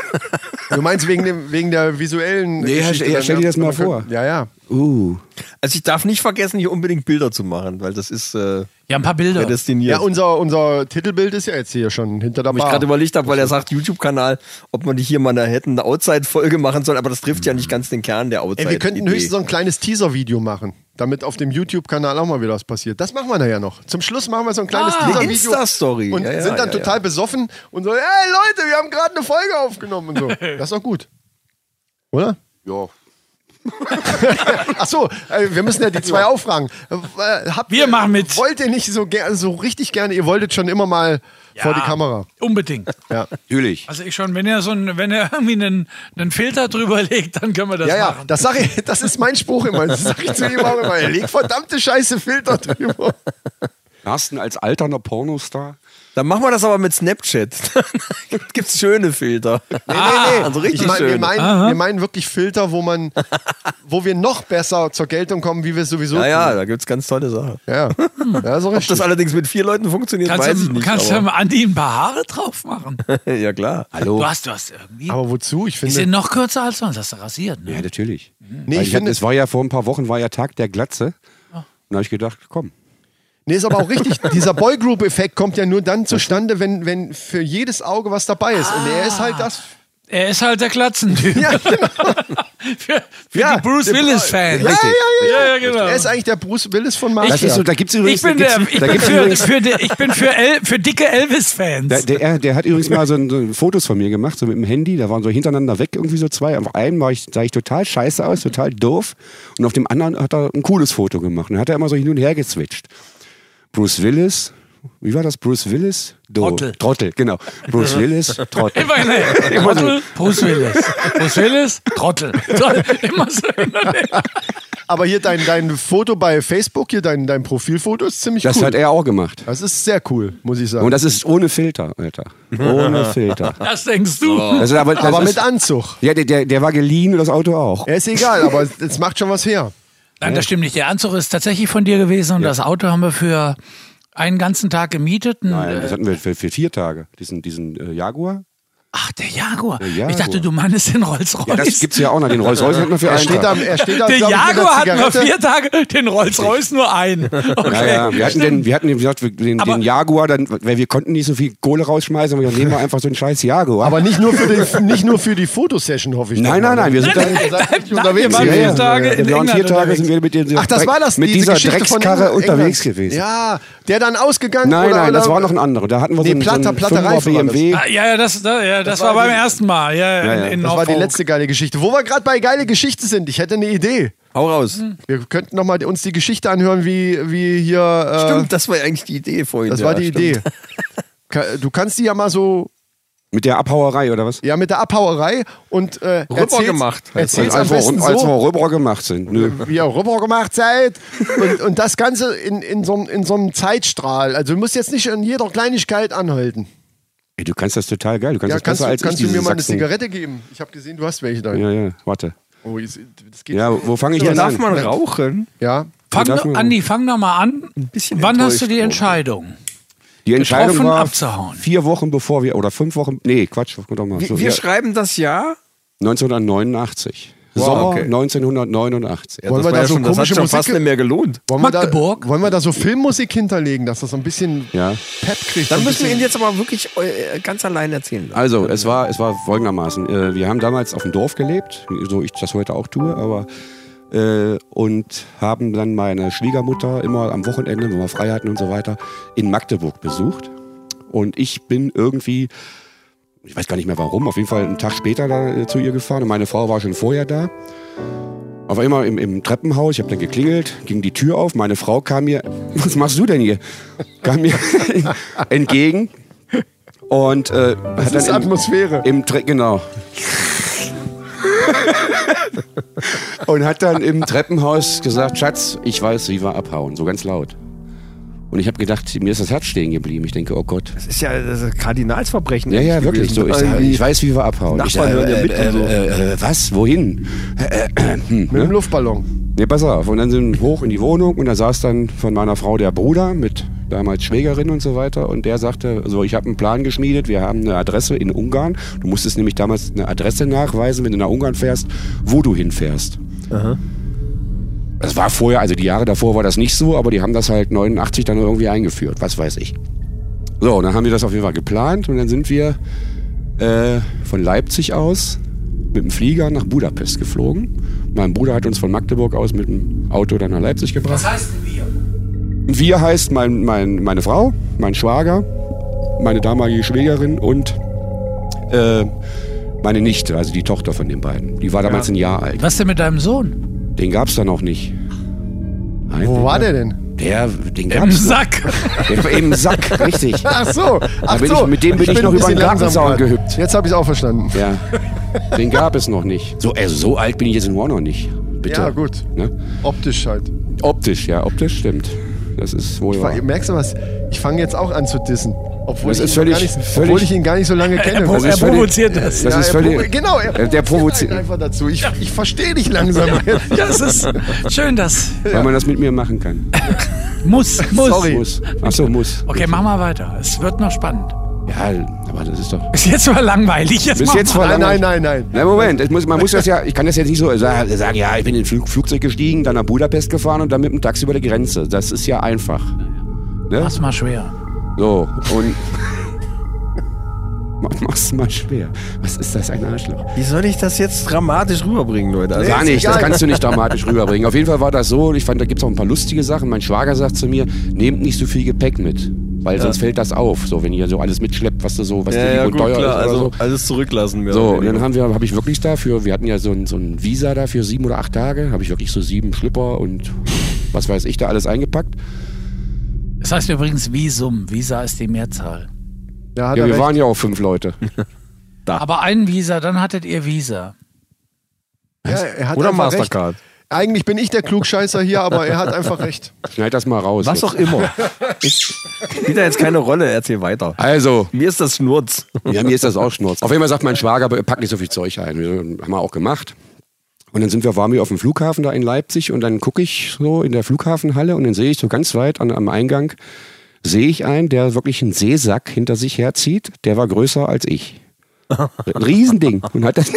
B: Du meinst wegen dem wegen der visuellen
G: Nee,
B: Geschichte,
G: stell-
B: dann,
G: stell dir
B: ja,
G: das mal
B: dann
G: vor.
B: könnten- Ja, ja.
G: uh.
C: Also ich darf nicht vergessen, hier unbedingt Bilder zu machen, weil das ist äh,
F: Ja, ein paar Bilder.
B: Ja,
C: prädestiniert.
B: unser, unser Titelbild ist ja jetzt hier schon hinter der
C: wo ich
B: Bar.
C: gerade überlegt habe, weil er sagt YouTube-Kanal, ob man nicht hier mal da hätten eine Outside-Folge machen sollen, aber das trifft ja nicht ganz den Kern der Outside.
B: Ey, wir könnten
C: Idee.
B: höchstens so ein kleines Teaser-Video machen, damit auf dem YouTube-Kanal auch mal wieder was passiert. Das machen wir nachher noch. Zum Schluss machen wir so ein kleines
C: Ah,
B: Teaser-Video.
C: Insta-Story.
B: Und
C: Ja, ja,
B: sind dann
C: ja,
B: total
C: ja.
B: besoffen und so, ey Leute, wir haben gerade eine Folge aufgenommen
C: [laughs]
B: und so. Das ist auch gut. Oder?
G: Ja.
B: Achso, äh, wir müssen ja die zwei auffragen. Äh, äh, habt
F: Wir
B: ihr-
F: machen mit.
B: Wollt ihr nicht so, ger- so richtig gerne, ihr wolltet schon immer mal vor die Kamera.
F: Unbedingt.
B: Ja,
G: Natürlich.
F: Also ich schon, wenn er so ein, wenn er irgendwie einen, einen Filter drüber legt, dann können wir das
B: ja, ja,
F: machen.
B: das, sag ich, das ist mein Spruch immer. Das sag ich zu ihm auch immer. Leg verdammte Scheiße Filter drüber.
G: Carsten als alterner Pornostar.
C: Dann machen wir das aber mit Snapchat. [laughs] Gibt's schöne Filter. Nee, nee, nee. Also richtig
B: Ich mein, wir,
C: schön.
B: meinen, wir meinen wirklich Filter, wo man, wo wir noch besser zur Geltung kommen, wie wir es sowieso.
C: ja, ja, da gibt's ganz tolle Sachen.
B: tun. ja.
F: Hm.
B: ja. das ist auch
C: Ob das
B: richtig.
C: allerdings mit vier Leuten funktioniert,
F: kannst
C: weiß ich
F: du,
C: nicht.
F: kannst du
C: aber,
F: mal Andi ein paar Haare drauf machen?
C: [laughs] ja, klar.
G: Hallo.
F: Du hast, du hast irgendwie.
B: Aber wozu? Ich
F: die sind
B: finde,
F: noch kürzer als sonst, hast du rasiert, ne?
G: Ja, natürlich.
B: nee,
G: Weil
B: ich
G: ich hab,
B: finde,
G: es war ja vor ein paar Wochen war ja Tag der Glatze.
F: Ah.
G: Und da habe ich gedacht, komm.
B: nee, ist aber
F: [laughs]
B: auch richtig. Dieser Boygroup-Effekt kommt ja nur dann zustande, wenn, wenn für jedes Auge was dabei ist. Und er ist
F: Ah.
B: halt das.
F: Er ist halt der
G: [laughs]
F: Klatzentyp.
B: Ja, genau.
F: [laughs] für für
B: Ja,
F: die Bruce
B: der-
G: genau.
F: Willis-Fans.
B: Ja, ja, ja, ja.
F: Ja, ja, genau.
B: Er ist eigentlich der Bruce Willis von Mafia.
G: Das ist so, da gibt's
F: Ich
G: übrigens,
F: bin,
G: da
F: der,
G: gibt's,
F: ich
G: da
F: bin,
G: gibt's
F: für,
G: übrigens,
F: für, die- ich bin für, El, für dicke
G: der,
F: Elvis-Fans.
G: der, der hat übrigens mal so ein, so ein Fotos von mir gemacht, so mit dem Handy. Da waren so hintereinander weg irgendwie so zwei. Auf einem war ich, sah ich total scheiße aus, total doof. Und auf dem anderen hat er ein cooles Foto gemacht. Und dann hat er immer so hin und her gezwitscht. Bruce Willis, wie war das? Bruce Willis? Doof.
F: Trottel.
G: Trottel, genau. Bruce
F: [laughs]
G: Willis, Trottel.
F: Immer in
G: [laughs]
F: der
G: Immer so.
F: Trottel, Bruce Willis. Bruce Willis, Trottel. Toll, Immer so. in der-
B: Aber hier dein, dein Foto bei Facebook, hier dein, dein Profilfoto ist ziemlich
G: Das
B: cool.
G: hat er auch gemacht.
B: das ist sehr cool, muss ich sagen.
G: Und das ist ohne Filter, Alter. Ohne
B: [laughs]
G: Filter.
F: Das denkst du.
G: Das ist aber das
B: aber
G: ist,
B: mit Anzug.
G: Ja, der, der, der war geliehen, das Auto auch.
B: Er ist egal, aber es- es macht schon was her.
F: Nein, das stimmt nicht. Der Anzug ist tatsächlich von dir gewesen und das Auto haben wir für einen ganzen Tag gemietet. Ein,
G: Nein, das
F: äh,
G: hatten wir für, für vier Tage, diesen, diesen äh, Jaguar.
F: ach, der Jaguar.
G: Jaguar.
F: Ich dachte, du meinst den Rolls-Royce.
G: Ja, das gibt's ja auch noch. Den Rolls-Royce hatten wir für
B: Er
G: einen
B: steht da,
G: Tag.
B: er steht da
F: der
B: glaub ich, mit
F: Jaguar
B: einer
F: hatten wir
B: Zigarette.
F: vier Tage, den Rolls-Royce nur einen. Okay.
G: Ja, ja, wir hatten den, wir hatten den, wie gesagt, den,
F: Aber-
G: den Jaguar, dann, weil wir konnten nicht so viel Kohle rausschmeißen, aber dann nehmen wir einfach so einen scheiß Jaguar.
B: Aber nicht nur für die, nicht nur für die Fotosession, hoffe ich.
G: nein,
B: doch mal.
G: nein, nein, wir sind
F: Nein,
G: dann.
B: Ihr seid richtig
F: nein,
B: unterwegs
F: wir waren
B: gewesen.
F: vier Tage in
G: wir waren vier
F: England
G: Tage
F: unterwegs.
G: sind wir mit, dem
B: Ach, das war das.
G: mit
B: diese
G: dieser
B: Geschichte von
G: Dreckskarre
B: England.
G: unterwegs gewesen.
B: Ja, der dann ausgegangen
G: Nein,
B: oder,
G: nein,
B: oder,
G: das war noch ein anderer. Da hatten wir
B: Nee,
G: so einen, so
B: platter- platter
G: einen 5er
B: Reifen war das.
G: BMW.
F: Ah, ja, ja, das, da, ja, das, war,
B: war
F: beim
B: die-
F: ersten Mal. Ja,
G: Ja, ja.
F: In, in
B: Das war die
F: Norfolk.
B: letzte geile Geschichte. Wo wir gerade bei geile Geschichte sind, ich hätte eine Idee.
C: Hau raus.
F: Hm.
B: Wir könnten noch mal uns die Geschichte anhören, wie, wie hier. Äh,
C: Stimmt, das war ja eigentlich die Idee vorhin.
B: Das
C: ja,
B: war die
C: stimmt.
B: Idee. Ka- Du kannst die ja mal so
G: Mit der Abhauerei oder was?
B: Ja, mit der Abhauerei und äh, erzähl's-
H: gemacht, heißt
B: Erzähl's am
G: als, wir,
B: besten
G: rund- als
B: so,
G: wir rüber gemacht sind. Nö.
B: wie ihr rüber gemacht seid. Und, und das Ganze in, in, so, einem- in so einem Zeitstrahl. Also du musst jetzt nicht an jeder Kleinigkeit anhalten.
G: Ey, du kannst das total geil. Du kannst
B: Ja,
G: das besser
B: kannst, du-
G: als
B: kannst
G: ich,
B: du mir
G: diese
B: mal eine
G: Sachsen.
B: Zigarette geben? Ich habe gesehen, du hast welche da.
G: Ja, ja, warte.
B: Oh, ist- das geht
G: Ja, wo fange ich
B: Hier
G: denn
H: Darf
G: an?
H: man rauchen?
B: ja.
F: Fang,
G: darf man-
F: doch- Andi, fang doch mal an.
H: bisschen
F: Wann hast du
H: enttäuscht,
F: die Entscheidung?
G: Die Entscheidung
F: Getroffen,
G: war
F: abzuhauen.
G: vier Wochen bevor wir, oder fünf Wochen, nee, Quatsch, guck doch mal.
H: Wir,
G: So,
H: wir
G: ja,
H: schreiben das Jahr.
G: 1989. Sommer
H: okay.
G: 1989.
B: Wollen wir
H: war
B: da
H: ja
B: so
H: schon, das hat
B: komische
H: schon
B: Musik
H: fast
B: ge-
H: nicht mehr gelohnt.
B: Wollen wir, da,
F: Magdeburg?
B: wollen wir da so Filmmusik hinterlegen, dass das so ein bisschen
G: Ja.
B: Pep kriegt?
H: Dann
B: so ein
H: müssen wir ihn
B: bisschen-
H: jetzt aber wirklich äh, ganz allein erzählen lassen.
G: Also, es war, es war folgendermaßen. Äh, wir haben damals auf dem Dorf gelebt, so ich das heute auch tue, aber äh, und haben dann meine Schwiegermutter immer am Wochenende, wenn wir frei hatten und so weiter, in Magdeburg besucht. Und ich bin irgendwie, ich weiß gar nicht mehr warum, auf jeden Fall einen Tag später da äh, zu ihr gefahren und meine Frau war schon vorher da. Auf einmal im, im Treppenhaus, ich habe dann geklingelt, ging die Tür auf, meine Frau kam mir, [laughs] was machst du denn hier? Kam mir [laughs] entgegen und äh, hat
B: Das ist
G: dann im,
B: Atmosphäre.
G: im Tre
H: [laughs]
G: genau. und hat dann im Treppenhaus gesagt, Schatz, ich weiß, wie wir abhauen, so ganz laut. Und ich habe gedacht, mir ist das Herz stehen geblieben. Ich denke, oh Gott.
H: Das ist ja das ist ein Kardinalsverbrechen.
G: Ja, ja,
H: eigentlich
G: wirklich so.
H: gewesen. Äh,
G: Ich, sag, ich weiß, wie wir abhauen. Ich,
H: Nachbarn hören ja mit
G: äh,
H: und so.
G: äh, äh, was? Wohin?
B: mit dem Luftballon.
G: Ne, pass auf. Und dann sind wir hoch in die Wohnung und da saß dann von meiner Frau der Bruder mit damals Schwägerin und so weiter. Und der sagte, so, ich habe einen Plan geschmiedet, wir haben eine Adresse in Ungarn. Du musstest nämlich damals eine Adresse nachweisen, wenn du nach Ungarn fährst, wo du hinfährst. Das war vorher, also die Jahre davor war das nicht so, aber die haben das halt 89 dann irgendwie eingeführt, was weiß ich. So, und dann haben wir das auf jeden Fall geplant und dann sind wir äh, von Leipzig aus mit dem Flieger nach Budapest geflogen. Mein Bruder hat uns von Magdeburg aus mit dem Auto dann nach Leipzig gebracht.
F: Das heißt wir.
G: Wir heißt mein, mein, meine Frau, mein Schwager, meine damalige Schwägerin und äh, meine Nichte, also die Tochter von den beiden. Die war damals ein Jahr alt.
F: Was denn mit deinem Sohn?
G: Den gab's dann noch nicht. Nein,
B: Wo
G: den
B: war
G: gab-
B: der denn?
G: Der, den
F: Im
G: gab's
F: Sack.
G: noch. Der, Im
F: [laughs]
G: Sack, richtig.
B: Ach so. Ach
G: bin
B: so.
G: ich- mit dem bin ich noch
B: ein
G: über den
B: bisschen langsam
G: Gartenzaun
B: gerade.
G: gehüpft.
B: Jetzt habe ich es auch verstanden.
G: Ja, den gab es noch nicht. So, also so alt bin ich jetzt in War noch nicht. Bitte.
B: Ja, gut.
G: Ne?
B: Optisch halt.
G: Optisch, ja, optisch stimmt. Das ist wohl wahr.
B: Fa- Merkst du was? Ich fange jetzt auch an zu dissen. Obwohl,
G: Das
B: ich,
G: ist
B: ihn
G: völlig-
B: gar nicht,
G: völlig-
B: obwohl ich ihn gar nicht so
G: [laughs]
B: lange kenne.
F: Er,
G: Das
F: er
G: ist völlig-
F: provoziert das.
G: Das
B: Ja,
G: ist
B: er
G: völlig.
B: provo- genau, er-
G: der provoziert.
B: Nein, einfach dazu. Ich, ich verstehe dich langsam.
F: Das ist schön, das
G: Weil man das mit mir machen kann.
F: muss, muss.
B: Sorry.
G: Muss. Achso, muss.
F: Okay, mach mal weiter. Es wird noch spannend.
G: Ja, aber das ist doch.
F: Bis jetzt war langweilig. Jetzt
G: Bis
F: mach
G: jetzt
F: mal.
G: war
B: Nein,
G: lange-
B: nein, nein, nein.
G: Na Moment, ich muss, man muss das ja, ich kann das jetzt nicht so sa- sagen, ja, ich bin in ein Flug, Flugzeug gestiegen, dann nach Budapest gefahren und dann mit dem Taxi über die Grenze. Das ist ja einfach.
F: Mach's mal schwer.
G: So, und. [laughs] Mach- Mach's mal schwer. Was ist das, ein Arschloch?
H: Wie soll ich das jetzt dramatisch rüberbringen, Leute? Also,
G: Gar
B: ist
G: nicht, das
B: egal.
G: kannst du nicht dramatisch rüberbringen. Auf jeden Fall war das so, ich fand, da gibt es auch ein paar lustige Sachen. Mein Schwager sagt zu mir, nehmt nicht so viel Gepäck mit, weil sonst fällt das auf, so wenn ihr so alles mitschleppt, was du so, was dir
H: ja,
G: lieb
H: ja,
G: und
H: gut,
G: teuer
H: klar.
G: ist. Oder
H: Also
G: so.
H: alles zurücklassen. mehr
G: So,
H: oder
G: und dann
H: weniger.
G: haben wir, habe ich wirklich dafür, wir hatten ja so ein, so ein Visa dafür, sieben oder acht Tage, habe ich wirklich so sieben Schlipper und was weiß ich da alles eingepackt.
F: Das heißt übrigens Visum. Visa ist die Mehrzahl.
B: Ja, hat
G: Ja,
B: er
G: wir
B: recht.
G: waren ja auch fünf Leute.
F: Aber ein Visa, dann hattet ihr Visa.
B: ja, er hat
H: Oder
B: einfach
H: Mastercard.
B: Recht. Eigentlich bin ich der Klugscheißer hier, aber er hat einfach recht.
G: Schneid das mal raus.
H: Was
G: jetzt.
H: auch immer. Ist, spielt ja jetzt keine Rolle, erzähl weiter.
G: Also,
H: Mir ist das Schnurz.
G: Ja, mir ist das auch schnurz. Auf jeden Fall sagt mein Schwager, pack nicht so viel Zeug ein. Wir Haben wir auch gemacht. Und dann sind wir, waren wir auf dem Flughafen da in Leipzig und dann gucke ich so in der Flughafenhalle und dann sehe ich so ganz weit an, am Eingang, sehe ich einen, der wirklich einen Seesack hinter sich herzieht. Der war größer als ich. Ein Riesending. Und hat das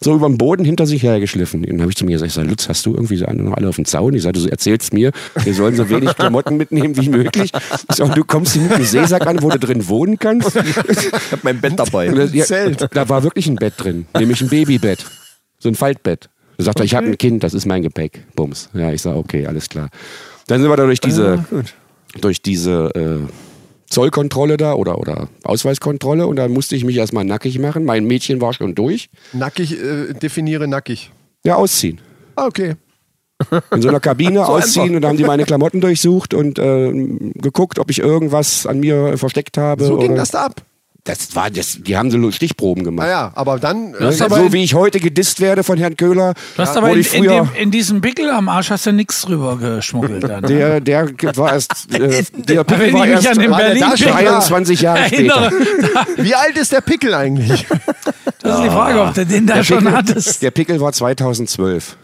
G: so über den Boden hinter sich hergeschliffen. Und dann habe ich zu mir gesagt, ich sag, Lutz, hast du irgendwie so einen- alle auf den Zaun? Ich sagte, du erzählst mir, wir sollen so wenig Klamotten mitnehmen wie möglich. Ich sag, und du kommst hier mit einem Seesack an, wo du drin wohnen kannst.
H: Ich hab mein
G: [laughs]
H: Bett
G: Und
H: dabei.
G: das- ja,
B: Zelt.
G: Da war wirklich ein Bett drin, nämlich ein Babybett. So ein Faltbett. Da sagt er, ich habe ein Kind, das ist mein Gepäck. Bums. Ja, ich sage, okay, alles klar. Dann sind wir da durch
B: Ah,
G: diese, durch diese äh, Zollkontrolle da oder, oder Ausweiskontrolle und dann musste ich mich erstmal nackig machen. Mein Mädchen war schon durch.
B: Nackig, äh, definiere nackig.
G: Ja, ausziehen.
B: Ah, okay.
G: In so
B: [laughs]
G: einer Kabine ausziehen und da haben die meine Klamotten äh, durchsucht und ähm, geguckt, ob ich irgendwas an mir versteckt habe.
B: So ging
G: oder-
B: das Ah, da ab.
G: Das war, das, die haben so Stichproben gemacht.
B: Naja, aber dann. äh,
G: Das ist
B: aber
G: so wie ich heute gedisst werde von Herrn Köhler. äh,
F: Du hast aber
G: wurde
F: in,
G: ich
F: in,
G: früher-
F: dem, in diesem Pickel am Arsch hast du nichts drüber geschmuggelt.
G: [laughs]
F: Dann.
G: Der, der
F: [laughs]
G: war erst. Äh, der
F: Wenn
G: Pickel
F: ich
G: war
F: mich
G: erst Ah,
F: an den
B: war der
F: Berlin
B: da schon?
F: Pickel
G: 23 Jahre
F: erinnere,
G: später.
B: wie alt ist der Pickel eigentlich?
F: genau. das ist die Frage, ob du den da schon hattest.
G: Der Pickel war 2012.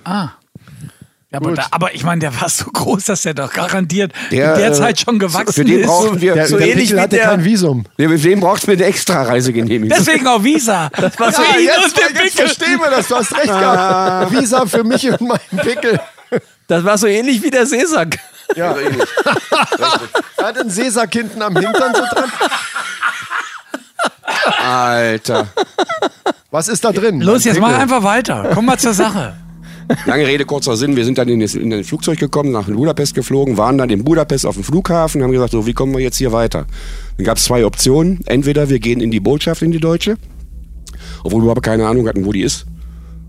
F: Ja, aber, da, aber ich meine, der war so groß, dass der doch garantiert
G: Der,
F: in der
G: äh,
F: Zeit schon gewachsen
G: Für den
F: ist.
G: brauchen wir.
B: Der,
G: so
B: der
G: ähnlich
B: Pickel
G: wie
B: hatte
G: der-
B: kein Visum.
G: Nee, mit dem braucht man eine extra
F: [laughs]
G: Reisegenehmigung.
F: Deswegen auch
G: [laughs]
F: Visa. Das war so ihn und den Pickel.
B: verstehen wir das. Du hast recht gehabt. Visa für mich und meinen Pickel.
C: Das war so ähnlich wie der Seesack.
B: Ja. Er hat einen Seesack hinten am Hintern so dran.
G: Alter.
B: Was ist da drin?
F: Los,
B: Ein
F: jetzt mach
B: Pickel.
F: einfach weiter. Komm mal zur
G: [laughs]
F: Sache.
G: Lange Rede, kurzer Sinn. Wir sind dann in das, in das Flugzeug gekommen, nach Budapest geflogen, waren dann in Budapest auf dem Flughafen, haben gesagt, so, wie kommen wir jetzt hier weiter? Dann gab es zwei Optionen. Entweder wir gehen in die Botschaft, in die Deutsche, obwohl wir überhaupt keine Ahnung hatten, wo die ist.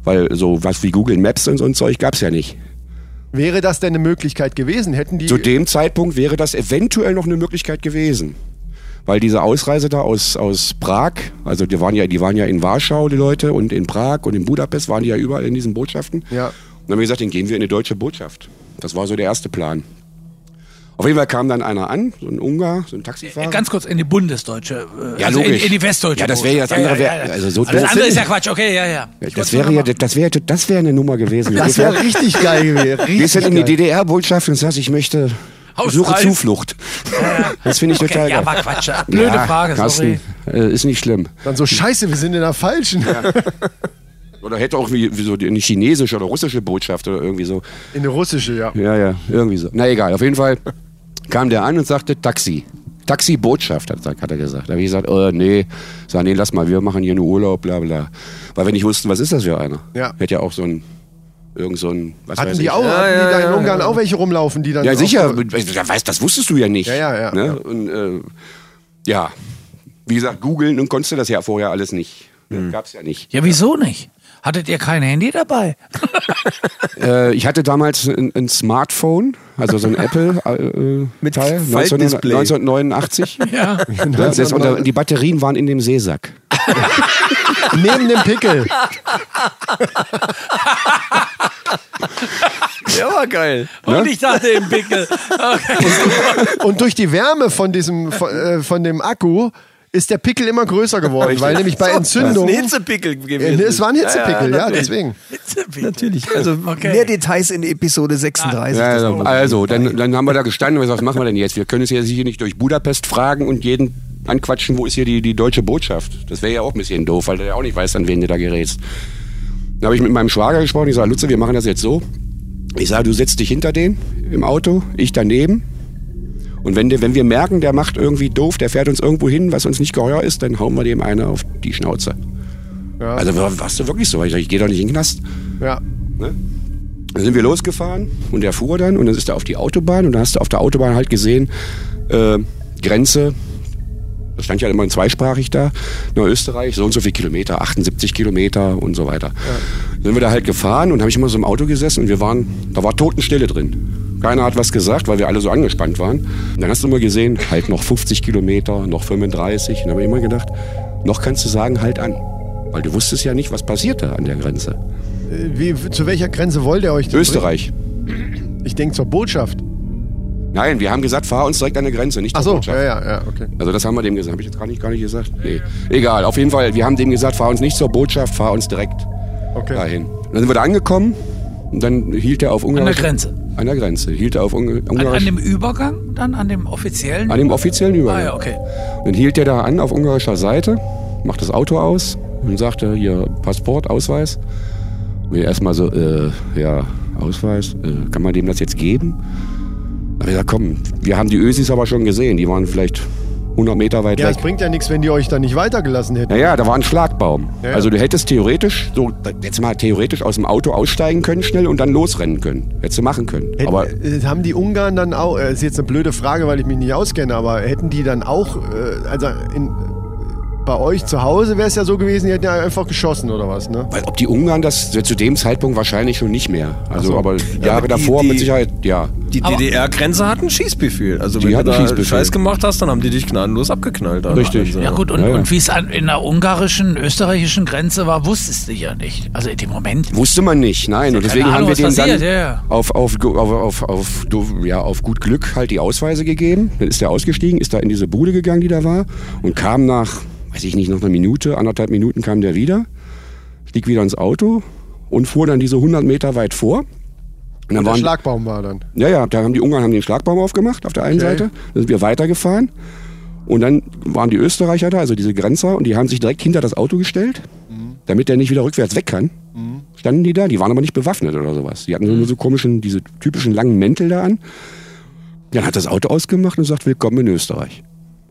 G: Weil so was wie Google Maps und so ein Zeug gab es ja nicht.
B: Wäre das denn eine Möglichkeit gewesen? Hätten die.
G: Zu dem Zeitpunkt wäre das eventuell noch eine Möglichkeit gewesen. Weil diese Ausreise da aus, aus Prag, also die waren, ja, die waren ja in Warschau, die Leute, und in Prag und in Budapest waren die ja überall in diesen Botschaften.
B: Ja.
G: Und dann haben wir gesagt, dann gehen wir in eine deutsche Botschaft. Das war so der erste Plan. Auf jeden Fall kam dann einer an, so ein Ungar, so ein Taxifahrer.
F: Äh, Ganz kurz in die bundesdeutsche. äh,
G: Ja,
F: also in,
G: logisch.
F: in die westdeutsche.
G: Ja, das wäre ja das
F: Botschaft.
G: andere wär- also so
F: das
G: doof
F: andere
G: sind-
F: ist ja Quatsch. Okay, ja, ja. Ich
G: das
F: wollte
G: wäre
F: nur
G: ja,
F: noch mal-
G: das wäre, das wäre eine
F: [laughs]
G: Nummer gewesen.
B: das wäre richtig geil gewesen.
G: Gehst
B: Richtig
G: dann in die
B: geil.
G: DDR-Botschaft und sagst, ich möchte, ich suche
F: Hausreif.
G: Zuflucht. Das finde ich
F: Okay,
G: total
F: ja,
G: geil.
F: war Quatsch. Blöde
G: Ja,
F: Frage, sorry.
G: Carsten, äh, ist nicht schlimm.
B: Dann so, Scheiße, wir sind in der falschen.
G: Oder hätte auch wie, wie so eine chinesische oder russische Botschaft oder irgendwie so.
B: In eine russische, ja.
G: Ja, ja, irgendwie so. Na egal, auf jeden Fall kam der an und sagte Taxi. Taxi-Botschaft, hat, hat er gesagt. Da habe ich gesagt, äh, nee, sag, nee, lass mal, wir machen hier nur Urlaub, bla bla. Weil wir nicht wussten, was ist das für einer?
B: Ja.
G: Hätte ja auch so ein, irgend so ein, was
B: Hatten
G: weiß
B: die
G: ich.
B: auch, hatten die da in Ungarn auch welche rumlaufen, die dann.
G: Ja,
B: auch-
G: sicher. Das, weißt, das wusstest du Also ja nicht.
B: Ja, ja, ja,
G: Ne?
B: ja.
G: Und, äh, ja, wie gesagt, googeln und konntest du das ja vorher alles nicht. ne? Gab's ja nicht.
F: Ja, wieso nicht? Hattet ihr kein Handy dabei?
G: Äh, ich hatte damals ein, ein Smartphone, also [laughs] so ein Apple-Teil,
C: Mit
G: äh, Teil, 19,
C: Faltdisplay. [laughs]
G: 1989.
F: Ja.
G: Ja, das, und da- die Batterien waren in dem Seesack.
B: Neben dem Pickel.
C: Der war geil.
G: Ne?
F: Und ich dachte im Pickel.
B: Und durch die Wärme von diesem, von, äh, von dem Akku ist der Pickel immer größer geworden, weil nämlich bei Entzündung.
C: Das ist ein Hitzepickel gewesen.
B: es war ein Hitzepickel, ja,
C: natürlich.
B: deswegen.
F: [laughs]
C: Natürlich. Also
F: Okay.
C: mehr Details in Episode 36.
G: Ja,
C: Das
G: also,
C: war-
G: also dann, dann haben wir da gestanden und gesagt, was machen wir denn jetzt? Wir können es ja sicher nicht durch Budapest fragen und jeden anquatschen, wo ist hier die, die deutsche Botschaft? Das wäre ja auch ein bisschen doof, weil du ja auch nicht weißt, an wen du da gerätst. Dann habe ich mit meinem Schwager gesprochen, ich sage, Lutze, wir machen das jetzt so. Ich sage, du setzt dich hinter den im Auto, ich daneben. Und wenn, der, wenn wir merken, der macht irgendwie doof, der fährt uns irgendwo hin, was uns nicht geheuer ist, dann hauen wir dem eine auf die Schnauze. Also war- warst du wirklich so? Ich, sag, ich gehe doch nicht in den Knast.
B: Ja.
G: Dann sind wir losgefahren und er fuhr dann und dann ist er auf die Autobahn und dann hast du auf der Autobahn halt gesehen, äh, Grenze, das stand ja immer in zweisprachig da, nach Österreich, so und so viel Kilometer, 78 Kilometer und so weiter. Dann sind wir da halt gefahren und habe ich immer so im Auto gesessen und wir waren, da war Totenstille drin. Keiner hat was gesagt, weil wir alle so angespannt waren. Und dann hast du immer gesehen, halt noch 50 Kilometer, noch 35. Und dann habe ich immer gedacht, noch kannst du sagen, halt an. Weil du wusstest ja nicht, was passierte an der Grenze.
B: Äh, Wie, zu welcher Grenze wollt ihr euch denn
G: Österreich.
B: bringen? Ich denke zur Botschaft.
G: Nein, wir haben gesagt, fahr uns direkt an der Grenze, nicht
B: Ach
G: zur
B: so,
G: Botschaft.
B: ja, ja, ja, okay.
G: Also das haben wir dem gesagt. Habe ich jetzt gar nicht, gar nicht gesagt? Nee. Egal, auf jeden Fall, wir haben dem gesagt, fahr uns nicht zur Botschaft, fahr uns direkt
B: okay.
G: dahin. Und dann sind wir da angekommen und dann hielt er auf Ungarn.
F: An der Grenze.
G: An der Grenze. Hielt er auf Ungarn.
F: An, an dem Übergang dann, an dem offiziellen?
G: An dem offiziellen Übergang.
F: Ah ja, okay.
G: Dann hielt der da an auf ungarischer Seite, macht das Auto aus und sagte, hier, Passport, Ausweis. Und wir erstmal so, äh, ja, Ausweis, äh, kann man dem das jetzt geben? Aber ich gesagt, komm, wir haben die Ösis aber schon gesehen, die waren vielleicht 100 Meter weit
B: Ja, es
G: weg.
B: bringt ja nichts, wenn die euch da nicht weitergelassen hätten.
G: Naja, da war ein Schlagbaum.
B: ja.
G: Also du hättest theoretisch, so jetzt mal theoretisch aus dem Auto aussteigen können schnell und dann losrennen können. Hättest du machen können.
B: Hätten,
G: aber
B: äh, haben die Ungarn dann auch, äh, ist jetzt eine blöde Frage, weil ich mich nicht auskenne, aber hätten die dann auch, äh, also in, bei euch zu Hause wäre es ja so gewesen, die hätten ja einfach geschossen oder was, ne?
G: Weil ob die Ungarn das zu dem Zeitpunkt wahrscheinlich schon nicht mehr. Also, aber Jahre davor
C: die-
G: mit Sicherheit, ja.
C: Die DDR-Grenze hat einen Schießbefehl. Also
G: Die
C: wenn du
G: hat einen
C: da
G: Schießbefehl.
C: Scheiß gemacht hast, dann haben die dich gnadenlos abgeknallt. Alter.
G: Richtig.
C: Also,
F: Ja gut, und,
G: Ja, ja.
F: und wie es an- in der ungarischen, österreichischen Grenze war, wusstest du ja nicht. Also in dem Moment.
G: Wusste man nicht, nein. Und deswegen
F: Ahnung,
G: haben wir
F: was
G: denen
F: passiert,
G: dann
F: ja, ja.
G: Auf, auf, auf, auf, auf, ja, auf gut Glück halt die Ausweise gegeben. Dann ist er ausgestiegen, ist da in diese Bude gegangen, die da war und kam nach, weiß ich nicht, nach einer Minute, anderthalb Minuten kam der wieder, stieg wieder ins Auto und fuhr dann diese 100 Meter weit vor. Und dann
B: Der
G: waren,
B: Schlagbaum war dann.
G: ja, ja, da haben die Ungarn haben den Schlagbaum aufgemacht auf der einen
B: Okay.
G: Seite. Dann sind wir weitergefahren. Und dann waren die Österreicher da, also diese Grenzer, und die haben sich direkt hinter das Auto gestellt, damit der nicht wieder rückwärts weg kann. Standen die da, die waren aber nicht bewaffnet oder sowas. Die hatten nur so komischen, diese typischen langen Mäntel da an. Dann hat das Auto ausgemacht und sagt, willkommen in Österreich.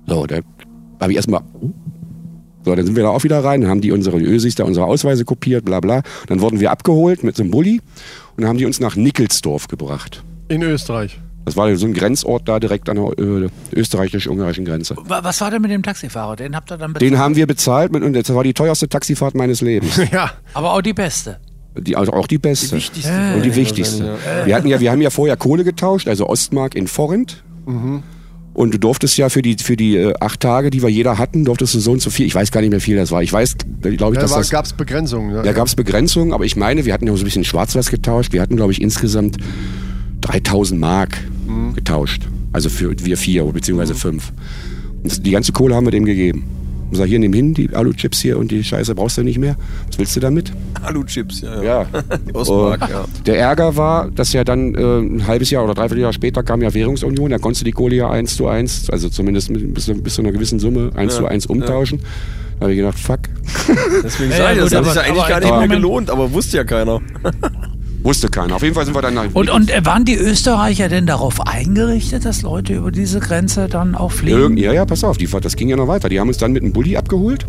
G: So, da habe ich erstmal. So, dann sind wir da auch wieder rein, dann haben die unsere die Ösis da unsere Ausweise kopiert, bla bla. Dann wurden wir abgeholt mit so einem Bulli und dann haben die uns nach Nickelsdorf gebracht.
B: In Österreich.
G: Das war so ein Grenzort da direkt an der äh, österreichisch-ungarischen Grenze.
F: Wa- Was war denn mit dem Taxifahrer? Den habt ihr dann bezahlt.
G: Den haben wir bezahlt mit, und das war die teuerste Taxifahrt meines [laughs] Lebens.
B: Ja.
F: Aber auch die beste.
G: Die, also auch die beste.
C: Äh.
G: Die wichtigste. Und die wichtigste. Wir, hatten ja, wir haben ja vorher Kohle getauscht, also Ostmark in Forint. Mhm. Und du durftest ja für die, für die äh, acht Tage, die wir jeder hatten, durftest du so und so viel, ich weiß gar nicht mehr, wie viel das war. Ich weiß, glaube ich,
B: Da
G: dass
B: war,
G: das...
B: gab's Begrenzungen. Ne?
G: Da gab es Begrenzungen, aber ich meine, wir hatten ja so ein bisschen Schwarzweiß getauscht. Wir hatten, glaube ich, insgesamt 3000 Mark getauscht. Also für wir vier, beziehungsweise fünf. Und das- die ganze Kohle haben wir dem gegeben. Und sag, hier, nimm hin, die Alu-Chips hier und die Scheiße brauchst du nicht mehr. Was willst du damit?
C: Alu-Chips, ja.
G: Ja.
C: [laughs] Ostmark,
G: Äh,
C: ja.
G: Der Ärger war, dass ja dann äh, ein halbes Jahr oder dreiviertel Jahr später kam ja Währungsunion, da konntest du die Kohle ja eins zu eins, also zumindest mit, bis, zu- bis zu einer gewissen Summe, eins zu eins umtauschen. Da habe ich gedacht, fuck.
C: Deswegen
F: Ja,
C: sage
F: ja,
C: ich, das
F: gut,
C: hat sich
F: aber-
C: eigentlich
F: aber
C: gar
F: im
C: nicht mehr
F: Moment-
C: gelohnt, aber wusste ja keiner.
G: Wusste keiner. Auf jeden Fall sind wir dann nach
F: Und, und äh, waren die Österreicher denn darauf eingerichtet, dass Leute über diese Grenze dann auch fliegen?
G: Irgend, ja, ja, pass auf, die, das ging ja noch weiter. Die haben uns dann mit einem Bulli abgeholt.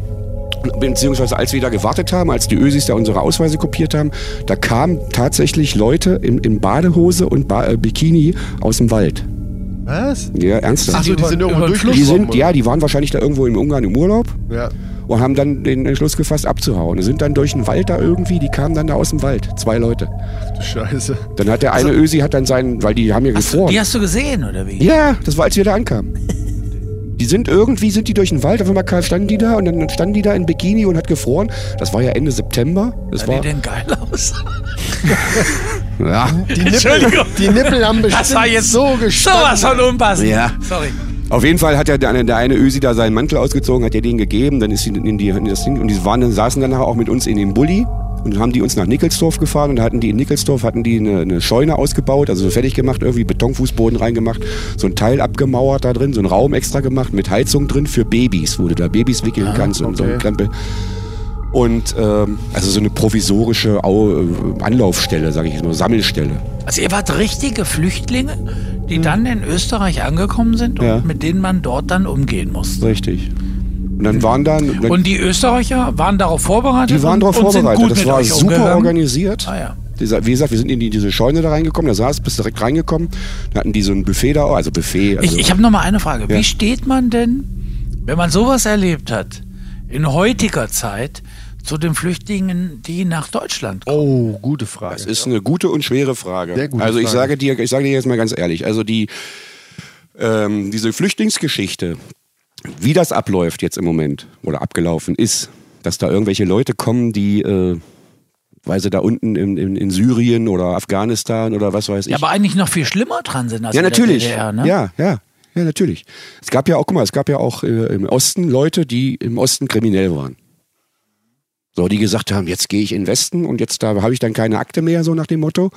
G: Beziehungsweise als wir da gewartet haben, als die Ösis da unsere Ausweise kopiert haben, da kamen tatsächlich Leute in, in Badehose und ba äh, Bikini aus dem Wald.
B: Was?
G: Ja, ernsthaft.
B: Achso, die sind irgendwo
F: über-
B: durchgeschlagen.
G: Also die sind, ja, die waren wahrscheinlich da irgendwo in Ungarn im Urlaub
B: ja.
G: und haben dann den Entschluss gefasst abzuhauen. Die Sind dann durch den Wald da irgendwie, die kamen dann da aus dem Wald. Zwei Leute.
B: Du Scheiße.
G: Dann hat der eine Ösi hat dann seinen, weil die haben ja
F: Hast du,
G: gefroren.
F: die hast du gesehen, oder wie?
G: Ja, das war, als wir da ankamen. Die sind irgendwie, sind die durch den Wald, auf einmal kam- standen die da und dann standen die da in Bikini und hat gefroren. Das war ja Ende September. Das
F: Sah die
G: war,
F: denn geil aus?
G: [laughs]
F: [laughs]
G: ja.
B: Die Nippel, die Nippel haben bestimmt
F: Das war jetzt
B: so gestanden.
F: sowas von unpassend.
G: Ja.
F: Sorry.
G: Auf jeden Fall hat ja der eine, der eine Ösi da seinen Mantel ausgezogen, hat ja den gegeben, dann ist sie in die, in das Ding und die waren, dann saßen dann nachher auch mit uns in dem Bulli und haben die uns nach Nickelsdorf gefahren und da hatten die in Nickelsdorf hatten die eine, eine Scheune ausgebaut, also so fertig gemacht, irgendwie Betonfußboden reingemacht, so ein Teil abgemauert da drin, so ein Raum extra gemacht mit Heizung drin für Babys, wo du da Babys wickeln kannst und so ein Krempel. Und ähm, also so eine provisorische Au äh, Anlaufstelle, sage ich jetzt mal, Sammelstelle.
F: Also ihr wart richtige Flüchtlinge, die dann in Österreich angekommen sind und
G: Mhm. Ja.
F: mit denen man dort dann umgehen musste.
G: Richtig. Und dann waren dann, dann
F: Und die Österreicher waren darauf vorbereitet?
G: Die waren
F: und-
G: darauf
F: und sind
G: vorbereitet.
F: Gut
G: Das
F: mit
G: war
F: euch
G: super
F: umgegangen?
G: organisiert.
F: Ah, ja.
G: Dieser- Wie gesagt, wir sind in die, diese Scheune da reingekommen, da saß, bist direkt reingekommen. Da hatten die so ein Buffet da, also Buffet. Also
F: Ich, ich habe noch mal eine Frage.
G: Ja.
F: Wie steht man denn, wenn man sowas erlebt hat, in heutiger Zeit zu den Flüchtlingen, die nach Deutschland kommen?
B: Oh, gute Frage.
G: das ist eine gute und schwere Frage.
B: Sehr gute
G: also ich
B: Frage.
G: sage dir, ich sage dir jetzt mal ganz ehrlich, also die ähm, diese Flüchtlingsgeschichte, wie das abläuft jetzt im Moment oder abgelaufen ist, dass da irgendwelche Leute kommen, die äh, weil sie da unten in, in, in Syrien oder Afghanistan oder was weiß ich.
F: Ja, aber eigentlich noch viel schlimmer dran sind als
G: Ja,
F: in
G: natürlich.
F: der DDR, ne?
G: Ja, ja. Ja, natürlich. Es gab ja auch, guck mal, es gab ja auch äh, im Osten Leute, die im Osten kriminell waren. So, die gesagt haben, jetzt gehe ich in den Westen und jetzt da habe ich dann keine Akte mehr, so nach dem Motto.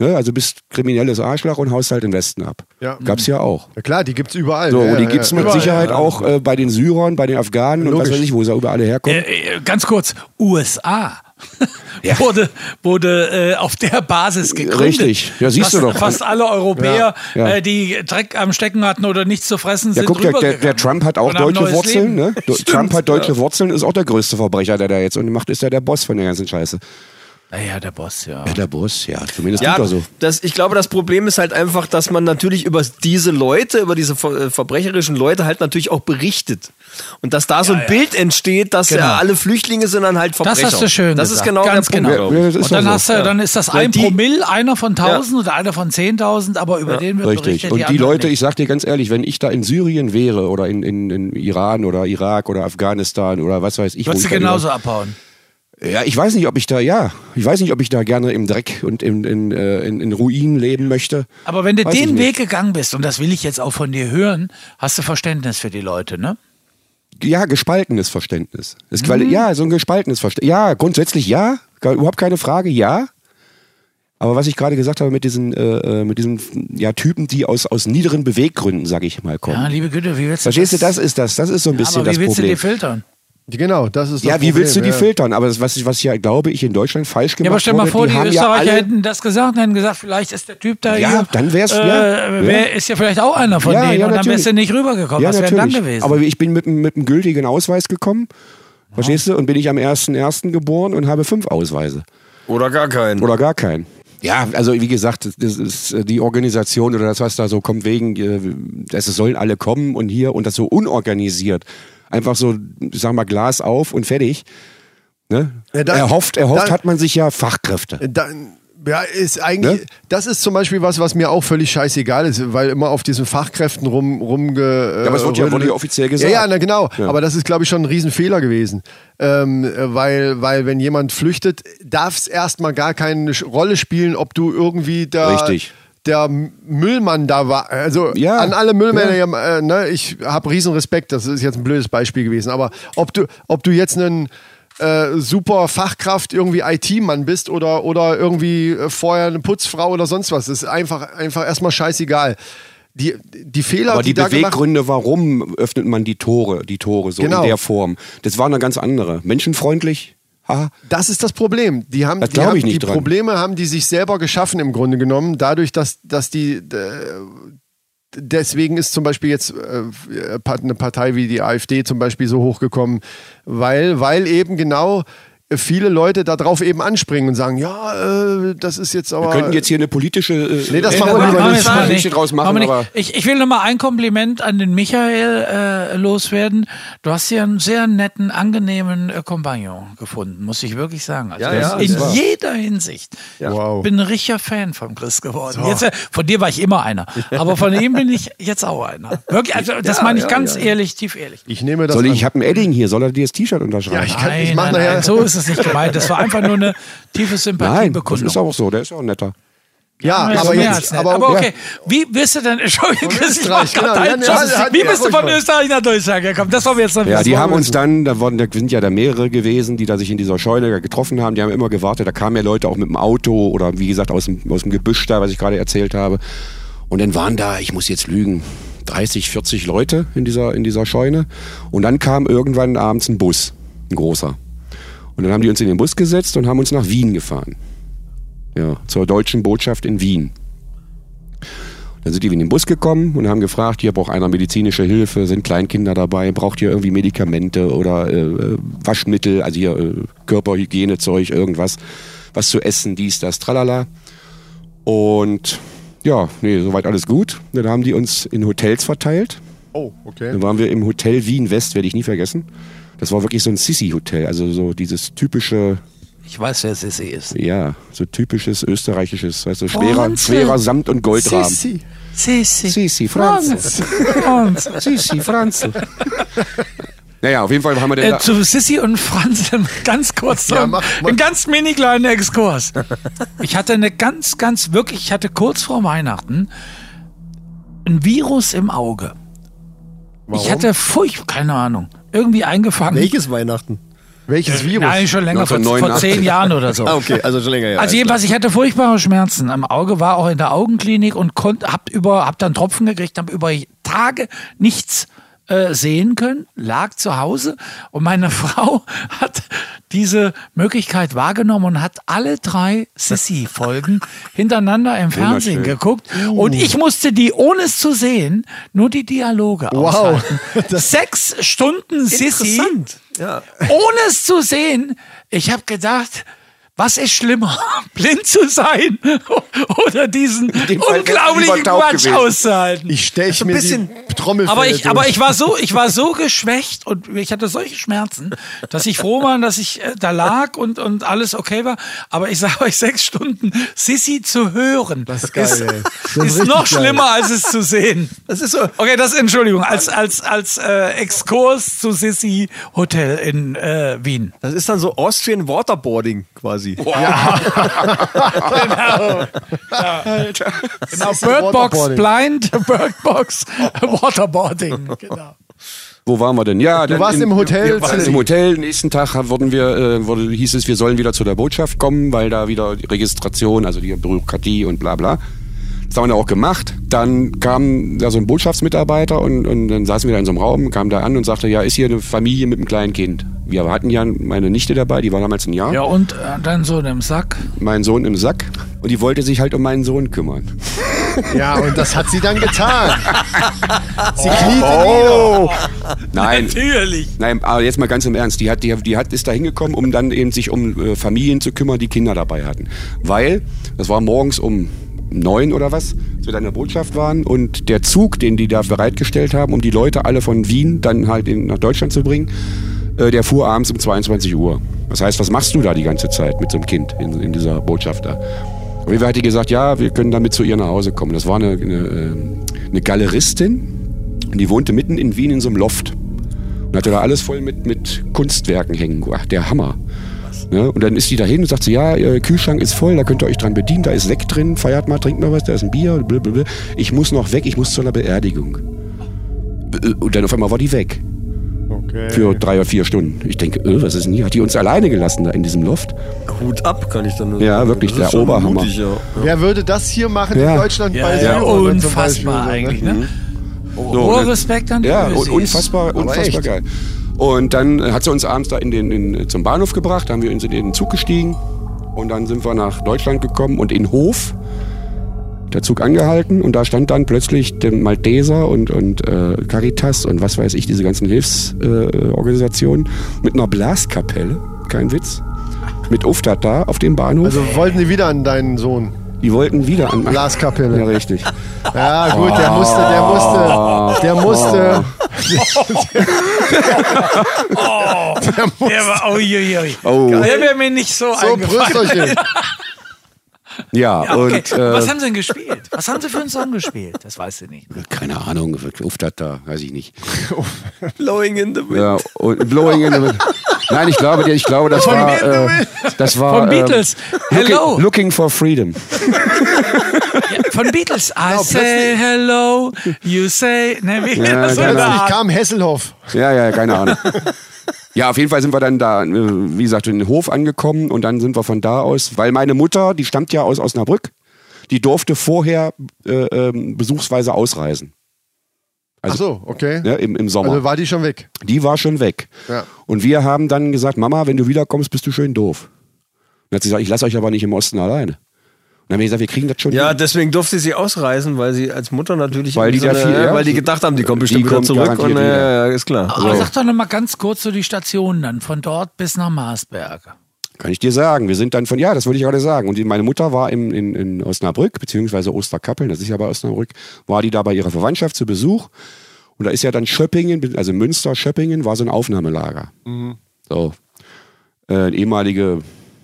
G: Ne, also bist kriminelles Arschloch und haust halt den Westen ab.
B: Ja.
G: Gab's ja auch.
B: Ja klar, die gibt's überall.
G: So,
B: ja,
G: und die
B: ja,
G: gibt's
B: ja.
G: mit
B: Überall,
G: Sicherheit
B: ja.
G: auch äh, bei den Syrern, bei den Afghanen und was weiß ich, wo sie überall herkommen.
F: Äh, äh, ganz kurz, [laughs] USA
G: Um Ja.
F: wurde, wurde äh, auf der Basis gegründet.
G: Richtig. Ja, siehst
F: fast,
G: du doch.
F: Fast alle Europäer,
G: Ja, ja.
F: Äh, die Dreck am Stecken hatten oder nichts zu fressen,
G: Ja,
F: sind
G: guck, der, der,
F: rübergegangen
G: der Trump hat auch
F: und haben
G: deutsche
F: neues
G: Wurzeln.
F: Leben. [laughs]
G: Ne? Do- Trump hat deutsche Wurzeln, ist auch der größte Verbrecher, der da jetzt und macht, ist ja der Boss von der ganzen Scheiße.
F: Naja, der Boss, ja.
G: Ja, der Boss, ja. Zumindest
C: Ja,
G: tut er so.
C: das, ich glaube, das Problem ist halt einfach, dass man natürlich über diese Leute, über diese ver äh, verbrecherischen Leute halt natürlich auch berichtet. Und dass da so ein Bild entsteht, dass ja
F: Genau.
C: alle Flüchtlinge sind dann halt Verbrecher.
F: Das hast du schön
C: Das ist
F: gesagt.
C: genau
F: Ganz
C: der Punkt.
G: Ja, ja, das ist
F: und dann,
G: doch so.
F: hast du, dann ist das ein
C: die-
F: Promille, einer von 1000 oder einer von 10.000, aber über den wird
G: Richtig.
F: berichtet.
G: Und die
F: anderen
G: Leute,
F: nicht.
G: ich sag dir ganz ehrlich, wenn ich da in Syrien wäre oder in, in, in Iran oder Irak oder Afghanistan oder was weiß ich. wo
F: Würdest
G: ich
F: du
G: da genau
F: genauso abhauen?
G: Ja, ich weiß nicht, ob ich da, ja, ich weiß nicht, ob ich da gerne im Dreck und in, in, äh, in, in Ruinen leben möchte.
F: Aber wenn du
G: Weiß ich
F: den
G: nicht.
F: Weg gegangen bist, und das will ich jetzt auch von dir hören, hast du Verständnis für die Leute, ne?
G: Ja, gespaltenes Verständnis. Das
F: Mhm.
G: Quali Ja, so ein gespaltenes Verständnis. Ja, grundsätzlich ja, gar, überhaupt keine Frage, ja. Aber was ich gerade gesagt habe mit diesen, äh, äh, mit diesen ja, Typen, die aus, aus niederen Beweggründen, sag ich mal, kommen.
F: Ja, liebe Güte, wie willst du
G: Verstehst du, das ist das, das ist so ein bisschen
F: Aber wie
G: das
F: willst du
G: Problem.
F: die filtern?
B: Genau, das ist das
G: ja, wie
B: Problem,
G: willst du die
B: ja.
G: filtern? Aber das, was, ich- was ja, glaube ich, in Deutschland falsch gemacht
F: Ja, aber stell mal
G: wurde,
F: vor, die,
G: haben ja
F: Österreicher
G: alle-
F: hätten das gesagt und hätten gesagt, vielleicht ist der Typ da
G: Ja,
F: hier.
G: dann wär's-
F: äh,
G: ja, ja.
F: Wer ist ja vielleicht auch einer von
G: Ja,
F: denen
G: ja,
F: und dann
G: natürlich.
F: wärst du nicht rübergekommen.
G: Ja,
F: Was wäre dann
G: natürlich.
F: gewesen?
G: Aber ich bin mit, einem- mit einem gültigen Ausweis gekommen. Verstehst du? Und bin ich am 1.1. geboren und habe fünf Ausweise.
C: Oder gar keinen.
G: Oder gar keinen. Ja, also wie gesagt, das- das ist äh, die Organisation oder das, was da so kommt, wegen, äh, es sollen alle kommen und hier und das so unorganisiert. Einfach so, ich sag mal, Glas auf und fertig. Ne?
B: Ja, da-
G: erhofft, erhofft
B: da-
G: hat man sich ja Fachkräfte.
B: Dann, ja, ist eigentlich,
G: Ne?
B: das ist zum Beispiel was, was mir auch völlig scheißegal ist, weil immer auf diesen Fachkräften rum, rumge.
G: Ja, aber es wurde ja-
B: äh,
G: wurde ja offiziell gesagt.
B: Ja, ja, na genau.
G: Ja.
B: Aber das ist, glaube ich, schon ein Riesenfehler gewesen. Ähm, äh, weil, weil, wenn jemand flüchtet, darf es erstmal gar keine Sch- Rolle spielen, ob du irgendwie da.
G: Richtig.
B: Der M- Müllmann da war, also
G: Ja.
B: an alle Müllmänner,
G: Ja.
B: äh, ne, ich habe riesen Respekt, das ist jetzt ein blödes Beispiel gewesen, aber ob du, ob du jetzt einen äh, super Fachkraft irgendwie IT-Mann bist oder, oder irgendwie äh, vorher eine Putzfrau oder sonst was, das ist einfach, einfach erstmal scheißegal. Die, die Fehler,
G: Aber die,
B: die da gemacht
G: Beweggründe, warum öffnet man die Tore, die Tore so
B: Genau.
G: in der Form, das war eine ganz andere. Menschenfreundlich, haha.
B: Das ist das Problem. Die haben,
G: Das
B: die,
G: glaub
B: haben
G: ich nicht
B: die
G: dran.
B: Probleme haben die sich selber geschaffen im Grunde genommen, dadurch, dass, dass die äh, deswegen ist zum Beispiel jetzt äh, eine Partei wie die AfD zum Beispiel so hochgekommen, weil, weil eben genau viele Leute darauf eben anspringen und sagen, ja, äh, das ist jetzt aber.
G: Wir könnten jetzt hier eine politische äh,
B: Nee, das
G: äh,
B: machen wir
G: äh,
B: lieber
G: äh,
B: nicht.
G: äh,
B: Machen
G: Geschichte draus machen,
F: Machen wir
G: aber
F: Ich, ich will noch mal ein Kompliment an den Michael äh, loswerden. Du hast hier einen sehr netten, angenehmen äh, Kompagnon gefunden, muss ich wirklich sagen. Also
C: Ja,
F: das
C: ja,
F: in
C: das war-
F: jeder Hinsicht.
B: Wow.
F: Ich bin ein richtiger Fan von Chris geworden. Jetzt, äh, von dir war ich immer einer, aber von ihm bin ich jetzt auch einer. Wirklich, also das meine ich ganz ehrlich, tief ehrlich.
B: ich nehme das.
G: soll ich,
B: an.
G: ich habe ein Edding hier, soll er dir das T-Shirt unterschreiben?
B: Ja, ich kann- ich
F: Nein,
B: mach
F: nein,
B: nachher-
F: nein, so ist es nicht gemeint. Das war einfach nur eine tiefe
G: Nein, das ist
F: Sympathiebekundung.
G: auch so, der ist auch netter.
B: ja,
F: Ja,
B: Ah, aber
F: mehr
B: jetzt.
F: als nett.
B: Aber,
F: aber
B: ja.
F: okay, wie bist du denn, [laughs] Entschuldigung,
B: Von
F: Chris, ich
B: Österreich,
F: mach grad
B: genau. Ja,
F: einen
B: ja,
F: Satz.
B: ja,
F: wie
B: ja,
F: bist du
B: ruhig
F: von
B: mal.
F: Österreich nach Deutschland gekommen? Das war mir jetzt noch
G: Ja,
F: das
G: die
F: war
G: haben
F: mir
G: uns
F: jetzt-
G: dann, da, waren, da sind ja da mehrere gewesen, die da sich in dieser Scheune da getroffen haben, die haben immer gewartet, da kamen ja Leute auch mit dem Auto oder wie gesagt aus dem, aus dem Gebüsch da, was ich gerade erzählt habe. Und dann waren da, ich muss jetzt lügen, 30, 40 Leute in dieser, in dieser Scheune. Und dann kam irgendwann abends ein Bus, ein großer. Und dann haben die uns in den Bus gesetzt und haben uns nach Wien gefahren. Ja, zur deutschen Botschaft in Wien. Dann sind die in den Bus gekommen und haben gefragt, hier braucht einer medizinische Hilfe, sind Kleinkinder dabei, braucht hier irgendwie Medikamente oder äh, äh, Waschmittel, also hier äh, Körperhygienezeug, irgendwas, was zu essen, dies, das, tralala. Und ja, nee, soweit alles gut. Dann haben die uns in Hotels verteilt.
B: Oh, okay.
G: Dann waren wir im Hotel Wien West, werde ich nie vergessen. Das war wirklich so ein Sissi-Hotel, also so dieses typische
F: Ich weiß, wer Sissi ist.
G: ja, so typisches österreichisches, weißt du, schwerer,
F: Franzl.
G: schwerer Samt- und Goldrahmen.
B: Sissi.
F: Sissi.
G: Sissi, Franzl.
F: Franz. [laughs]
G: Sissi, Franzl. naja, auf jeden Fall haben wir den
F: Äh,
G: da-
F: zu Sissi und Franz ganz kurz
B: Ja,
F: so
B: mach- mach.
F: einen ganz mini kleinen Exkurs. Ich hatte eine ganz, ganz, wirklich, ich hatte kurz vor Weihnachten ein Virus im Auge. Ich hatte furcht, keine Ahnung, irgendwie eingefangen.
C: Welches Weihnachten?
B: Welches Virus?
F: Äh, Nein, schon länger, vor, vor
G: 1989.
F: zehn Jahren oder
B: [laughs]
F: so.
C: Ah, okay, also schon länger her.
F: Also jedenfalls, ich hatte furchtbare Schmerzen am Auge, war auch in der Augenklinik und konnt, hab, über, hab dann Tropfen gekriegt, hab über Tage nichts äh, sehen können, lag zu Hause und meine [laughs] Frau hat diese Möglichkeit wahrgenommen und hat alle drei Sissy-Folgen hintereinander im Fernsehen
G: Wunderschön.
F: geguckt und ich musste die, ohne es zu sehen, nur die Dialoge
B: Wow.
F: aushalten. Sechs Stunden Sissy
C: Interessant. Ja.
F: ohne es zu sehen, ich habe gedacht, Was ist schlimmer, [laughs] blind zu sein [laughs] oder diesen
G: dem Fall wär's
F: unglaublichen
G: lieber taub
F: Quatsch
G: gewesen.
F: auszuhalten?
B: Ich steche mir bisschen die Trommelfell
F: Also Aber ich,
B: durch.
F: aber ich war so, ich war so geschwächt und ich hatte solche Schmerzen, dass ich froh war, dass ich äh, da lag und, und alles okay war. Aber ich sage euch, sechs Stunden Sissi zu hören,
B: Das ist geil, ey.
F: ist, ist noch schlimmer, als es zu sehen. Das ist so. Okay, das Entschuldigung, als, als, als äh, Exkurs zu Sissi Hotel in äh, Wien.
C: Das ist dann so Austrian Waterboarding quasi.
F: genau.
G: Alter.
F: genau.
B: Sissi
F: Birdbox
B: Waterboarding.
F: Blind,
G: [laughs]
F: Birdbox Waterboarding. Genau.
G: Wo waren wir denn? Ja, du
B: warst im Hotel,
G: Wir waren
B: Silly.
G: im Hotel. Nächsten Tag wurden wir, äh, wurde, hieß es, wir sollen wieder zu der Botschaft kommen, weil da wieder die Registration, also die Bürokratie und bla bla. Das haben wir dann auch gemacht. Dann kam da so ein Botschaftsmitarbeiter und, und dann saßen wir da in so einem Raum, kam da an und sagte, ja, ist hier eine Familie mit einem kleinen Kind. Wir hatten ja meine Nichte dabei, die war damals ein Jahr,
F: Ja, und äh, dann so in dem Sack.
G: mein Sohn im Sack und die wollte sich halt um meinen Sohn kümmern.
F: [laughs]
B: Ja, und das hat sie dann getan. sie kniete oh.
G: Nein,
F: Natürlich.
G: Nein, aber jetzt mal ganz im Ernst. Die hat, die, die hat ist da hingekommen, um dann eben sich um äh, Familien zu kümmern, die Kinder dabei hatten. Weil, das war morgens um neun oder was, als wir da in der Botschaft waren und der Zug, den die da bereitgestellt haben, um die Leute alle von Wien dann halt in, nach Deutschland zu bringen, äh, der fuhr abends um 22 Uhr. Das heißt, was machst du da die ganze Zeit mit so einem Kind in, in dieser Botschaft da? Auf jeden Fall hat die gesagt, ja, wir können damit zu ihr nach Hause kommen. Das war eine, eine, äh, eine Galeristin, und die wohnte mitten in Wien in so einem Loft und hatte da alles voll mit, mit Kunstwerken hängen. Ach, der Hammer. Ne? Und dann ist die dahin und sagt so, ja, ihr Kühlschrank ist voll, da könnt ihr euch dran bedienen, da ist Sekt drin, feiert mal, trinkt mal was, da ist ein Bier, blablabla. Ich muss noch weg, ich muss zu einer Beerdigung. Äh, Und dann auf einmal war die weg. Für drei oder vier Stunden. Ich denke, äh, was ist denn hier? Hat die uns alleine gelassen da in diesem Loft?
C: Hut ab, kann ich dann nur
G: Ja,
C: sagen.
G: wirklich,
C: Das ist
G: der
C: schon
G: Oberhammer.
C: Mutig, ja.
B: Wer würde das hier machen
G: Ja.
B: in Deutschland
F: Ja,
B: bei
F: ja,
B: Syrien zum
F: unfassbar
B: Beispiel,
F: eigentlich.
B: ne?
F: Ne?
G: So,
F: Hoher
G: und-
F: Respekt an die
G: Mhm. Oh, Ja,
F: Ösis.
G: un unfassbar, unfassbar
B: echt.
G: geil. Und dann äh, hat sie uns abends da in den, in, zum Bahnhof gebracht, haben wir uns in den Zug gestiegen und dann sind wir nach Deutschland gekommen und in Hof der Zug angehalten und da stand dann plötzlich der Malteser und, und äh, Caritas und was weiß ich, diese ganzen Hilfsorganisationen äh, Organisationen mit einer Blaskapelle, kein Witz, mit Uftata auf dem Bahnhof.
B: Also wollten die wieder an deinen Sohn.
G: die wollten wieder an...
B: Blaskapelle.
G: Ja, richtig.
B: Ja, gut, der musste, der musste, der musste.
F: Der war, oh, je, je.
G: [laughs] Oh.
F: Der wäre mir nicht so,
B: So,
F: eingefallen.
B: Brüsterchen.
G: Ja,
F: [laughs] Ja, [laughs] okay.
G: und... Äh,
F: Was haben sie denn gespielt? Was haben sie für einen Song gespielt? Das weißt du nicht.
G: keine Ahnung, Uftata, weiß ich nicht.
C: Blowing in the wind.
G: Ja, und Blowing in the Wind. Nein, ich glaube, ich glaube, das war, äh, das war
F: Von Beatles.
G: Ähm,
F: Hello.
G: looking, looking for Freedom.
F: Von Beatles.
G: genau,
F: I say hello, you say. Ne, wie
G: Ja,
F: das [laughs] so
G: genau.
F: eine
B: Plötzlich
F: Art.
B: kam Hesselhoff.
G: Ja, ja, keine Ahnung. Ja, auf jeden Fall sind wir dann da, äh, wie gesagt, in den Hof angekommen und dann sind wir von da aus, weil meine Mutter, die stammt ja aus Osnabrück, die durfte vorher äh, ähm, besuchsweise ausreisen.
B: Ach so, okay.
G: Also- Ja, im, Im Sommer.
B: Also war die schon weg.
G: Die war schon weg.
B: Ja.
G: Und wir haben dann gesagt, Mama, wenn du wiederkommst, bist du schön doof. Dann hat sie gesagt, ich lasse euch aber nicht im Osten alleine. Und dann haben wir gesagt, wir kriegen das schon
C: Ja,
G: hin.
C: deswegen durfte sie ausreisen, weil sie als Mutter natürlich.
G: Weil die
C: so
G: da viel- ja,
C: weil die
G: so-
C: gedacht haben, die kommt
G: die
C: bestimmt wieder
G: kommt
C: zurück.
G: garantiert
C: Und,
G: wieder.
C: äh, ist klar.
F: Aber sag doch nochmal ganz kurz so die Stationen dann, von dort bis nach Marsberg.
G: Kann ich dir sagen. Wir sind dann von, ja, das wollte ich gerade sagen. Und die- meine Mutter war in, in, in Osnabrück, beziehungsweise Osterkappeln, das ist ja bei Osnabrück, war die da bei ihrer Verwandtschaft zu Besuch. Und da ist ja dann Schöppingen, also Münster, Schöppingen, war so ein Aufnahmelager. So. Äh, ehemalige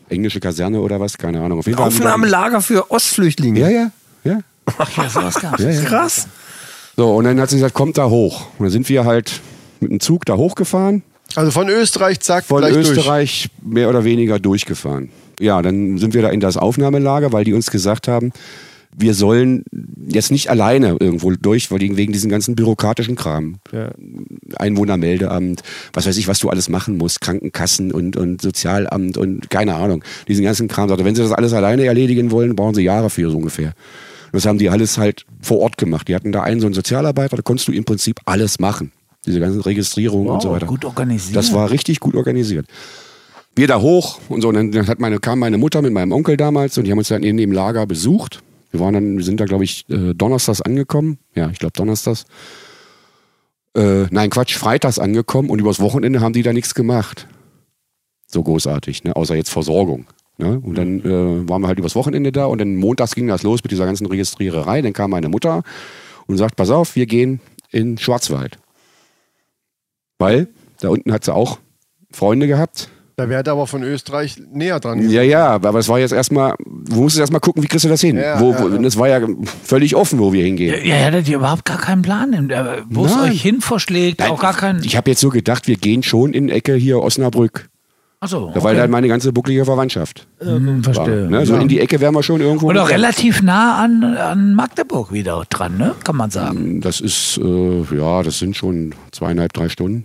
G: englische Kaserne oder was, keine Ahnung. Auf jeden Fall haben die da-
C: Aufnahmelager für Ostflüchtlinge.
G: Ja, ja, ja.
F: Ja, sowas gab's.
G: ja, ja.
C: Krass.
G: So, und dann hat sie gesagt, kommt da hoch. Und dann sind wir halt mit dem Zug da hochgefahren,
B: Also von Österreich, zack,
G: von
B: gleich durch.
G: Österreich mehr oder weniger durchgefahren. Ja, dann sind wir da in das Aufnahmelager, weil die uns gesagt haben, wir sollen jetzt nicht alleine irgendwo durch, weil die- wegen diesen ganzen bürokratischen Kram. Einwohnermeldeamt, was weiß ich, was du alles machen musst, Krankenkassen und, und Sozialamt und keine Ahnung, diesen ganzen Kram. Sagte, wenn sie das alles alleine erledigen wollen, brauchen sie Jahre für so ungefähr. Das haben die alles halt vor Ort gemacht. Die hatten da einen so einen Sozialarbeiter, da konntest du im Prinzip alles machen. Diese ganzen Registrierungen und so weiter.
F: gut organisiert.
G: Das war richtig gut organisiert. Wir da hoch und so. Und dann hat meine, kam meine Mutter mit meinem Onkel damals und die haben uns dann in dem Lager besucht. Wir waren dann, wir sind da, glaube ich, äh, donnerstags angekommen. Ja, ich glaube donnerstags. Äh, nein, Quatsch, freitags angekommen und übers Wochenende haben die da nichts gemacht. So großartig, ne? Außer jetzt Versorgung. Ne? Und dann äh, waren wir halt übers Wochenende da und dann montags ging das los mit dieser ganzen Registriererei. Dann kam meine Mutter und sagt, pass auf, wir gehen in Schwarzwald. Weil da unten hat sie auch Freunde gehabt.
B: Da wäre aber von Österreich näher dran.
G: Ja, ja, aber es war jetzt erstmal, du musstest erstmal gucken, wie kriegst du das hin?
B: Ja,
G: wo,
B: ja,
G: wo,
B: ja.
G: Das war ja völlig offen, wo wir hingehen.
F: Ihr hättet ihr überhaupt gar keinen Plan, äh, wo es
G: Nein.
F: euch hin verschlägt, auch gar keinen.
G: Ich habe jetzt so gedacht, wir gehen schon in Ecke hier Osnabrück.
F: Achso,
G: Da war dann meine ganze bucklige Verwandtschaft.
F: hm,
G: War,
F: verstehe.
G: ne? So in die Ecke wären wir schon irgendwo.
F: Oder
G: gegangen.
F: relativ nah an, an Magdeburg wieder dran, ne? kann man sagen.
G: Das ist, äh, ja, das sind schon zweieinhalb, drei Stunden.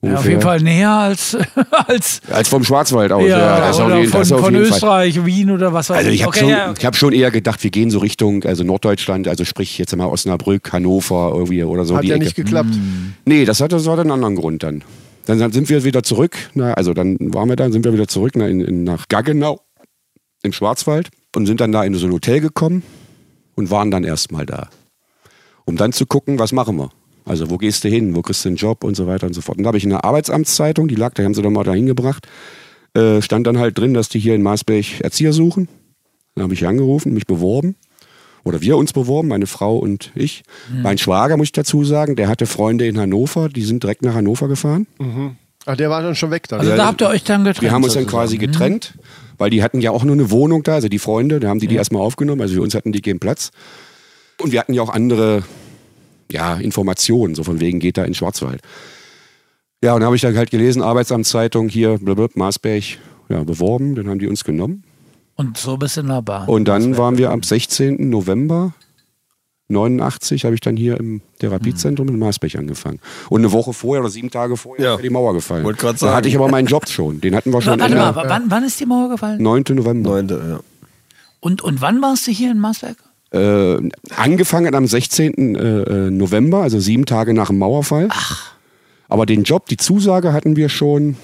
F: Ja, auf
G: ungefähr.
F: jeden Fall näher als, [laughs] als
G: Als vom Schwarzwald aus. Also, Ja,
F: ja,
G: das auf
F: oder
G: jeden,
F: von,
G: das auf
F: von
G: jeden Fall.
F: Österreich, Wien oder was weiß
G: Also ich habe
F: Okay,
G: schon,
F: ja.
G: ich hab schon eher gedacht, wir gehen so Richtung, also Norddeutschland, also sprich jetzt mal Osnabrück, Hannover irgendwie oder so.
B: Hat
G: die
B: ja
G: Ecke.
B: nicht geklappt.
F: Mhm.
G: Nee, das hat das war dann einen anderen Grund dann. Dann dann sind wir wieder zurück, na, also dann waren wir da, sind wir wieder zurück na, in, in, nach Gaggenau im Schwarzwald und sind dann da in so ein Hotel gekommen und waren dann erstmal da. Um dann zu gucken, was machen wir. Also wo gehst du hin, wo kriegst du einen Job und so weiter und so fort. Und da habe ich in der Arbeitsamtszeitung, die lag, da haben sie doch mal dahin gebracht, äh, stand dann halt drin, dass die hier in Marsberg Erzieher suchen. Dann habe ich angerufen, mich beworben oder wir uns beworben, meine Frau und ich. Mein Schwager, muss ich dazu sagen, der hatte Freunde in Hannover, die sind direkt nach Hannover gefahren.
B: Ach, der war dann schon weg dann.
F: Also da habt ihr euch dann getrennt.
G: Wir haben uns dann
F: sozusagen.
G: quasi getrennt, weil die hatten ja auch nur eine Wohnung da, also die Freunde, da haben die die erstmal aufgenommen, also wir uns hatten die keinen Platz. Und wir hatten ja auch andere ja, Informationen, so von wegen geht da in Schwarzwald. Ja, und da habe ich dann halt gelesen, Arbeitsamtszeitung hier, blablabla, Marsberg, ja, beworben, dann haben die uns genommen.
F: Und so bist du in der Bahn.
G: Und dann waren wir am 16. November 89 habe ich dann hier im Therapiezentrum in Marsbech angefangen. Und eine Woche vorher oder sieben Tage vorher
C: Ja.
G: ist mir die Mauer gefallen.
C: Wollte grad
G: Da
C: sagen.
G: hatte ich aber meinen Job schon. Den hatten wir schon
F: Warte
G: Ende
F: mal, wann, wann ist die Mauer gefallen?
G: 9. November.
C: Neunte,
F: Und, und wann warst du hier in Marsberg?
G: Äh, angefangen am 16. äh, äh, November, also sieben Tage nach dem Mauerfall. Aber den Job, die Zusage hatten wir schon,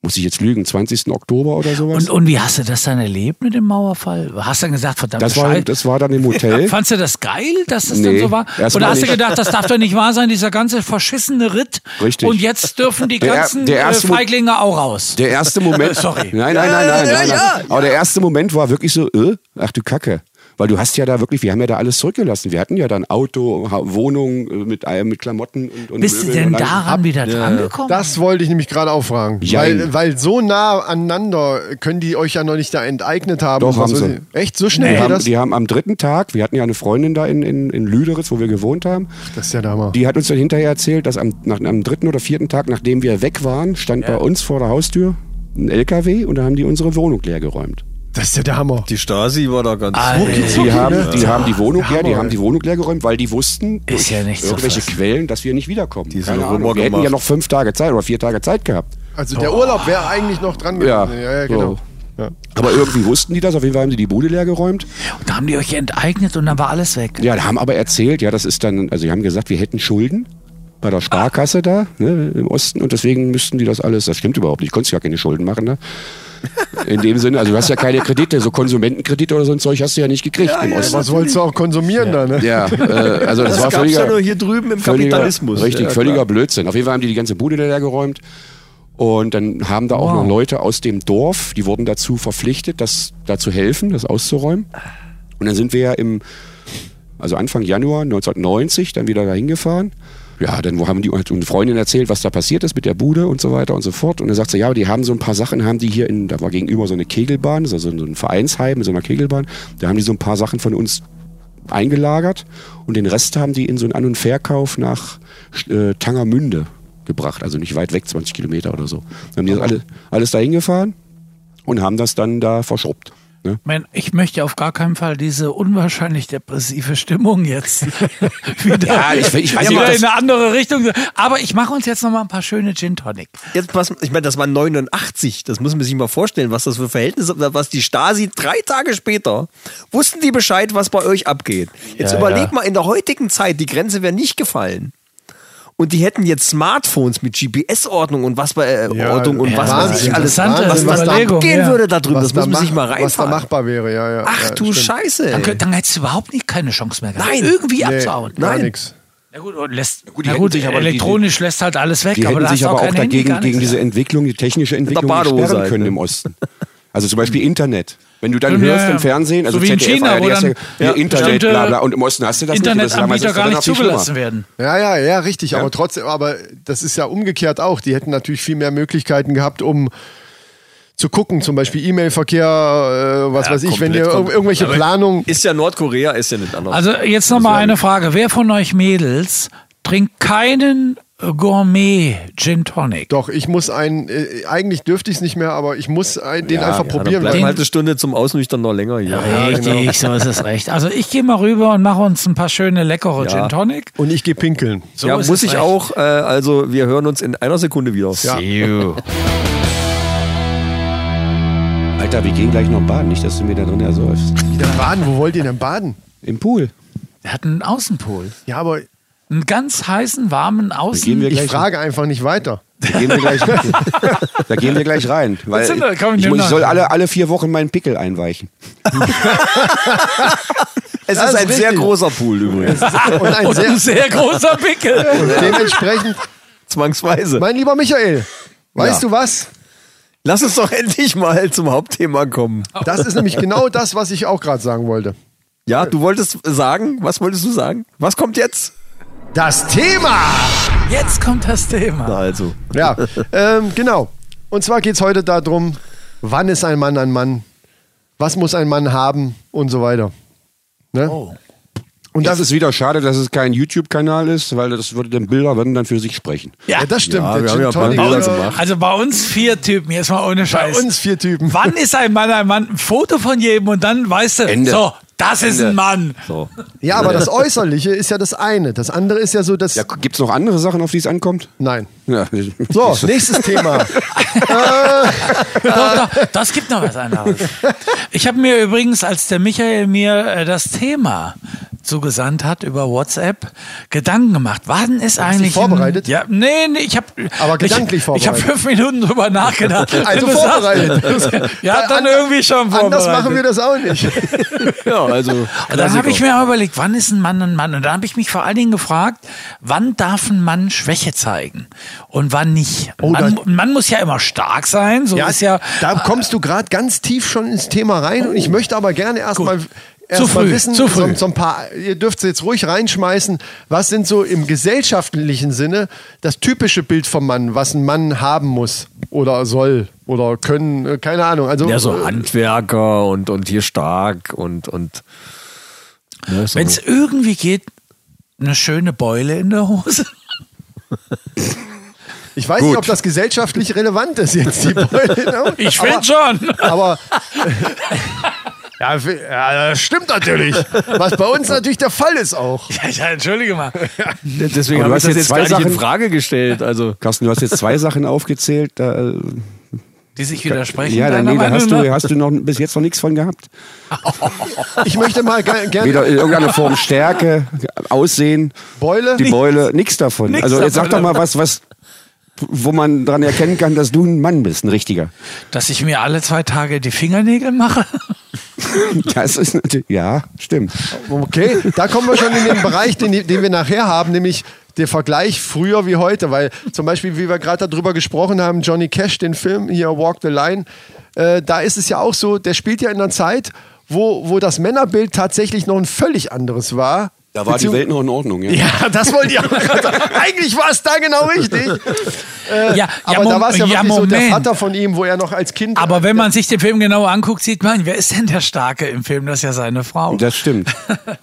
G: muss ich jetzt lügen, 20. Oktober oder sowas.
F: Und, und wie hast du das dann erlebt mit dem Mauerfall? Hast du dann gesagt, verdammt,
G: das, war,
F: Scheiße.
G: das war dann im
F: [laughs]
G: Hotel.
F: Fandst du das geil, dass das dann
G: Hm? Nee,
F: so war?
G: erstmal
F: Oder hast du
G: nicht.
F: gedacht, das darf doch nicht wahr sein, dieser ganze verschissene Ritt?
G: Richtig.
F: Und jetzt dürfen die
G: Der-
F: ganzen
G: der
F: äh,
G: erste Mo-
F: Feiglinge auch raus.
G: Der erste
F: [laughs]
G: Moment.
F: Sorry.
G: Nein, nein, nein, nein. nein, nein. Aber der erste Moment war wirklich so, äh, ach du Kacke. Weil du hast ja da wirklich, wir haben ja da alles zurückgelassen. Wir hatten ja dann Auto, Ha- Wohnung äh, mit, allem, mit Klamotten und, und
F: Bist du
G: Möbeln
F: denn
G: und alles.
F: daran wieder drangekommen?
B: Das wollte ich nämlich gerade auch fragen.
G: Jein.
B: Weil, weil so nah aneinander können die euch ja noch nicht da enteignet haben. Was
G: Doch, haben
B: weiß
G: sie.
B: ich. Echt? So schnell
G: Die
B: geht
G: haben,
B: das?
G: die haben am dritten Tag, wir hatten ja eine Freundin da in, in, in Lüderitz, wo wir gewohnt haben,
B: Das ist ja der Hammer.
G: die hat uns dann hinterher erzählt, dass am, nach, am dritten oder vierten Tag, nachdem wir weg waren, stand bei uns vor der Haustür ein LKW und da haben die unsere Wohnung leer geräumt.
B: Das ist ja der Hammer.
C: Die Stasi war da ganz.
G: Die haben, die haben die Wohnung leer, die
B: Hammer,
G: haben die Wohnung leer geräumt, weil die wussten
F: Ist ja nicht zu
G: irgendwelche
F: fassen.
G: Quellen, dass wir nicht wiederkommen.
C: Die sind
G: Keine Ahnung.
C: rüber
G: Wir hätten ja
C: gemacht.
G: noch fünf Tage Zeit oder vier Tage Zeit gehabt.
B: Also
C: Oh.
B: der Urlaub wäre eigentlich noch dran
G: Ja,
B: gewesen. Ja, ja, genau. Ja.
G: Aber irgendwie wussten die das, auf jeden Fall haben sie die Bude leer geräumt.
F: Da haben die euch enteignet und dann war alles weg.
G: Ja, haben aber erzählt, ja, das ist dann, also die haben gesagt, wir hätten Schulden bei der Sparkasse da ne, im Osten und deswegen müssten die das alles, das stimmt überhaupt nicht, du konntest ja keine Schulden machen da. In dem Sinne, also du hast ja keine Kredite, so Konsumentenkredite oder so ein Zeug hast du ja nicht gekriegt im Osten.
B: Was wolltest du auch konsumieren da, ne?
G: Ja, äh, also das,
C: Das
G: war
C: gab's
G: völliger,
C: ja nur hier drüben im
G: völliger,
C: Kapitalismus.
G: Richtig,
C: Ja,
G: völliger
C: klar.
G: Blödsinn. Auf jeden Fall haben die die ganze Bude leer geräumt. Und dann haben da auch noch Leute aus dem Dorf, die wurden dazu verpflichtet, das dazu helfen, das auszuräumen. Und dann sind wir ja im, also Anfang Januar 1990 dann wieder dahin gefahren. Ja, dann haben die hat eine Freundin erzählt, was da passiert ist mit der Bude und so weiter und so fort. Und dann sagt sie, ja, aber die haben so ein paar Sachen, haben die hier in, da war gegenüber so eine Kegelbahn, so, so ein Vereinsheim mit so einer Kegelbahn, da haben die so ein paar Sachen von uns eingelagert und den Rest haben die in so einen An- und Verkauf nach äh, Tangermünde gebracht, also nicht weit weg, 20 Kilometer oder so. Dann haben die das alle, alles dahin gefahren und haben das dann da verschrubbt. Ne?
F: Man, ich möchte auf gar keinen Fall diese unwahrscheinlich depressive Stimmung jetzt [laughs] wieder,
G: Ja, ich- ich weiß
F: wieder
G: nicht, ob
F: in eine andere Richtung. Aber ich mache uns jetzt noch mal ein paar schöne Gin Tonic.
C: Jetzt pass, ich meine, das war 89. Das muss man sich mal vorstellen, was das für Verhältnisse, was die Stasi drei Tage später wussten die Bescheid, was bei euch abgeht. Jetzt überleg mal, in der heutigen Zeit, die Grenze wäre nicht gefallen. Und die hätten jetzt Smartphones mit GPS-Ordnung und was bei äh,
B: Ja,
C: Ordnung und
B: ja,
C: was weiß ich
B: Wahnsinn,
C: alles,
F: interessante
C: was, was da
F: Überlegung,
C: abgehen
F: ja.
C: würde da drüben. Das
B: da
C: muss man
B: mach-
C: sich
B: Was
C: mal
B: da
C: reinfahren.
B: machbar wäre, ja, ja.
C: Ach
B: ja,
C: du Scheiße.
F: Dann,
C: ey.
F: kö- dann hättest du überhaupt nicht keine Chance mehr gehabt.
C: Nein.
F: Irgendwie
B: Nee,
F: abzuhauen.
B: gar
C: Nein.
B: nix.
F: Na gut, und lässt,
G: gut, die
F: na
G: hätten
F: gut
G: sich aber-
F: elektronisch lässt halt alles weg.
G: Die
F: aber
G: hätten
F: da
G: sich
F: hast du
G: aber auch
F: kein Handy,
G: dagegen
F: gar
G: gegen
F: nichts.
G: diese Entwicklung, die technische Entwicklung
C: Badehose
G: sperren
C: halt,
G: können
C: ne?
G: im Osten. Also zum Beispiel Internet. Wenn du dann
F: Ja,
G: hörst
F: ja.
G: im Fernsehen, also
F: So wie in
G: ZDF,
F: China,
G: ARD,
F: wo
G: hast du
F: dann-
G: ja,
F: ja,
G: Internet,
F: bestimmte
G: bla bla. Und im Osten hast du das nicht.
F: Internetanbieter
G: Das
F: gar nicht zugelassen
G: werden.
F: werden.
B: Ja, ja, ja, richtig. Aber trotzdem, aber das ist ja umgekehrt auch. Die hätten natürlich viel mehr Möglichkeiten gehabt, um zu gucken, zum Beispiel E-Mail-Verkehr, äh, was weiß ich, wenn
C: komplett,
B: ihr ir
C: komplett.
B: irgendwelche
C: Aber-
B: Planungen.
C: Ist ja Nordkorea, ist ja nicht anders.
F: Also jetzt nochmal eine Frage. Wer von euch Mädels trinkt keinen Gourmet Gin Tonic?
B: Doch, ich muss einen, äh, eigentlich dürfte ich es nicht mehr, aber ich muss ein, den einfach
C: ja,
B: probieren.
C: Dann
B: weil-
C: bleiben halt eine Stunde zum Ausnüchtern noch länger hier.
F: Richtig,
G: genau.
F: so ist es recht. Also ich gehe mal rüber und mache uns ein paar schöne leckere Gin Tonic.
B: Und ich gehe pinkeln.
F: So
C: ja,
F: ist
C: muss
F: es
C: ich
F: recht.
C: auch. Äh, also wir hören uns in einer Sekunde wieder.
B: Ja.
G: Alter, wir gehen gleich noch baden, nicht, dass du mir da drin ersäufst.
B: Wieder baden, wo wollt ihr denn baden?
G: Im Pool.
F: Er hat einen Außenpol.
B: Ja, aber
F: Einen ganz heißen, warmen [laughs]
G: Gehen wir
F: Außen.
B: ich
G: gleich,
B: frage einfach nicht weiter.
G: da gehen wir gleich, da gehen wir gleich rein. Weil
F: sind da? Komm,
G: ich,
F: nimm
G: muss, ich
F: nach.
G: soll alle, alle vier Wochen meinen Pickel einweichen.
C: Es
B: Das
C: ist
B: ist
C: ein sehr
B: richtig.
C: großer Pool übrigens.
B: [laughs] Und ein
F: Und
B: sehr, [laughs]
F: ein sehr großer Pickel.
G: [laughs]
B: dementsprechend,
C: Zwangsweise.
B: mein lieber Michael, weißt
C: Ja.
B: du was?
C: Lass uns doch endlich mal zum Hauptthema kommen.
B: Das ist nämlich genau das, was ich auch gerade sagen wollte.
C: Ja, du wolltest sagen, was wolltest du sagen? Was kommt jetzt?
B: Das Thema!
F: Jetzt kommt das Thema.
C: Also.
B: Ja, ähm, genau. Und zwar geht es heute darum, wann ist ein Mann ein Mann? Was muss ein Mann haben und so weiter. Ne?
F: Oh.
B: Und
G: Das
B: das ist.
G: ist wieder schade, dass es kein YouTube-Kanal ist, weil das würde dann Bilder würden dann für sich sprechen.
B: Ja, das stimmt.
C: Ja,
B: Der
C: wir haben
B: Gin
C: ja ein paar
B: Tonic
C: Bilder
B: ist-
C: gemacht.
F: Also bei uns vier Typen, jetzt mal ohne
B: Bei
F: Scheiß.
B: uns vier Typen.
F: Wann ist ein Mann ein Mann? Ein Foto von jedem und dann weißt du,
G: Ende.
F: so, das ist
G: Ende.
F: ein Mann.
C: So.
B: Ja, aber das Äußerliche ist ja das eine. Das andere ist ja so das.
G: Ja, gibt es noch andere Sachen, auf die es ankommt?
B: Nein.
G: Ja. [laughs]
B: So, nächstes Thema. Ah.
F: Doch, doch, das gibt noch was anderes. Ich habe mir übrigens, als der Michael mir äh, das Thema zugesandt hat über WhatsApp, Gedanken gemacht. Wann ist eigentlich. ein-
B: vorbereitet?
F: ja, nee, nee, ich habe.
B: Aber gedanklich
F: Ich, ich habe
B: vorbereitet.
F: fünf Minuten drüber nachgedacht.
B: [laughs] Also
F: Wenn du sagst-
B: vorbereitet.
F: [laughs] ja, dann irgendwie schon vorbereitet.
B: Anders machen wir das auch nicht.
F: [laughs]
C: Ja, also.
F: Und dann habe ich mir aber überlegt, wann ist ein Mann ein Mann? Und dann habe ich mich vor allen Dingen gefragt, wann darf ein Mann Schwäche zeigen und wann nicht? Ein Mann,
B: da-
F: ein Mann muss ja immer stark sein, so ist ja. äh,
B: da kommst du gerade ganz tief schon ins Thema rein und ich möchte aber gerne erstmal
F: Zu
B: erst mal
F: früh,
B: wissen,
F: zu früh.
B: So, so ein paar, ihr dürft es jetzt ruhig reinschmeißen, was sind so im gesellschaftlichen Sinne das typische Bild vom Mann, was ein Mann haben muss oder soll oder können, äh, keine Ahnung. Also,
C: Ja, so Handwerker und, und hier stark und. und ne, so.
F: Wenn es irgendwie geht, eine schöne Beule in der Hose.
B: ich weiß nicht, ob das gesellschaftlich relevant ist jetzt. Die Beule,
F: [laughs] Ich
B: Aber-
F: finde schon.
B: Aber. Ja, fi- ja, das stimmt natürlich. Was bei uns natürlich der Fall ist auch.
F: [laughs] Ja, ja, entschuldige mal.
C: Deswegen
G: Aber du
C: habe ich
G: hast
C: das
G: jetzt
C: jetzt
G: zwei
C: gar nicht in
G: Sachen-
C: Frage gestellt. Also.
G: Carsten, du hast jetzt zwei Sachen aufgezählt. Da, äh,
F: Die sich widersprechen.
G: ja, dann
F: deiner
G: nee, da
F: Meinung
G: hast
F: nach.
G: du, hast du noch bis jetzt noch nichts von gehabt.
B: Ich möchte mal ge- gerne.
G: Weder in irgendeiner Form Stärke, Aussehen,
B: Beule?
G: die Beule, nichts davon.
F: Nix
G: also jetzt sag doch
F: davon.
G: mal was, was, wo man dran erkennen kann, dass du ein Mann bist, ein richtiger.
F: Dass ich mir alle zwei Tage die Fingernägel mache.
G: Das ist natürlich, ja, stimmt.
B: Okay, da kommen wir schon in den Bereich, den, den wir nachher haben, nämlich der Vergleich früher wie heute. Weil zum Beispiel, wie wir gerade darüber gesprochen haben, Johnny Cash, den Film hier Walk the Line, äh, da ist es ja auch so, der spielt ja in einer Zeit, wo, wo das Männerbild tatsächlich noch ein völlig anderes war. Beziehungs-
G: noch in Ordnung,
B: Ja, das wollte ich auch gerade sagen. [laughs] Eigentlich war es da genau richtig. Äh,
F: ja, ja,
B: Aber da
F: Mom-
B: war es ja
F: ja,
B: wirklich so der
F: Moment.
B: Vater von ihm, wo er noch als Kind.
F: Aber wenn man sich den Film genauer anguckt, sieht man, wer ist denn der Starke im Film? Das ist ja seine Frau.
G: Das stimmt.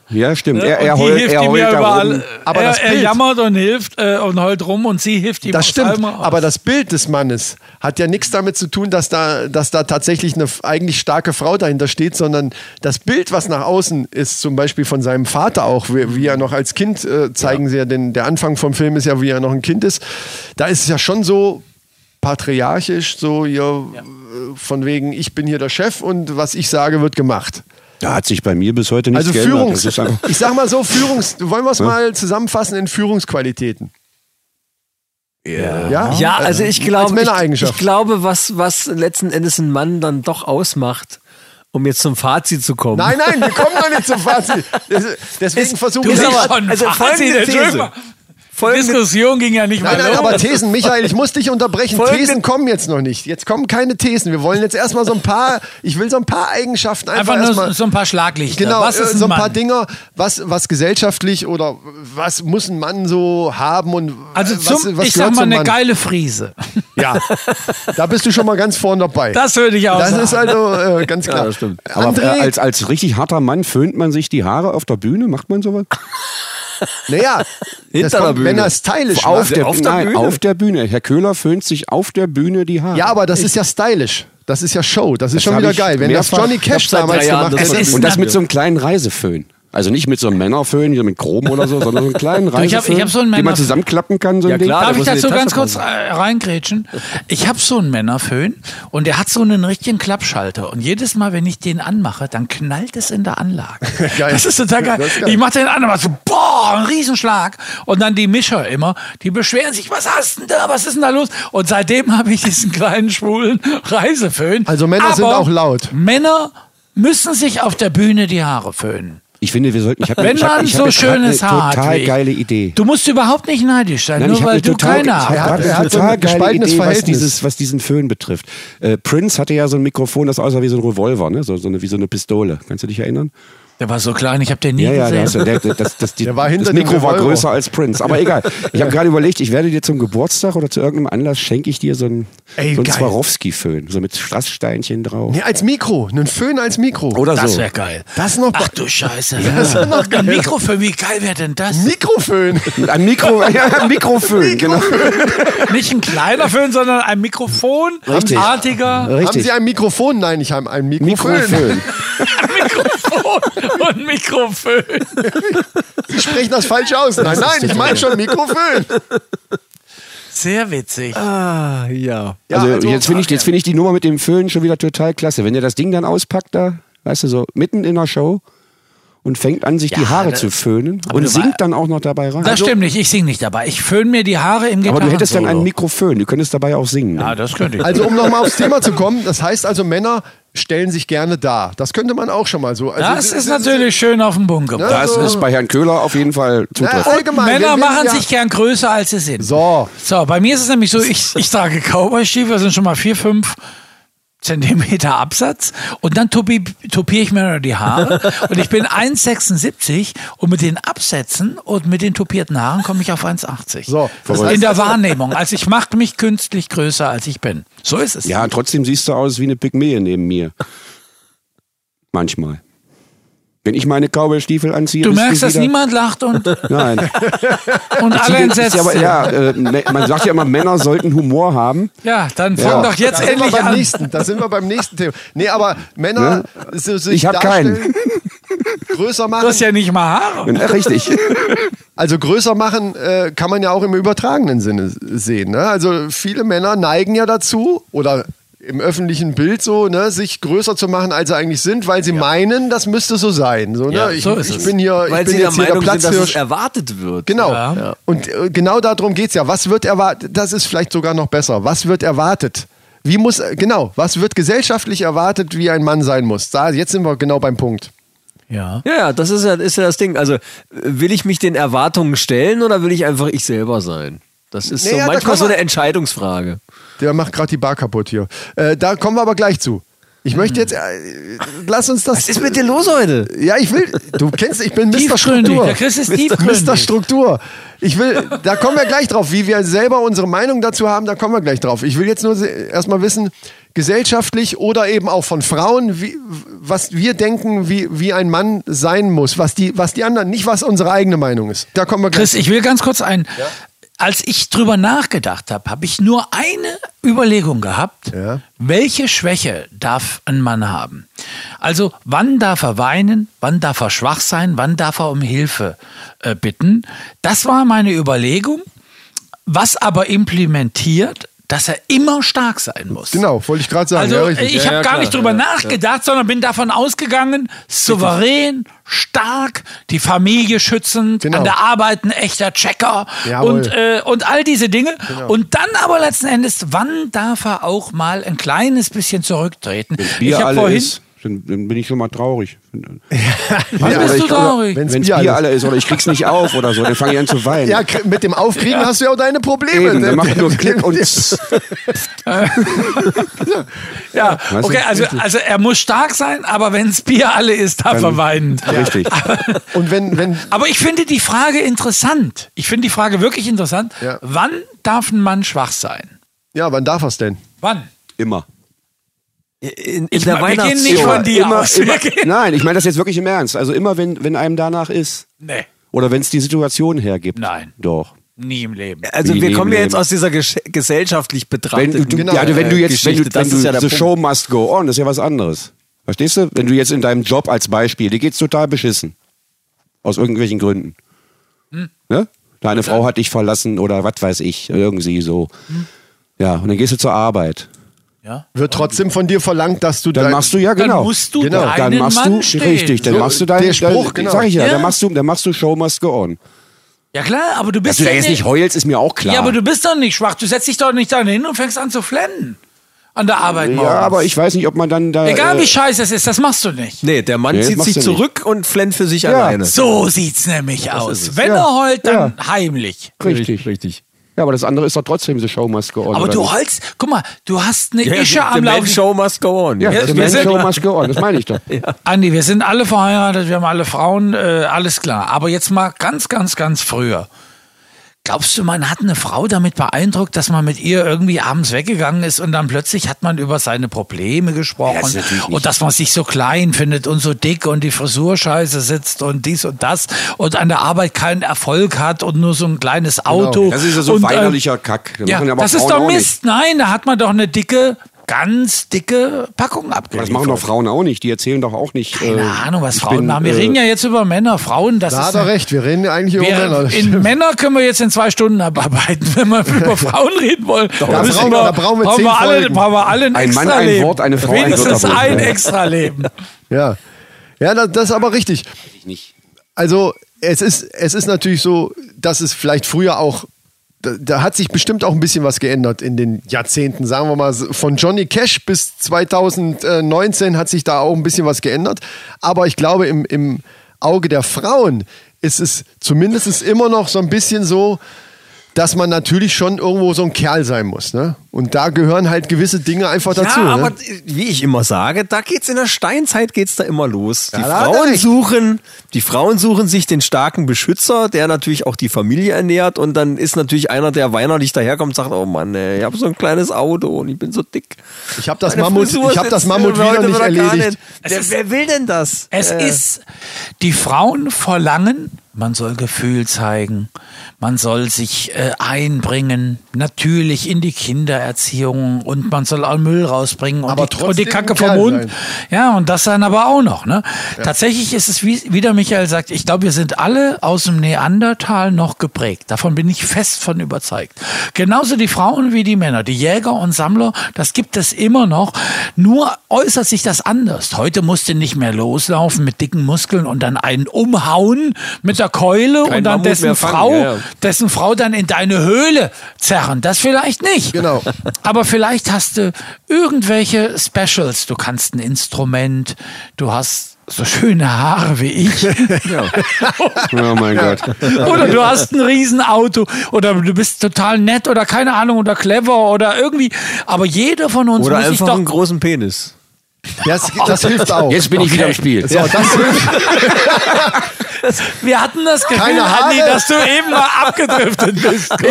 G: Ja, stimmt.
F: Ne?
G: Er, er
F: Und die
G: heult,
F: hilft
G: er
F: ihm
G: heult
F: ja
G: da
F: überall.
G: rum.
B: Aber
F: er,
B: das
F: er
B: Bild-
F: jammert und hilft äh, und heult rum und sie hilft ihm.
B: das
F: aus
B: stimmt,
F: allem aus.
B: aber das Bild des Mannes hat ja nichts damit zu tun, dass da, dass da tatsächlich eine f- eigentlich starke Frau dahinter steht, sondern das Bild, was nach außen ist, zum Beispiel von seinem Vater auch, wie, wie er noch als Kind äh, zeigen sie ja, den, der Anfang vom Film ist ja, wie er noch ein Kind ist. Da ist es ja schon so patriarchisch, so ja, äh, von wegen, ich bin hier der Chef und was ich sage, wird gemacht.
G: Da hat sich bei mir bis heute nichts
B: Also
G: geändert.
B: Führungs,
G: Das ist
B: [laughs]
G: einfach-
B: ich sag mal so, Führungs, wollen wir es mal zusammenfassen in Führungsqualitäten. Ja.
C: Ja, also ich
B: Als
C: glaube, ich,
B: Männereigenschaft.
C: ich glaube, was, was letzten Endes ein Mann dann doch ausmacht, um jetzt zum Fazit zu kommen.
B: Nein, nein, wir kommen noch nicht zum Fazit. Des- Deswegen versuchen
F: du
B: wir
F: bist
B: nicht-
F: aber- schon
C: also
F: Fazit,
C: folgende
F: Entschuldigung.
C: These. folgende,
F: Diskussion ging ja nicht
B: Nein,
F: mal
B: nein,
F: los.
B: aber Thesen, Michael, ich muss dich unterbrechen.
C: Folgende-
B: Thesen kommen jetzt noch nicht. Jetzt kommen keine Thesen. Wir wollen jetzt erstmal so ein paar, ich will so ein paar Eigenschaften einfach,
F: Einfach nur
B: erstmal.
F: so ein paar Schlaglichter.
B: Genau,
F: Was ist
B: äh,
F: ein
B: so ein
F: Mann?
B: paar Dinger, was, was gesellschaftlich oder was muss ein Mann so haben und
F: Also
B: äh,
F: zum,
B: was, was
F: ich sag
B: gehört
F: mal,
B: zum
F: eine
B: Mann?
F: geile Friese.
B: Ja, da bist du schon mal ganz vorne dabei.
F: Das würde ich auch
B: Das
F: sagen.
B: ist also äh, ganz klar.
C: das stimmt.
G: Aber
B: André,
G: äh, als, als richtig harter Mann föhnt man sich die Haare auf der Bühne? Macht
F: [laughs]
G: man sowas?
B: naja,
C: Hinter
B: das
C: der
B: kommt, wenn
C: Bühne.
B: er stylisch
G: Auf
B: macht.
G: der,
C: auf der
G: nein,
C: Bühne?
G: auf der Bühne. Herr Köhler föhnt sich auf der Bühne die Haare.
B: Ja, aber das ist ja stylisch. Das ist ja Show. Das ist schon
G: hab
B: wieder
G: ich
B: geil. Wenn das
G: mehrfach-
B: Johnny Cash
C: Ich hab seit
B: damals
C: drei Jahren
B: gemacht
C: das
B: hätte.
F: ist-
G: Und das
F: Na-
G: mit so einem kleinen Reiseföhn. Also nicht mit so einem Männerföhn, hier mit groben oder so, sondern so einem
F: [laughs]
G: kleinen
F: ich hab-
G: Reiseföhn,
F: ich hab so einen
G: den man
F: Männerföhn.
G: zusammenklappen kann. So ein
C: Ja,
G: Ding.
C: klar, Ah,
F: Darf ich
C: da muss in die
F: dazu
C: Tasche
F: ganz kurz
C: passen.
F: äh, reingrätschen? Ich habe so einen Männerföhn und der hat so einen richtigen Klappschalter. Und jedes Mal, wenn ich den anmache, dann knallt es in der Anlage.
B: [laughs] Geil.
F: Das ist total geil.
B: Das ist geil.
F: Ich mache den an und mach so, boah, ein Riesenschlag. Und dann die Mischer immer, die beschweren sich, was hast denn da, was ist denn da los? Und seitdem habe ich diesen kleinen schwulen Reiseföhn.
B: Also Männer sind auch laut.
F: Männer müssen sich auf der Bühne die Haare föhnen.
G: Ich finde, wir sollten. Ich hab,
F: Wenn
G: ich hab,
F: man
G: ich
F: so
G: hab jetzt grad
F: schönes
G: eine
F: Haar hat wie
G: Total
F: ich.
G: geile Idee.
F: Du musst überhaupt nicht neidisch
B: Äh,
F: sein, nur
G: hab
F: weil
G: eine
F: du keine
G: ich
F: Haare hast.
G: hab
B: hat-
G: grad
B: er
G: eine
B: hat so
G: total
B: ein
G: geile
B: gespaltenes
G: Idee, was,
B: Verhältnis.
G: dieses, was diesen Föhn betrifft. Äh, Prince hatte ja so ein Mikrofon, das aussah wie so ein Revolver, ne? so, so eine, wie so eine Pistole. Kannst du dich erinnern?
F: Der war so klein, ich habe den nie
G: Ja, ja, der,
F: gesehen.
G: also der, der, das, das, die,
B: Der war hinter
G: das
B: dem
G: Mikro war
B: Revolver.
G: größer als Prince. Aber egal. Ich habe gerade überlegt, ich werde dir zum Geburtstag oder zu irgendeinem Anlass schenke ich dir so einen,
B: Ey,
G: so einen
B: geil.
G: Swarovski-Föhn, so mit Strasssteinchen drauf.
B: Nee, als Mikro. Einen Föhn als Mikro.
G: Oder
F: das
G: so.
F: wäre geil.
B: Das noch-
F: Ach du Scheiße. Das ist noch geil. Ein Mikrofon, wie geil wäre denn das?
B: Mikroföhn.
G: Ein Mikro, [laughs] ja, ein Mikroföhn, genau.
F: Nicht ein kleiner Föhn, sondern ein
G: Richtig.
F: [laughs] Mikrofonartiger
B: Haben
G: Richtig.
B: Sie ein Mikrofon? Nein, ich habe ein Mikrofon. [laughs]
G: Mikroföhn.
F: Mikrofon und Mikrofön.
B: Sie sprechen das falsch aus. Nein, nein, ich meine schon Mikrofon.
F: Sehr witzig.
C: ah, ja.
B: Ja,
G: also,
B: also-
G: jetzt finde ich, jetzt finde ich die Nummer mit dem Föhn schon wieder total klasse. Wenn ihr das Ding dann auspackt, da, weißt du, so mitten in der Show und fängt an, sich die Haare
F: das-
G: zu föhnen
F: du
G: und
F: war-
G: singt dann auch noch dabei rein. Also,
F: Das stimmt nicht, ich singe nicht dabei. Ich föhne mir die Haare im
G: aber
F: Gitarren
G: du hättest dann einen Mikrofön, du könntest dabei auch singen.
F: Ja, das könnte ich.
B: Also, um nochmal aufs Thema zu kommen, das heißt also, Männer stellen sich gerne dar. Das könnte man auch schon mal so. Also,
F: das ist natürlich schön auf den Bunker.
B: Ja,
G: das ist bei Herrn Köhler auf jeden Fall
B: Na,
G: zutreffend.
B: allgemein, wir-
F: Männer
B: wir-
F: machen
B: ja.
F: sich gern größer, als sie sind.
B: So.
F: So, bei mir ist es nämlich so, ich, ich trage Cowboy-Stiefel, sind schon mal vier, fünf Zentimeter Absatz und dann topi, topiere ich mir noch die Haare und ich bin 1,76 und mit den Absätzen und mit den topierten Haaren komme ich auf 1,80.
B: So,
F: das
B: verrückt.
F: in der Wahrnehmung. Also ich mache mich künstlich größer, als ich bin. So ist es.
G: Ja, und trotzdem siehst du aus wie eine Pygmäe neben mir. Manchmal. Wenn ich meine Cowboy-Stiefel anziehe,
F: Du
G: bist
F: merkst, dass
G: wieder-
F: niemand lacht und,
G: [laughs] Nein.
F: und alle entsetzt
G: ja, aber,
F: sind. Ja,
G: ja, äh, man sagt ja immer, Männer sollten Humor haben.
F: dann fang doch
B: Da
F: jetzt
B: sind, wir
F: endlich
B: beim
F: an.
B: nächsten, da sind wir beim nächsten Thema. Nee, aber Männer so, sich
G: Ich hab
B: darstellen, größer machen.
F: Du hast ja nicht mal Haare.
G: Ja, Äh, Richtig.
B: Also größer machen äh, kann man ja auch im übertragenen Sinne sehen. Ne? Also viele Männer neigen ja dazu oder im öffentlichen Bild so, ne, sich größer zu machen, als sie eigentlich sind, weil sie meinen, das müsste so sein. So, ne?
F: Ja,
B: ich,
F: so ist
B: ich
F: es.
B: bin hier,
C: Weil
B: ich bin
C: sie der
B: jetzt hier der
C: Meinung sind, dass
B: Platzhirsch.
C: es erwartet wird.
B: Genau.
F: Ja.
B: Und äh, genau darum geht es ja. Was wird erwartet? Das ist vielleicht sogar noch besser. Was wird erwartet? Wie muss, äh, genau, was wird gesellschaftlich erwartet, wie ein Mann sein muss? Da, jetzt sind wir genau beim Punkt.
F: Ja.
C: Ja, ja, das ist ja, ist ja das Ding. Also, äh, will ich mich den Erwartungen stellen oder will ich einfach ich selber sein? Das ist
B: Naja,
C: so
B: da
C: manchmal
B: kann
C: so
B: man-
C: eine Entscheidungsfrage.
B: Der macht gerade die Bar kaputt hier. Äh, da kommen wir aber gleich zu. Ich möchte jetzt, äh, lass uns das.
C: Hm. Was ist mit dir los heute?
B: Ja, ich will, du kennst, ich bin Mr.
F: Tiefgründig,
B: Struktur.
F: der Chris ist
B: Mr.
F: tiefgründig.
B: Mr. Struktur. Ich will, da kommen wir gleich drauf, wie wir selber unsere Meinung dazu haben, da kommen wir gleich drauf. Ich will jetzt nur se- erstmal wissen, gesellschaftlich oder eben auch von Frauen, wie, was wir denken, wie, wie ein Mann sein muss, was die, was die anderen, nicht was unsere eigene Meinung ist. Da kommen wir gleich.
F: Chris, ich will ganz kurz ein. Als ich drüber nachgedacht habe, habe ich nur eine Überlegung gehabt.
B: Ja.
F: Welche Schwäche darf ein Mann haben? Also, wann darf er weinen? Wann darf er schwach sein? Wann darf er um Hilfe äh, bitten? Das war meine Überlegung. Was aber implementiert, dass er immer stark sein muss.
B: Genau, wollte ich gerade sagen.
F: Also
B: ja, richtig.
F: ich habe
C: Ja, ja,
F: gar
C: klar.
F: nicht drüber
C: Ja,
F: nachgedacht, sondern bin davon ausgegangen, souverän, stark, die Familie schützend,
B: Genau.
F: an der Arbeit ein echter Checker
B: Jawohl.
F: und, äh, und all diese Dinge. Und dann aber letzten Endes, wann darf er auch mal ein kleines bisschen zurücktreten?
G: Bier
F: hab
G: alle ist, dann, dann bin ich schon mal traurig.
F: [laughs] Dann
G: oder
F: bist du
G: ich- oder
F: traurig.
B: Wenn's
G: Wenn es
B: Bier
G: Bier,
B: alles-
G: alle ist oder ich krieg's nicht auf oder so, dann fange ich an zu [laughs] weinen.
B: Ja, kr- mit dem Aufkriegen hast du ja auch deine Probleme.
G: Eben, dann
B: Der-
G: macht nur Klick und
F: Ja,
G: Weißt du?
F: okay, also, also er muss stark sein, aber wenn's Bier alle ist, darf er
G: Dann-
F: weinen.
G: richtig.
B: [laughs] Und wenn, wenn,
F: [laughs] Aber ich finde die Frage interessant. Ich finde die Frage wirklich interessant.
B: Ja.
F: Wann darf ein Mann schwach sein?
B: ja, wann darf er's denn?
F: Wann?
G: [laughs] immer.
C: In, in
F: Ich
C: der
F: meine, wir gehen
C: Weihnachts
F: nicht
G: Immer,
F: von dir
G: immer,
F: aus.
G: immer. Nein, ich meine das jetzt wirklich im Ernst. Also immer, wenn, wenn einem danach ist.
F: Nee,
G: Oder wenn es die Situation hergibt.
F: Nein.
G: Doch.
F: nie im Leben.
C: Also
G: Wie
C: wir
G: Leben
C: kommen ja jetzt
G: leben.
C: aus dieser gesch- gesellschaftlich
G: Wenn du,
C: betrachteten
G: du,
B: Genau.
G: ja, du, wenn du
C: äh,
G: jetzt, wenn du,
C: Geschichte, das
G: wenn du
C: ist ja der
G: the
C: Punkt.
G: show must go on, das ist ja was anderes. Verstehst du? Wenn du jetzt in deinem Job als Beispiel, dir geht's total beschissen. Aus irgendwelchen Gründen.
F: Hm.
G: Ne? Deine Frau hat dich verlassen oder was weiß ich, irgendwie so.
F: Hm.
G: Ja, und dann gehst du zur Arbeit.
F: Ja?
B: Wird trotzdem von dir verlangt, dass du
G: Dann
B: dein-
G: machst du ja
F: Dann
G: genau.
F: musst du
B: Genau.
F: deinen
G: dann machst
F: Mann
G: du
F: stehen.
G: richtig, dann
B: So,
G: machst du deinen
B: der Spruch,
G: dann,
B: genau.
G: Sag ich ja,
F: Ja.
G: dann machst du, dann machst du Show must go on.
F: Ja klar, aber du
G: Dass
F: bist
G: du da
F: ja
G: jetzt nicht heulst, ist mir auch klar.
F: Ja, aber du bist doch nicht schwach. Du setzt dich doch nicht da hin und fängst an zu flennen. An der Arbeit
G: ja,
F: morgens.
G: aber ich weiß nicht, ob man dann da.
F: Egal wie
G: äh,
F: scheiße es ist, das machst du nicht.
C: Nee, der Mann
G: Nee,
C: zieht
G: machst
C: sich
G: du nicht.
C: zurück und flennt für sich alleine.
F: So sieht's nämlich aus. Wenn
G: Ja.
F: er heult, dann heimlich.
G: richtig.
C: richtig.
G: Ja, aber das andere ist doch trotzdem The Show must go on.
F: Aber
G: oder
F: du
G: nicht?
F: heulst, guck mal, du hast eine
C: Ja,
F: Ische
C: the
F: am
C: man
F: Laufen.
C: show must go on.
G: Ja,
F: Ja,
G: The
F: wir
G: Man
F: sind-
G: Show must go on, das meine
F: [laughs]
G: ich doch.
F: Andi, wir sind alle verheiratet, wir haben alle Frauen, äh, alles klar. Aber jetzt mal ganz, ganz, ganz früher. Glaubst du, man hat eine Frau damit beeindruckt, dass man mit ihr irgendwie abends weggegangen ist und dann plötzlich hat man über seine Probleme gesprochen und dass man sich so klein findet und so dick und die Frisur scheiße sitzt und dies und das und an der Arbeit keinen Erfolg hat und nur so ein kleines Auto.
G: Genau. Das ist ja so
F: und, ähm,
G: weinerlicher Kack. Das
F: ja,
G: machen aber
F: das ist
G: Frauen
F: doch
G: auch
F: Mist. Nein, da hat man doch eine dicke, ganz dicke Packung
G: Nicht.
F: abgeliefert.
G: Das machen doch Frauen auch nicht. Die erzählen doch auch nicht.
F: Keine
G: äh,
B: Ähm,
F: Ahnung, was
G: ich
F: Frauen
G: bin,
F: machen. Wir
G: äh,
F: reden ja jetzt über Männer. Frauen, das
B: Da
F: ist.
B: hat er recht, wir reden ja eigentlich über
F: wir,
B: Männer.
F: in Männer können wir jetzt in zwei Stunden abarbeiten, wenn
B: [laughs]
F: wir über Frauen reden wollen.
B: da
F: müssen
B: brauchen wir- da brauchen wir
F: brauchen
B: zehn
F: wir alle,
B: Folgen.
F: brauchen wir alle ein,
G: Ein Mann, ein
F: Extraleben.
G: Wort, eine Frau, ein
F: Wenigstens
G: Wörterbuch.
F: ein
G: Ja.
F: Extraleben.
B: [laughs] Ja, ja das, das ist aber richtig. Also es ist, es ist natürlich so, dass es vielleicht früher auch, da, da hat sich bestimmt auch ein bisschen was geändert in den Jahrzehnten, sagen wir mal, von Johnny Cash bis 2019 hat sich da auch ein bisschen was geändert. Aber ich glaube, im, im Auge der Frauen ist es zumindest immer noch so ein bisschen so, dass man natürlich schon irgendwo so ein Kerl sein muss. Ne? Und da gehören halt gewisse Dinge einfach dazu.
C: ja, aber
B: ne?
C: wie ich immer sage, da geht's in der Steinzeit geht's da immer los. Die
B: Ja, da hat er
C: Frauen
B: recht.
C: suchen, die Frauen suchen sich den starken Beschützer, der natürlich auch die Familie ernährt und dann ist natürlich einer, der weinerlich daherkommt und sagt, oh Mann, ey, ich habe so ein kleines Auto und ich bin so dick.
B: Ich habe das
C: Meine
B: Mammut,
C: Frisur
B: ich hab
C: sitzt
B: das Mammut wieder
C: heute
B: nicht
C: wieder gar
B: erledigt.
C: nicht. Wer, wer will denn das?
F: Es
C: Äh,
F: ist, die Frauen verlangen, man soll Gefühl zeigen, man soll sich äh, einbringen, natürlich in die Kindererziehung und man soll auch Müll rausbringen und,
B: Aber
F: die,
B: trotzdem
F: und die Kacke
B: ein Kerl
F: vom Mund.
B: sein.
F: Ja, und das dann aber auch noch. Ne? Tatsächlich ist es, wie, wie der Michael sagt, ich glaube, wir sind alle aus dem Neandertal noch geprägt. Davon bin ich fest von überzeugt. Genauso die Frauen wie die Männer, die Jäger und Sammler, das gibt es immer noch. Nur äußert sich das anders. Heute musst du nicht mehr loslaufen mit dicken Muskeln und dann einen umhauen mit der Keule
C: Kein
F: und dann
C: Mammut
F: dessen
C: mehr fangen,
F: Frau,
C: ja, ja.
F: dessen Frau dann in deine Höhle zerren. Das vielleicht nicht.
B: Genau.
F: Aber vielleicht hast du irgendwelche Specials. Du kannst ein Instrument, du hast so schöne Haare wie ich.
G: Oh mein Gott.
F: [laughs] oder du hast ein Riesenauto. Oder du bist total nett oder keine Ahnung oder clever oder irgendwie. Aber jeder von uns
C: oder
F: muss sich
C: einfach
F: doch.
C: einen großen Penis.
B: Das, das hilft auch.
G: Jetzt bin ich wieder im Spiel.
B: so, das hilft.
F: Wir hatten das Gefühl,
B: Keine Haare.
F: Andi, dass du eben mal abgedriftet bist. [laughs]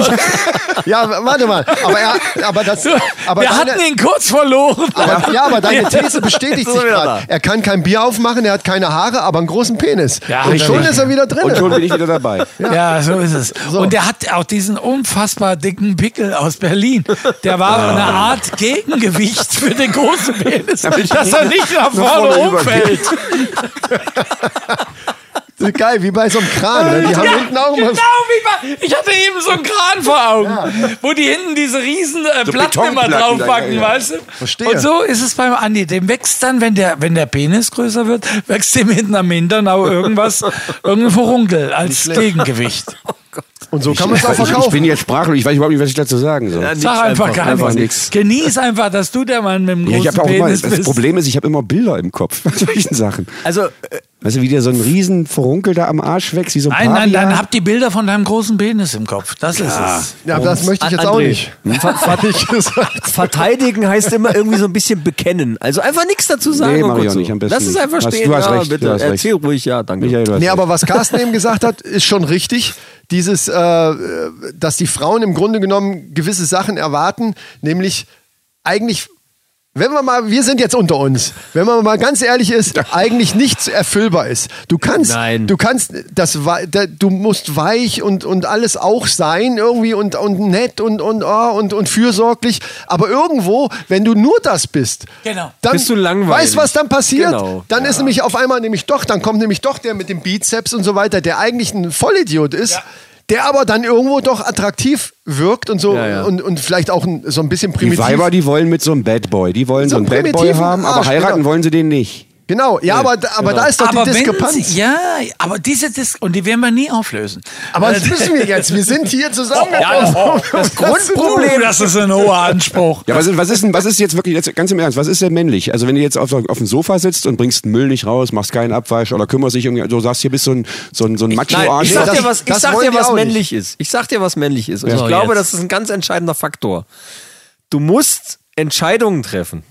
B: Ja, warte mal. Aber, er, aber das. Aber
F: Wir
B: deine,
F: hatten ihn kurz verloren.
B: aber, ja,
F: [laughs]
B: aber deine These bestätigt
C: Jetzt
B: sich
C: ist er wieder
B: gerade. Er kann kein Bier aufmachen, er hat keine Haare, aber einen großen Penis.
F: Ja,
B: Und schon
F: richtig.
B: ist er wieder drin.
G: Und
B: [laughs]
G: schon bin ich wieder dabei.
F: Ja, so [laughs] ist es. Und der hat auch diesen unfassbar dicken Pickel aus Berlin. Der war eine Art Gegengewicht für den großen Penis, dass er nicht nach vorne
G: vorne
F: umfällt.
B: Das ist Geil, wie bei so einem Kran. Ne? Die haben
F: Ja,
B: unten auch
F: genau
B: immer.
F: wie bei, ich hatte eben so einen Kran vor Augen, wo die hinten diese riesen äh, Platten immer
G: Betonplatten da,
F: draufpacken,
G: ja, ja.
F: weißt du?
B: Verstehe.
F: Und so ist es beim Andi. Dem wächst dann, wenn der, wenn der Penis größer [laughs] wird, wächst dem hinten am Hintern auch irgendwas, irgendein Verunkel als Gegengewicht.
B: Und so kann man es auch
G: Ich, ich
B: verkaufen.
G: bin jetzt sprachlos, ich weiß überhaupt nicht, was ich dazu sagen soll.
F: Sag
C: Ja, nichts
F: einfach, gar
G: einfach
F: nichts.
G: nichts.
F: Genieß einfach, dass du der Mann mit dem
G: Ja,
F: großen
G: ich hab auch immer,
F: Penis
G: das
F: bist.
G: Problem ist, ich habe immer Bilder im Kopf [laughs] bei solchen Sachen.
C: Also,
G: Weißt du, wie dir so ein riesen Verunkel da am Arsch wächst, wie so ein
F: Nein, nein,
G: Pavian?
F: dann hab die Bilder von deinem großen Penis im Kopf. Das ist
B: Ja, das möchte ich jetzt
C: André.
B: auch nicht.
C: [laughs] Ver ver
B: Hatte ich gesagt.
C: verteidigen heißt immer irgendwie so ein bisschen bekennen. Also einfach nichts dazu sagen.
G: Nee,
F: Oh
C: und
G: mach ich
C: gut
G: auch
C: so.
G: nicht, am besten
C: Lass es einfach
G: nicht. Hast-
C: stehen.
G: du hast
C: ja,
G: recht, du
C: bitte.
G: hast recht.
C: Erzähl ruhig, ja, danke.
G: Michael, du hast
B: Nee,
G: recht.
B: aber was Carsten eben gesagt hat, ist schon richtig. Dieses, äh, dass die Frauen im Grunde genommen gewisse Sachen erwarten, nämlich eigentlich, wenn wir mal, wir sind jetzt unter uns, wenn man mal ganz ehrlich ist, eigentlich nichts erfüllbar ist. Du kannst,
C: Nein.
B: du kannst, das, wei- da- du musst weich und, und alles auch sein irgendwie und, und nett und, und, oh, und, und fürsorglich, aber irgendwo, wenn du nur das bist,
F: Genau.
B: dann
C: Bist du langweilig.
B: Weißt du, was dann passiert?
C: Genau.
B: Dann ist nämlich auf einmal nämlich doch, dann kommt nämlich doch der mit dem Bizeps und so weiter, der eigentlich ein Vollidiot ist, der aber dann irgendwo doch attraktiv wirkt und so
C: Ja, ja.
B: Und, und vielleicht auch ein, so ein bisschen
G: Die
B: primitiv.
G: Weiber, die wollen mit so einem Bad Boy. Die wollen
B: So
G: so, einen Bad Boy
B: primitiven
G: haben,
B: Arsch,
G: aber heiraten
B: genau.
G: wollen sie den nicht.
B: genau, ja, aber, aber da ist doch
F: aber
B: die
F: wenn,
B: Diskrepanz.
F: ja, aber diese Dis und die werden wir nie auflösen.
B: Aber
F: Äh,
B: das müssen wir jetzt. Wir sind
F: [laughs]
B: hier zusammen.
F: Oh, ja,
B: [laughs]
F: das-
B: das
F: Grundproblem, das ist ein hoher Anspruch.
G: Ja, was ist, was ist denn, was ist jetzt wirklich, jetzt ganz im Ernst, was ist denn männlich? Also wenn du jetzt auf, auf dem Sofa sitzt und bringst den Müll nicht raus, machst keinen Abwasch oder kümmerst dich irgendwie, du sagst, hier bist so ein, so ein, so ein
C: Nein,
G: Macho-Arsch.
C: ich sag
B: das-
C: dir was, ich
B: das
C: sag
B: wollen
C: dir,
B: die
C: was
B: auch
C: männlich ist. Ich sag dir, was männlich ist. Und
F: So,
G: Oh,
C: ich glaube,
F: jetzt.
C: das ist ein ganz entscheidender Faktor. Du musst Entscheidungen treffen.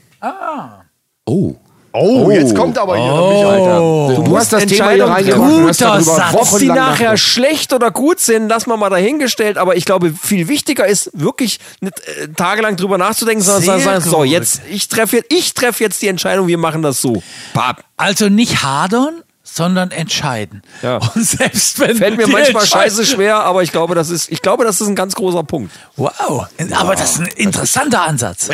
G: Oh.
B: Oh, jetzt kommt aber hier noch mich, Alter.
G: Du, hast das Thema hier
C: Entscheidungen
G: reingebracht.
C: treffen.
G: und hast darüber
F: Guter Satz,
G: wochenlang
C: Ob die nachher
G: nachgedacht.
C: schlecht oder gut sind, lassen wir mal dahingestellt. Aber ich glaube, viel wichtiger ist wirklich nicht äh, tagelang drüber nachzudenken, sondern zu
F: Sehr
C: sagen, so,
F: gut.
C: jetzt, ich treffe jetzt- ich treff jetzt die Entscheidung, wir machen das so. Bab.
F: Also nicht hadern, sondern entscheiden.
C: Ja.
F: Und selbst wenn
C: Fällt mir
F: die
C: manchmal
F: Entscheid-
C: scheiße schwer, aber ich glaube, das ist, ich glaube, das ist ein ganz großer Punkt.
F: Wow, aber das ist ein interessanter Ansatz.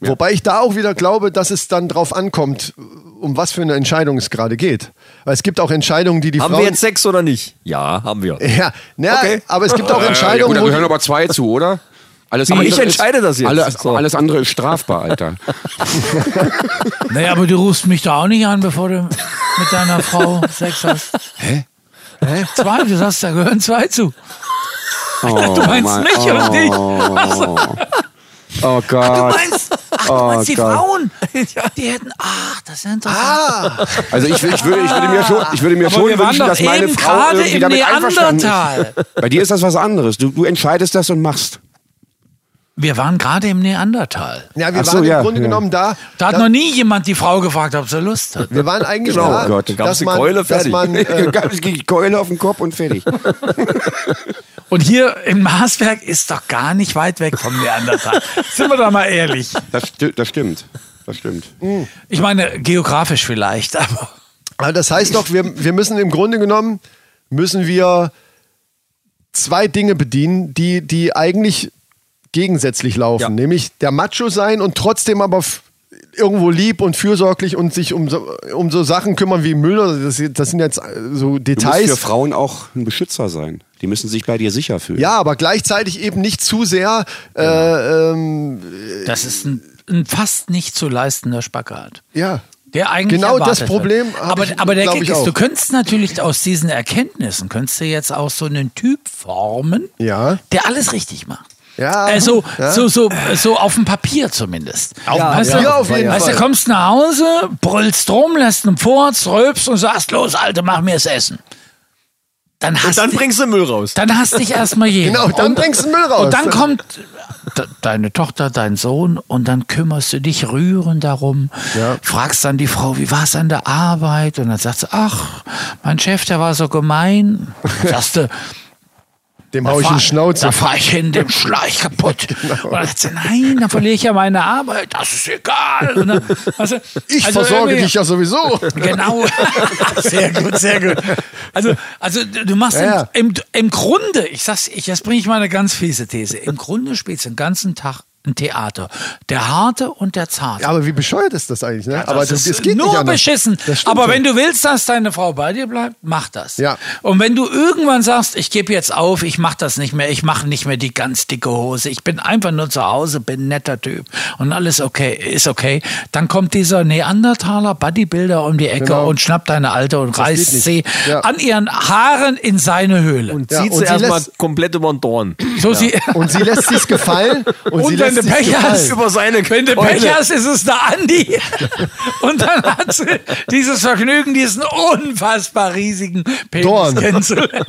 B: Wobei ich da auch wieder glaube, dass es dann drauf ankommt, um was für eine Entscheidung es gerade geht. Weil es gibt auch Entscheidungen, die die
C: Haben
B: Frauen.
C: wir jetzt Sex oder nicht? Ja, haben wir.
B: [laughs] ja, na,
C: Okay.
B: aber es gibt auch
G: Ja, gut,
B: Entscheidungen,
G: da
B: wo die-
G: gehören aber zwei zu, oder? Alles
C: Aber
G: andere
C: ich entscheide das jetzt.
G: Alles,
C: So.
G: alles andere ist strafbar, Alter.
F: Naja, aber du rufst mich da auch nicht an, bevor du mit deiner Frau Sex hast. Hä? Zwei, du sagst, da gehören zwei zu.
G: Oh,
F: Du meinst
G: Mann.
F: mich
G: oh,
F: und dich.
G: oh
F: Du
G: Gott.
F: meinst, ach,
G: Oh,
F: du meinst die Frauen. Die hätten, ach, das ist ja interessant.
B: Ah,
G: Also ich, ich, würde, ich würde mir schon, ich würde mir
F: Aber
G: schon
F: wir waren
G: wünschen,
F: doch
G: dass meine
F: eben
G: Frau
F: gerade
G: irgendwie
F: im
G: damit einverstanden
F: Neandertal.
G: ist. Bei dir ist das was anderes. Du, du entscheidest das und machst.
F: Wir waren gerade im Neandertal.
B: Ja, wir
G: Ach so,
B: waren
G: ja,
B: im Grunde
G: ja.
B: genommen da.
F: Da hat
B: da-
F: noch nie jemand die Frau gefragt, ob sie Lust hat.
B: wir waren eigentlich
G: Genau,
B: da,
G: oh Gott, da
B: dass
C: gab's die
B: man,
C: Keule,
B: dass
C: fertig.
G: [laughs]
B: man äh,
G: Ich krieg Keule auf den Kopf und fertig.
F: Und hier im Maßwerk ist doch gar nicht weit weg vom Neandertal.
G: [laughs]
F: Sind wir da mal ehrlich.
G: Das, sti- das stimmt. Das
B: [laughs]
G: stimmt.
B: Hm.
F: Ich meine, geografisch vielleicht, aber.
B: aber das heißt doch, wir, wir müssen im Grunde genommen müssen wir zwei Dinge bedienen, die, die eigentlich gegensätzlich laufen,
C: Ja.
B: nämlich der Macho sein und trotzdem aber f- irgendwo lieb und fürsorglich und sich um so, um so Sachen kümmern wie Müll. oder Das, das sind jetzt äh, so
G: Du musst
B: Details.
G: für Frauen auch ein Beschützer sein. Die müssen sich bei dir sicher fühlen.
B: ja, aber gleichzeitig eben nicht zu sehr
G: Genau.
B: äh, ähm,
F: Das ist ein, ein fast nicht zu leistender Spagat.
B: ja.
F: Der eigentlich
B: Genau
F: erwartet
B: das
F: wird.
B: Problem hab
F: Aber,
B: ich,
F: aber der
B: glaub
F: Kick
B: ich,
F: ist,
B: auch.
F: du könntest natürlich aus diesen Erkenntnissen, könntest du jetzt auch so einen Typ formen,
B: Ja.
F: der alles richtig macht.
B: Ja.
F: Äh, so,
B: Ja.
F: so, so, so auf dem Papier zumindest. Auf
B: dem Papier auf jeden
F: weißt
B: Fall.
F: du, kommst nach Hause, brüllst rum, lässt einen Furz, rülpst und sagst, los, Alter, mach mir das Essen. Dann hast,
C: Dann
F: du-
C: bringst du Müll raus.
F: dann hast dich erstmal jeder.
B: [laughs] Genau, dann
F: Und-
B: bringst du den Müll raus.
F: Und dann kommt de- deine Tochter, dein Sohn und dann kümmerst du dich rührend darum. Fragst dann die Frau, wie war es an der Arbeit? Und dann sagt sie, ach, mein Chef, der war so gemein. Dann sagst du,
B: Dem [laughs] hau ich Genau.
F: fahr-
B: in die Schnauze.
F: Da fahre ich hin, dem Schleich
B: [laughs]
F: kaputt. Und dann sagt sie, nein, dann verliere ich ja meine Arbeit. Das ist egal. Und dann, weißt du,
B: Ich
F: also
B: versorge
F: irgendwie-
B: dich ja sowieso. [laughs]
F: Genau. [laughs] Sehr gut, sehr gut. Also, also du machst
B: Ja,
F: Im, im, im Grunde, ich sag's, ich, jetzt bringe ich mal eine ganz fiese These. Im Grunde spielst du den ganzen Tag ein Theater. Der harte und der zarte.
B: Ja, aber wie bescheuert ist das eigentlich? Ne? aber das, das geht
F: nur
B: nicht anders.
F: beschissen.
B: Das stimmt
F: Aber
B: schon.
F: wenn du willst, dass deine Frau bei dir bleibt, mach das.
B: Ja.
F: Und wenn du irgendwann sagst, ich gebe jetzt auf, ich mach das nicht mehr, ich mache nicht mehr die ganz dicke Hose, ich bin einfach nur zu Hause, bin ein netter Typ und alles okay, ist okay, dann kommt dieser Neandertaler Bodybuilder um die Ecke
B: Genau.
F: und schnappt deine Alte und
B: geht
F: reißt
B: nicht.
F: sie
B: Ja.
F: an ihren Haaren in seine Höhle.
C: Und
B: Ja,
C: zieht
B: und
C: sie
B: sie
C: erstmal
B: lässt-
C: komplett über den Dorn.
F: so sie
B: Und sie lässt sich's
F: [laughs]
B: gefallen. Und, sie
F: Und wenn du
B: lässt sich's
F: Pech
B: gefallen.
F: hast,
C: Über seine
F: wenn du Pech
C: Freunde.
F: hast, ist es der Andi. [laughs] Und dann hat sie dieses Vergnügen, diesen unfassbar riesigen Penis
B: Dorn.
F: kennenzulernen.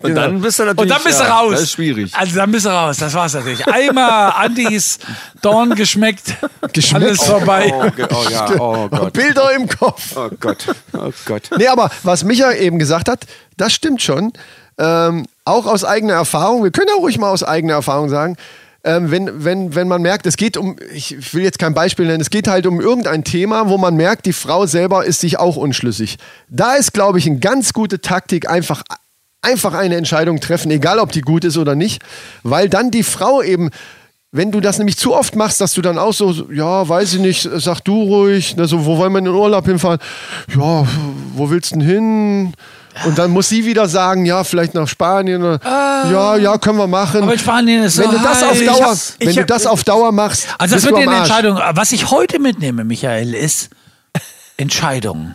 C: Und dann bist du natürlich.
F: Und dann bist du
C: ja,
F: raus.
C: Das ist schwierig.
F: Also dann bist du raus. Das war's natürlich. Einmal Andis Dorn geschmeckt.
B: Geschmeckt?
F: Alles vorbei.
G: Oh, ge- oh, ja. oh Gott.
B: Bilder im Kopf.
G: Oh Gott. Oh Gott.
B: Nee, aber was Micha eben gesagt hat, das stimmt schon. Ähm, auch aus eigener Erfahrung, wir können ja ruhig mal aus eigener Erfahrung sagen, ähm, wenn, wenn, wenn man merkt, es geht um, ich will jetzt kein Beispiel nennen, es geht halt um irgendein Thema, wo man merkt, die Frau selber ist sich auch unschlüssig. Da ist, glaube ich, eine ganz gute Taktik, einfach einfach eine Entscheidung treffen, egal ob die gut ist oder nicht, weil dann die Frau eben, wenn du das nämlich zu oft machst, dass du dann auch so, so, ja, weiß ich nicht, sag du ruhig, ne, so, wo wollen wir in den Urlaub hinfahren? Ja, wo willst du denn hin? Und dann muss sie wieder sagen, ja, vielleicht nach Spanien oder ja, ja, können wir machen.
F: Ah. aber Spanien ist so
B: wenn du das
F: heiß.
B: auf
F: Ich
B: Dauer,
F: hab- ich
B: wenn du
F: hab-
B: das auf Dauer machst,
F: Also das
B: bist
F: wird
B: du
F: dir
B: am
F: eine
B: Arsch.
F: Entscheidung. Was ich heute mitnehme, Michael, ist Entscheidungen.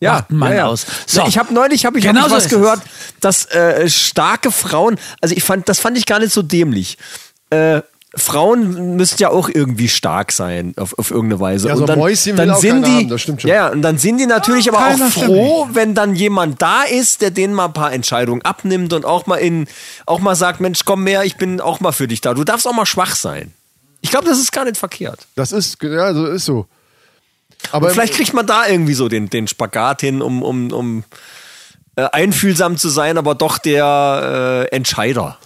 F: Macht einen Mann aus.
C: So. Ich habe neulich hab ich hab
F: Genau
C: ich
F: so
C: was
F: ist es.
C: gehört, dass äh, starke Frauen, also ich fand, das fand ich gar nicht so dämlich. Äh, Frauen müssen ja auch irgendwie stark sein, auf, auf irgendeine Weise.
B: Ja, so ein Mäuschen will
C: dann
B: auch
C: sind
B: keiner
C: die,
B: haben, das stimmt schon.
C: Ja, ja, und dann sind die natürlich aber auch
F: keiner stimmt
C: froh, wenn dann jemand da ist, der denen mal ein paar Entscheidungen abnimmt und auch mal in, auch mal sagt, Mensch, komm mehr, ich bin auch mal für dich da. Du darfst auch mal schwach sein. Ich glaube, das ist gar nicht verkehrt.
B: Das ist, ja, so ist so. Aber
C: Vielleicht kriegt man da irgendwie so den, den Spagat hin, um, um, um äh, einfühlsam zu sein, aber doch der äh, Entscheider.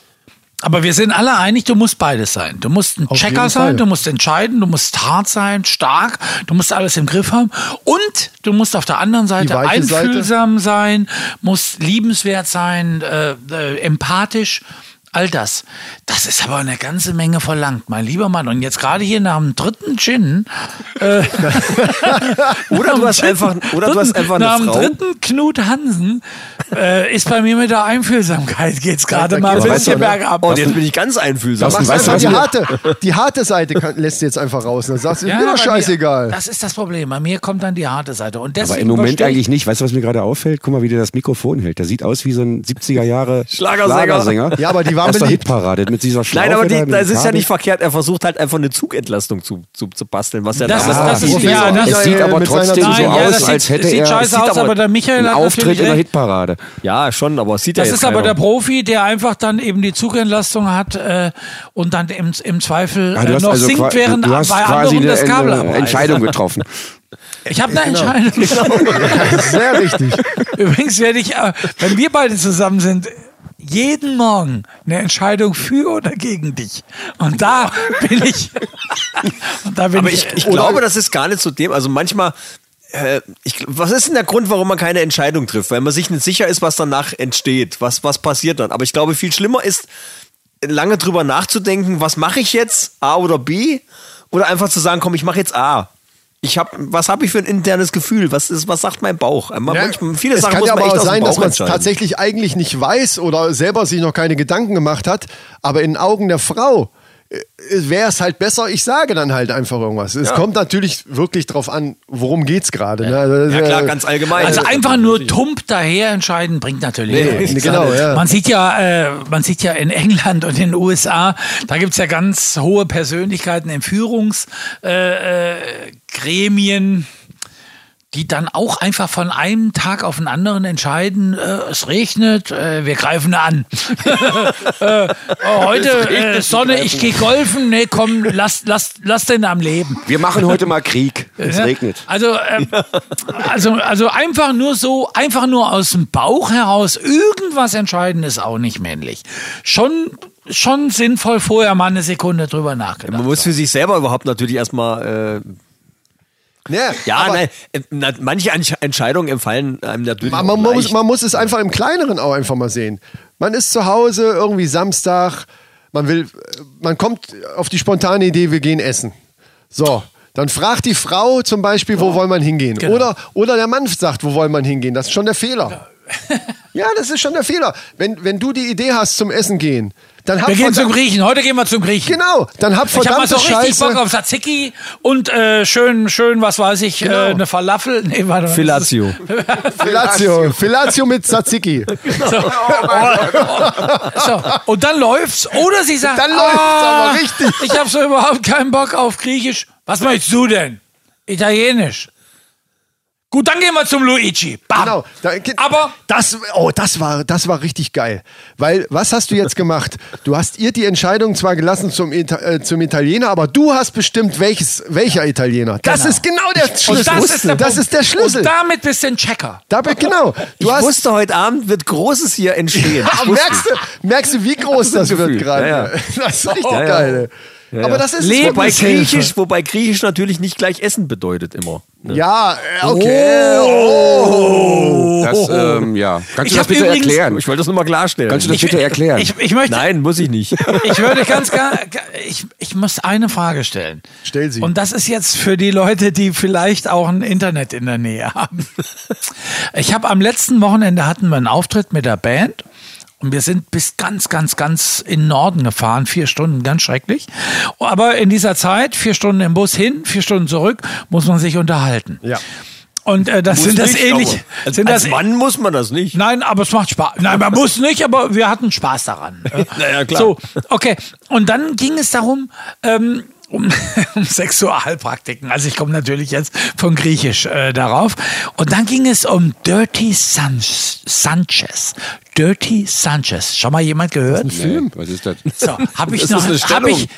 F: Aber wir sind alle einig, du musst beides sein. Du musst ein Checker
B: jeden Fall.
F: sein, du musst entscheiden, du musst hart sein, stark, du musst alles im Griff haben und du musst auf der anderen Seite
B: weiche Seite.
F: einfühlsam sein, musst liebenswert sein, äh, äh, empathisch. All das. Das ist aber eine ganze Menge verlangt, mein lieber Mann. Und jetzt gerade hier nach dem dritten Gin. Äh,
C: [laughs] Oder du hast einfach, oder du hast einfach
F: nach
C: eine
F: dem
C: Frau.
F: dritten Knut Hansen äh, ist bei mir mit der Einfühlsamkeit geht's gerade mal ein
G: geht's weiter,
F: bisschen
G: ne?
F: bergab.
C: Oh, und jetzt bin ich ganz einfühlsam.
B: machst
G: weißt du,
B: einfach die
G: was
B: harte, die harte Seite kann, lässt du jetzt einfach raus. Dann sagst du, ist mir
F: bei
B: doch scheißegal.
F: Mir, das ist das Problem. Bei mir kommt dann die harte Seite. Und deswegen
G: Aber im Moment
F: verstehe ich-
G: eigentlich nicht. Weißt du, was mir gerade auffällt? Guck mal, wie der das Mikrofon hält. Der sieht aus wie so ein 70er Jahre
C: Schlagersänger.
B: Ja, aber die waren
G: aus der
B: beliebt.
G: Hitparade mit dieser Schlaufe
C: Nein, aber
G: da,
C: die,
G: mit
C: das
G: dem
C: ist ja
G: Kabel.
C: nicht verkehrt. Er versucht halt einfach eine Zugentlastung zu, zu, zu basteln, was er
F: Das
C: damals
F: ist- das
C: war.
F: ist- ja,
C: Professor.
F: das-
G: es Ah, sieht
B: Michael
G: aber
B: mit
G: trotzdem
B: seiner-
G: so
B: Nein, ja,
G: aus,
F: das sieht-
G: als hätte
F: es sieht
G: er
F: scheiße
G: es sieht
F: aus,
G: aber
F: aber der Michael
G: einen
F: hat
G: Auftritt
F: natürlich
G: in der
F: recht.
G: Hitparade.
C: ja, schon, aber es sieht ja
F: Das
C: jetzt
F: ist aber
C: keiner.
F: der Profi, der einfach dann eben die Zugentlastung hat äh, und dann im, im Zweifel
G: Ah,
F: äh, noch singt,
G: qua-
F: während
G: du hast
F: bei anderen
G: quasi eine,
F: um das Kabel
G: eine
F: abreißt.
G: Entscheidung Genau. getroffen.
F: Ich habe eine Entscheidung.
B: Sehr richtig.
F: [laughs] Übrigens werde ich, äh, wenn wir beide zusammen sind, jeden Morgen eine Entscheidung für oder gegen dich. Und da bin ich. [laughs] und da bin
C: Aber ich, ich glaube, das ist gar nicht so dem. Also manchmal. äh, Ich, gl- was ist denn der Grund, warum man keine Entscheidung trifft? Weil man sich nicht sicher ist, was danach entsteht, was, was passiert dann. Aber ich glaube, viel schlimmer ist, lange drüber nachzudenken, was mache ich jetzt, A oder B? Oder einfach zu sagen, komm, ich mache jetzt A. Ich hab, was habe ich für ein internes Gefühl? Was, ist, was sagt mein Bauch? Man, manchmal, viele
B: es
C: Sachen
B: kann
C: muss
B: ja
C: man
B: aber
C: echt
B: auch
C: aus
B: sein,
C: dem
B: dass
C: Bauch
B: man es
C: entscheiden.
B: tatsächlich eigentlich nicht weiß oder selber sich noch keine Gedanken gemacht hat. Aber in den Augen der Frau wäre es halt besser, ich sage dann halt einfach irgendwas. Es kommt natürlich wirklich drauf an, worum geht es gerade. Ne? Also, das
C: Ja
B: ist,
C: klar,
B: äh,
C: ganz allgemein.
F: Also einfach nur tump daher entscheiden bringt natürlich.
B: Nee,
F: nichts. Also
B: genau, ja.
F: Man sieht ja, äh, man sieht ja in England und in den USA, da gibt's ja ganz hohe Persönlichkeiten in Führungsgremien. Äh, äh, Gremien, die dann auch einfach von einem Tag auf den anderen entscheiden, äh, es regnet, äh, wir greifen an. [laughs] äh, oh, heute äh, Sonne, ich gehe golfen, nee, komm, lass, lass, lass den am Leben.
G: Wir machen heute mal Krieg.
B: [laughs]
G: Es
F: Ja,
G: regnet.
F: Also, ähm, also, also einfach nur so, einfach nur aus dem Bauch heraus irgendwas entscheiden ist auch nicht männlich. Schon, schon sinnvoll vorher mal eine Sekunde drüber nachgedacht.
C: Man muss für sich selber überhaupt natürlich erstmal. Äh,
B: ja,
C: ja,
B: ne, aber
C: nein, äh, na, manche Ansch- Entscheidungen empfallen einem natürlich.
B: man,
C: auch
B: man, muss,
C: leicht.
B: man muss es einfach im Kleineren auch einfach mal sehen. Man ist zu Hause irgendwie Samstag. Man will, man kommt auf die spontane Idee, wir gehen essen. So. Dann fragt die Frau zum Beispiel, wo wollen man hingehen?
F: Genau.
B: Oder, oder der Mann sagt, wo wollen man hingehen? Das ist schon der Fehler. Ja, das ist schon der Fehler. Wenn, wenn du die Idee hast zum Essen gehen, dann hab
F: Wir gehen
B: verdammt-
F: zum Griechen. Heute gehen wir zum Griechen.
B: Genau, dann hab
F: Ich hab mal
B: verdammte
F: so richtig
B: Scheiße.
F: Bock auf Tzatziki und äh, schön, schön, was weiß ich,
B: Genau.
F: äh, eine Falafel. Nee, warte mal.
C: Filatio.
B: Fellatio. Fellatio mit Tzatziki.
F: So. so. Und dann läuft's. Oder sie sagt,
B: Dann läuft's
F: "Ah,
B: aber richtig."
F: Ich habe so überhaupt keinen Bock auf Griechisch. Was möchtest du denn? Italienisch. Gut, dann gehen wir zum Luigi. Bam.
B: Genau. Da-
F: Aber
B: das, oh, das war, das war richtig geil. Weil, was hast du jetzt gemacht? Du hast ihr die Entscheidung zwar gelassen zum, Ita äh, zum Italiener, aber du hast bestimmt welches, welcher Italiener. Das ist genau der Schlüssel.
F: und das, ist der,
B: das
F: Punkt.
B: ist der Schlüssel.
F: Und damit bist du ein Checker.
B: Dabei, genau.
C: Ich
B: Du hast, [laughs]
C: wusste, heute Abend wird Großes hier entstehen.
B: Ah, merkst, du, merkst du, wie groß das,
C: Das ist ein
B: wird
C: Gefühl.
B: gerade?
C: Ja, ja.
B: [laughs] Das ist richtig
C: ja.
B: geil. Aber das ist
C: Leben wobei
B: Lebenshilfe.
C: Griechisch, wobei Griechisch natürlich nicht gleich Essen bedeutet immer.
B: Ja, äh, okay. Oh.
G: Das, ähm, ja. Kannst
F: Ich
G: du das
F: hab
G: bitte
F: übrigens-
G: erklären?
C: Ich wollte das nur mal klarstellen.
G: Kannst du das bitte erklären?
F: Ich, ich möchte
C: Nein, muss ich nicht.
F: Ich würde ganz gar, ich, ich muss eine Frage stellen.
B: Stell sie.
F: Und das ist jetzt für die Leute, die vielleicht auch ein Internet in der Nähe haben. Ich habe am letzten Wochenende hatten wir einen Auftritt mit der Band. Und wir sind bis ganz, ganz, ganz in den Norden gefahren. Vier Stunden, ganz schrecklich. Aber in dieser Zeit, vier Stunden im Bus hin, vier Stunden zurück, muss man sich unterhalten.
B: Ja.
F: Und äh, das sind das ähnlich.
C: Als,
F: Sind das
C: als Mann muss man das nicht.
F: Nein, aber es macht Spaß. Nein, man muss nicht, aber wir hatten Spaß daran.
C: Naja, klar.
F: So, okay. Und dann ging es darum, ähm, um, [laughs] um Sexualpraktiken. Also ich komme natürlich jetzt von Griechisch äh, darauf. Und dann ging es um Dirty San Sanchez. Dirty Sanchez. Schon mal jemand gehört?
G: Nee, was ist das?
F: So, habe ich
C: Das
F: noch.
C: ist eine
F: hab ich,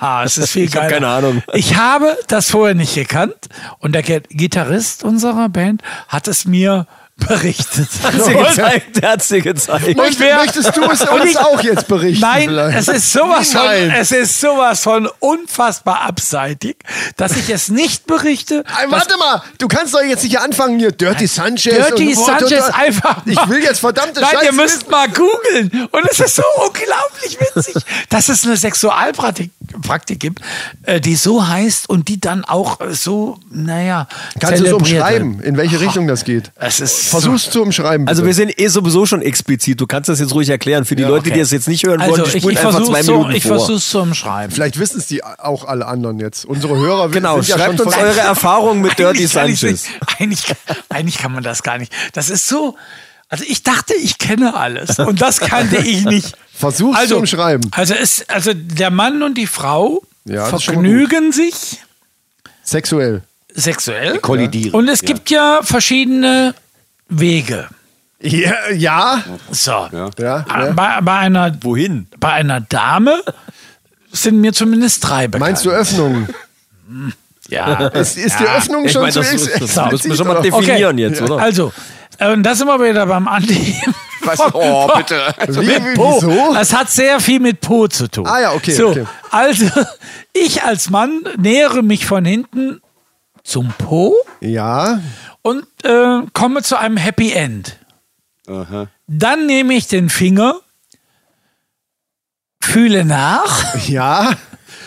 F: hab, [laughs] es ist viel
C: hab
F: geiler.
C: keine Ahnung.
F: Ich habe das vorher nicht gekannt und der Ge- Gitarrist unserer Band hat es mir
C: [laughs]
F: berichtet.
C: Hat's dir gezeigt, der hat's dir gezeigt.
B: Möcht,
F: wer-
B: möchtest du es uns auch jetzt berichten?
F: Nein,
B: vielleicht?
F: es ist sowas von,
B: Nein.
F: es ist sowas von unfassbar abseitig, dass ich es nicht berichte.
B: Ey,
F: dass-
B: warte mal, du kannst doch jetzt nicht hier anfangen, hier Dirty Sanchez.
F: Dirty
B: und-
F: Sanchez
B: und-
F: einfach.
B: Ich
F: mal-
B: will jetzt verdammte
F: Nein,
B: Scheiße.
F: ihr müsst mal googeln. Und es ist so unglaublich
B: [laughs]
F: witzig, dass es eine Sexualpraktik Praktik gibt, äh, die so heißt und die dann auch äh, so, naja,
B: Kannst du es
F: zelebriert
B: umschreiben,
F: wird.
B: in welche Richtung das geht?
F: Es ist
B: Versuch's zu umschreiben.
C: Also
B: bitte.
C: wir sind eh sowieso schon explizit. Du kannst das jetzt ruhig erklären. Für die Leute,
F: okay.
C: die das jetzt nicht hören wollen,
F: Also
C: die
F: ich,
C: spulen
F: ich
C: einfach zwei
F: versuche so,
C: Minuten
F: ich
C: vor.
F: versuch's zu umschreiben.
B: vielleicht wissen es die auch alle anderen jetzt. Unsere Hörer
C: Genau,
B: sind ja
C: schreibt
B: schon
C: uns
B: von-
C: eure Erfahrungen mit Dirty
F: Eigentlich kann ich's
C: Sanchez.
F: nicht. Eigentlich, kann- eigentlich kann man das gar nicht. Das ist so. Also ich dachte, ich kenne alles und das kannte ich nicht.
B: [laughs] Versuch's zu umschreiben.
F: Also ist also der Mann und die Frau
B: Ja, das ist schon mal gut.
F: vergnügen sich
B: sexuell.
F: sexuell.
G: Kollidieren.
F: Und es gibt ja verschiedene Wege.
B: Ja, ja.
F: So.
B: ja,
F: Ah,
B: ja.
F: Bei, bei einer
C: Wohin?
F: bei einer Dame sind mir zumindest drei bekannt.
B: Meinst du Öffnung?
C: [laughs]
F: Ja. [laughs]
B: Ist, ist die Öffnung
C: Ich
B: schon
C: meine,
B: zu
C: das, das, das,
B: explizit,
C: müssen wir schon mal
B: oder?
C: definieren jetzt, oder?
F: Also, äh, und da sind wir wieder beim Andi.
G: Was?
F: [laughs]
G: Oh, bitte.
B: Wie, wie, wieso?
F: Das hat sehr viel mit Po zu tun.
B: Ah ja, okay,
F: So,
B: okay.
F: also [laughs] ich als Mann nähere mich von hinten zum Po
B: Ja,
F: und äh, komme zu einem Happy End.
G: Aha.
F: Dann nehme ich den Finger, fühle
B: [laughs]
F: nach
B: ja.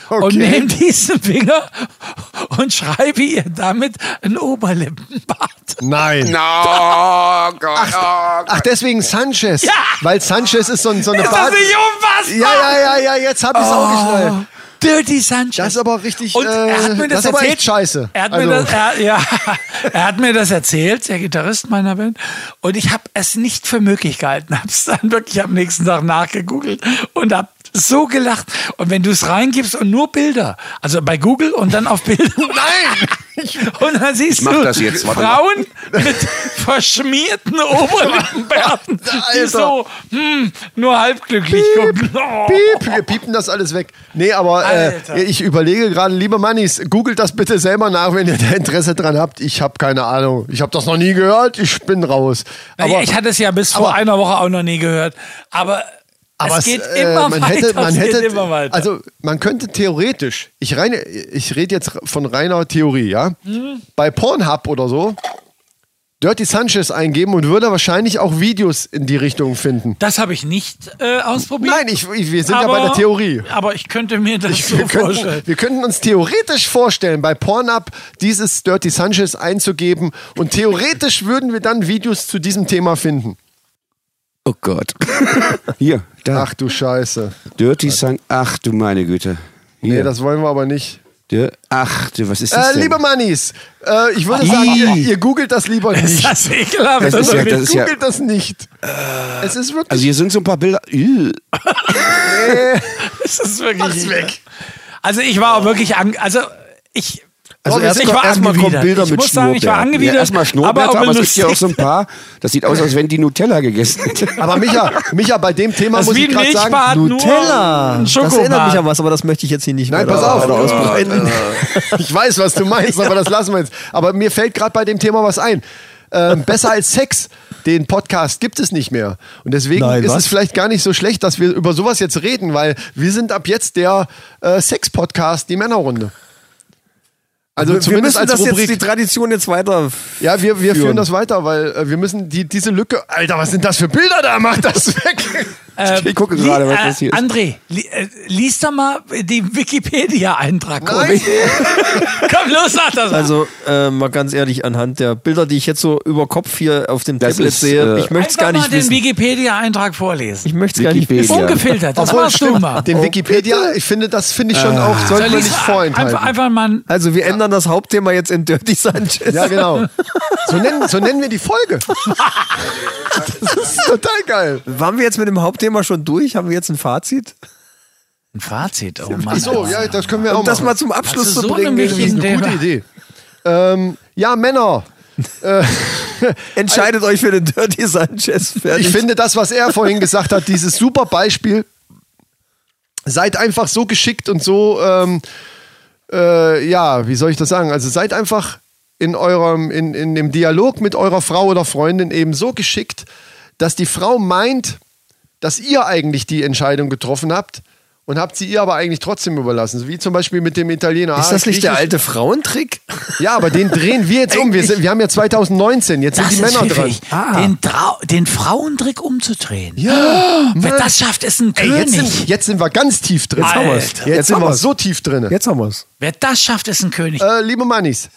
B: Okay.
F: und nehme diesen Finger und schreibe ihr damit ein Oberlippenbart.
B: Nein.
G: No, Gott.
B: Ach, deswegen Sanchez.
F: Ja.
B: Weil Sanchez ist so, so eine
F: Ist das
B: Bart-
F: nicht unfassbar?
B: Ja, ja, ja, ja, jetzt hab ich's
F: Ah.
B: auch geschnallt.
F: Dirty Sanchez.
B: Das ist aber richtig.
F: Und er
B: äh,
F: hat mir das,
B: ist aber
F: erzählt.
B: echt scheiße.
F: Er hat,
B: Also,
F: mir das, er, ja, [laughs] er hat mir das erzählt, der Gitarrist meiner Band. Und ich habe es nicht für möglich gehalten. [laughs] Habe es dann wirklich am nächsten Tag nachgegoogelt und habe so gelacht. Und wenn du es reingibst und nur Bilder, also bei Google und dann auf
B: [laughs]
F: Bilder. Nein! Und dann siehst
G: mach
F: du
G: das jetzt, warte mal.
F: Frauen mit [laughs] verschmierten Oberlippenbärten, die
B: Alter.
F: so hm, nur halbglücklich gucken. Oh.
B: piep, wir piepen das alles weg. Nee, aber
F: Alter.
B: äh, ich überlege gerade, liebe Mannis, googelt das bitte selber nach, wenn ihr da Interesse dran habt. Ich habe keine Ahnung. Ich habe das noch nie gehört. Ich bin raus.
F: Naja,
B: Aber,
F: ich hatte es ja bis vor
B: aber-
F: einer Woche auch noch nie gehört. Aber,
B: aber
F: es geht
B: äh,
F: immer
B: man
F: weiter.
B: hätte, man
F: es
B: hätte,
F: geht immer weiter.
B: Also man könnte theoretisch, ich, reine,
F: Mhm.
B: ich rede jetzt von reiner Theorie, ja. Bei Pornhub oder so Dirty Sanchez eingeben und würde wahrscheinlich auch Videos in die Richtung finden.
F: Das habe ich nicht äh, ausprobiert.
B: Nein, ich, ich, wir sind ja bei der Theorie.
F: Aber ich könnte mir das so
G: [laughs]
B: wir,
F: vorstellen.
B: könnten, wir könnten uns theoretisch vorstellen, bei Pornhub dieses Dirty Sanchez einzugeben und theoretisch würden wir dann Videos zu diesem Thema finden.
G: Oh Gott. [laughs] Hier, da.
B: Ach du Scheiße.
G: Dirty Sun. Ach du meine Güte.
B: Nee,
G: Hier.
B: das wollen wir aber nicht.
G: Dir- Ach du, was ist das?
B: Äh,
G: denn?
B: liebe Mannis, äh, ich würde
G: Ih.
B: sagen, ihr, ihr googelt das lieber
F: Ist
B: nicht. Also,
F: das ekelhaft?
G: Das ist ja-
F: oder wie?
G: das ist ja-
B: googelt das nicht. es ist wirklich.
G: also hier sind so ein paar Bilder. Ih.
F: Das ist wirklich weg. Also ich war auch wirklich an, also ich
G: Also
F: Boris,
G: erst
F: ich
G: mal-
F: war
G: erst mal
F: angewidert.
G: kommen Bilder
F: ich
G: mit
F: muss sagen, ich war
G: Schnurrbärten.
F: angewidert.
G: Ja, erstmal Schnurrbärte,
F: aber,
G: aber,
F: auch
G: es gibt hier auch so
F: lustig.
G: ein paar, das sieht aus, als wenn die Nutella gegessen hätte.
B: aber Micha, Micha, bei dem Thema
F: das ist
B: muss
F: wie
B: ich
F: ein
B: gerade sagen,
F: Milchbad,
C: Nutella.
F: nur ein
C: Oh, Das erinnert mich
F: Schokobad.
C: an was, aber das möchte ich jetzt hier nicht
B: Nein,
C: weiter-
B: pass auf. Äh, Oh,
C: weiter ausbreiten.
B: [laughs] Ich weiß, was du
C: [laughs]
B: meinst, aber das lassen wir jetzt. Aber mir fällt gerade bei dem Thema was ein. Ähm, besser als Sex, den Podcast gibt es nicht mehr. Und deswegen
C: Nein,
B: ist
C: was?
B: es vielleicht gar nicht so schlecht, dass wir über sowas jetzt reden, weil wir sind ab jetzt der äh, Sex-Podcast, die Männerrunde. Also
C: wir, wir
B: zumindest
C: müssen
B: als
C: das
B: Rubrik.
C: jetzt die Tradition jetzt weiter.
B: ja, wir, wir führen
C: führen.
B: das weiter, weil äh, wir müssen die, diese Lücke. Alter, was sind das für Bilder da? Mach das [laughs] weg!
F: Ähm,
G: Ich gucke gerade, was das hier ist.
F: äh, André, li äh, lies doch mal den Wikipedia-Eintrag.
B: Nein.
F: [laughs] Komm los, sag das mal.
C: Also äh, mal ganz ehrlich, anhand der Bilder, die ich jetzt so über Kopf hier auf dem
G: Das
C: Tablet
G: ist,
C: sehe,
G: äh,
C: ich möchte
F: Einfach
C: es gar
F: mal
C: nicht
F: den
C: wissen.
F: Wikipedia-Eintrag vorlesen.
C: Ich möchte es gar nicht
G: Wikipedia.
C: wissen.
F: Ungefiltert, das
B: Obwohl,
F: machst du
B: stimmt,
F: mal.
B: Den Wikipedia, ich finde, das finde ich schon auch,
F: Soll
B: sollte man
F: ich-
B: nicht
F: einfach,
B: vorenthalten.
F: einfach mal ein
C: Also wir ändern das Hauptthema jetzt in Dirty Sanchez.
B: Ja,
C: [laughs]
B: genau. So nennen, so nennen wir die Folge. Das ist total geil.
C: Waren wir jetzt mit dem Hauptthema schon durch? Haben wir jetzt ein Fazit?
F: Fazit. Oh Mann.
B: Ach so, ja, das können wir auch
C: Um das
B: machen.
C: mal zum Abschluss
F: Hast du
C: zu
F: so
C: bringen.
F: eine
C: wäre-
F: Milch-
B: eine gute Idee. Ähm, ja, Männer. Äh,
C: Entscheidet euch für den Dirty Sanchez. Fertig.
B: Ich finde das, was er vorhin gesagt hat, dieses super Beispiel. Seid einfach so geschickt und so, ähm, äh, ja, wie soll ich das sagen? Also seid einfach in eurem, in, in dem Dialog mit eurer Frau oder Freundin eben so geschickt, dass die Frau meint, dass ihr eigentlich die Entscheidung getroffen habt und habt sie ihr aber eigentlich trotzdem überlassen. So Wie zum Beispiel mit dem Italiener.
C: ist
B: Ah,
C: das nicht der
B: griechisch-
C: alte Frauentrick?
B: Ja, aber den drehen wir jetzt um. Wir, sind, wir haben ja 2019, jetzt sind
F: Das ist
B: die Männer dran. Ah.
F: pfiffig. Den, Trau den Frauentrick umzudrehen.
B: Ja,
F: Wer das schafft, ist ein
B: Ey, jetzt,
F: König.
B: sind, jetzt sind wir ganz tief drin.
F: Jetzt haben wir's.
B: Jetzt, sind wir so tief drin.
C: Jetzt haben wir es.
F: Wer das schafft, ist ein König.
B: Äh, liebe Mannis,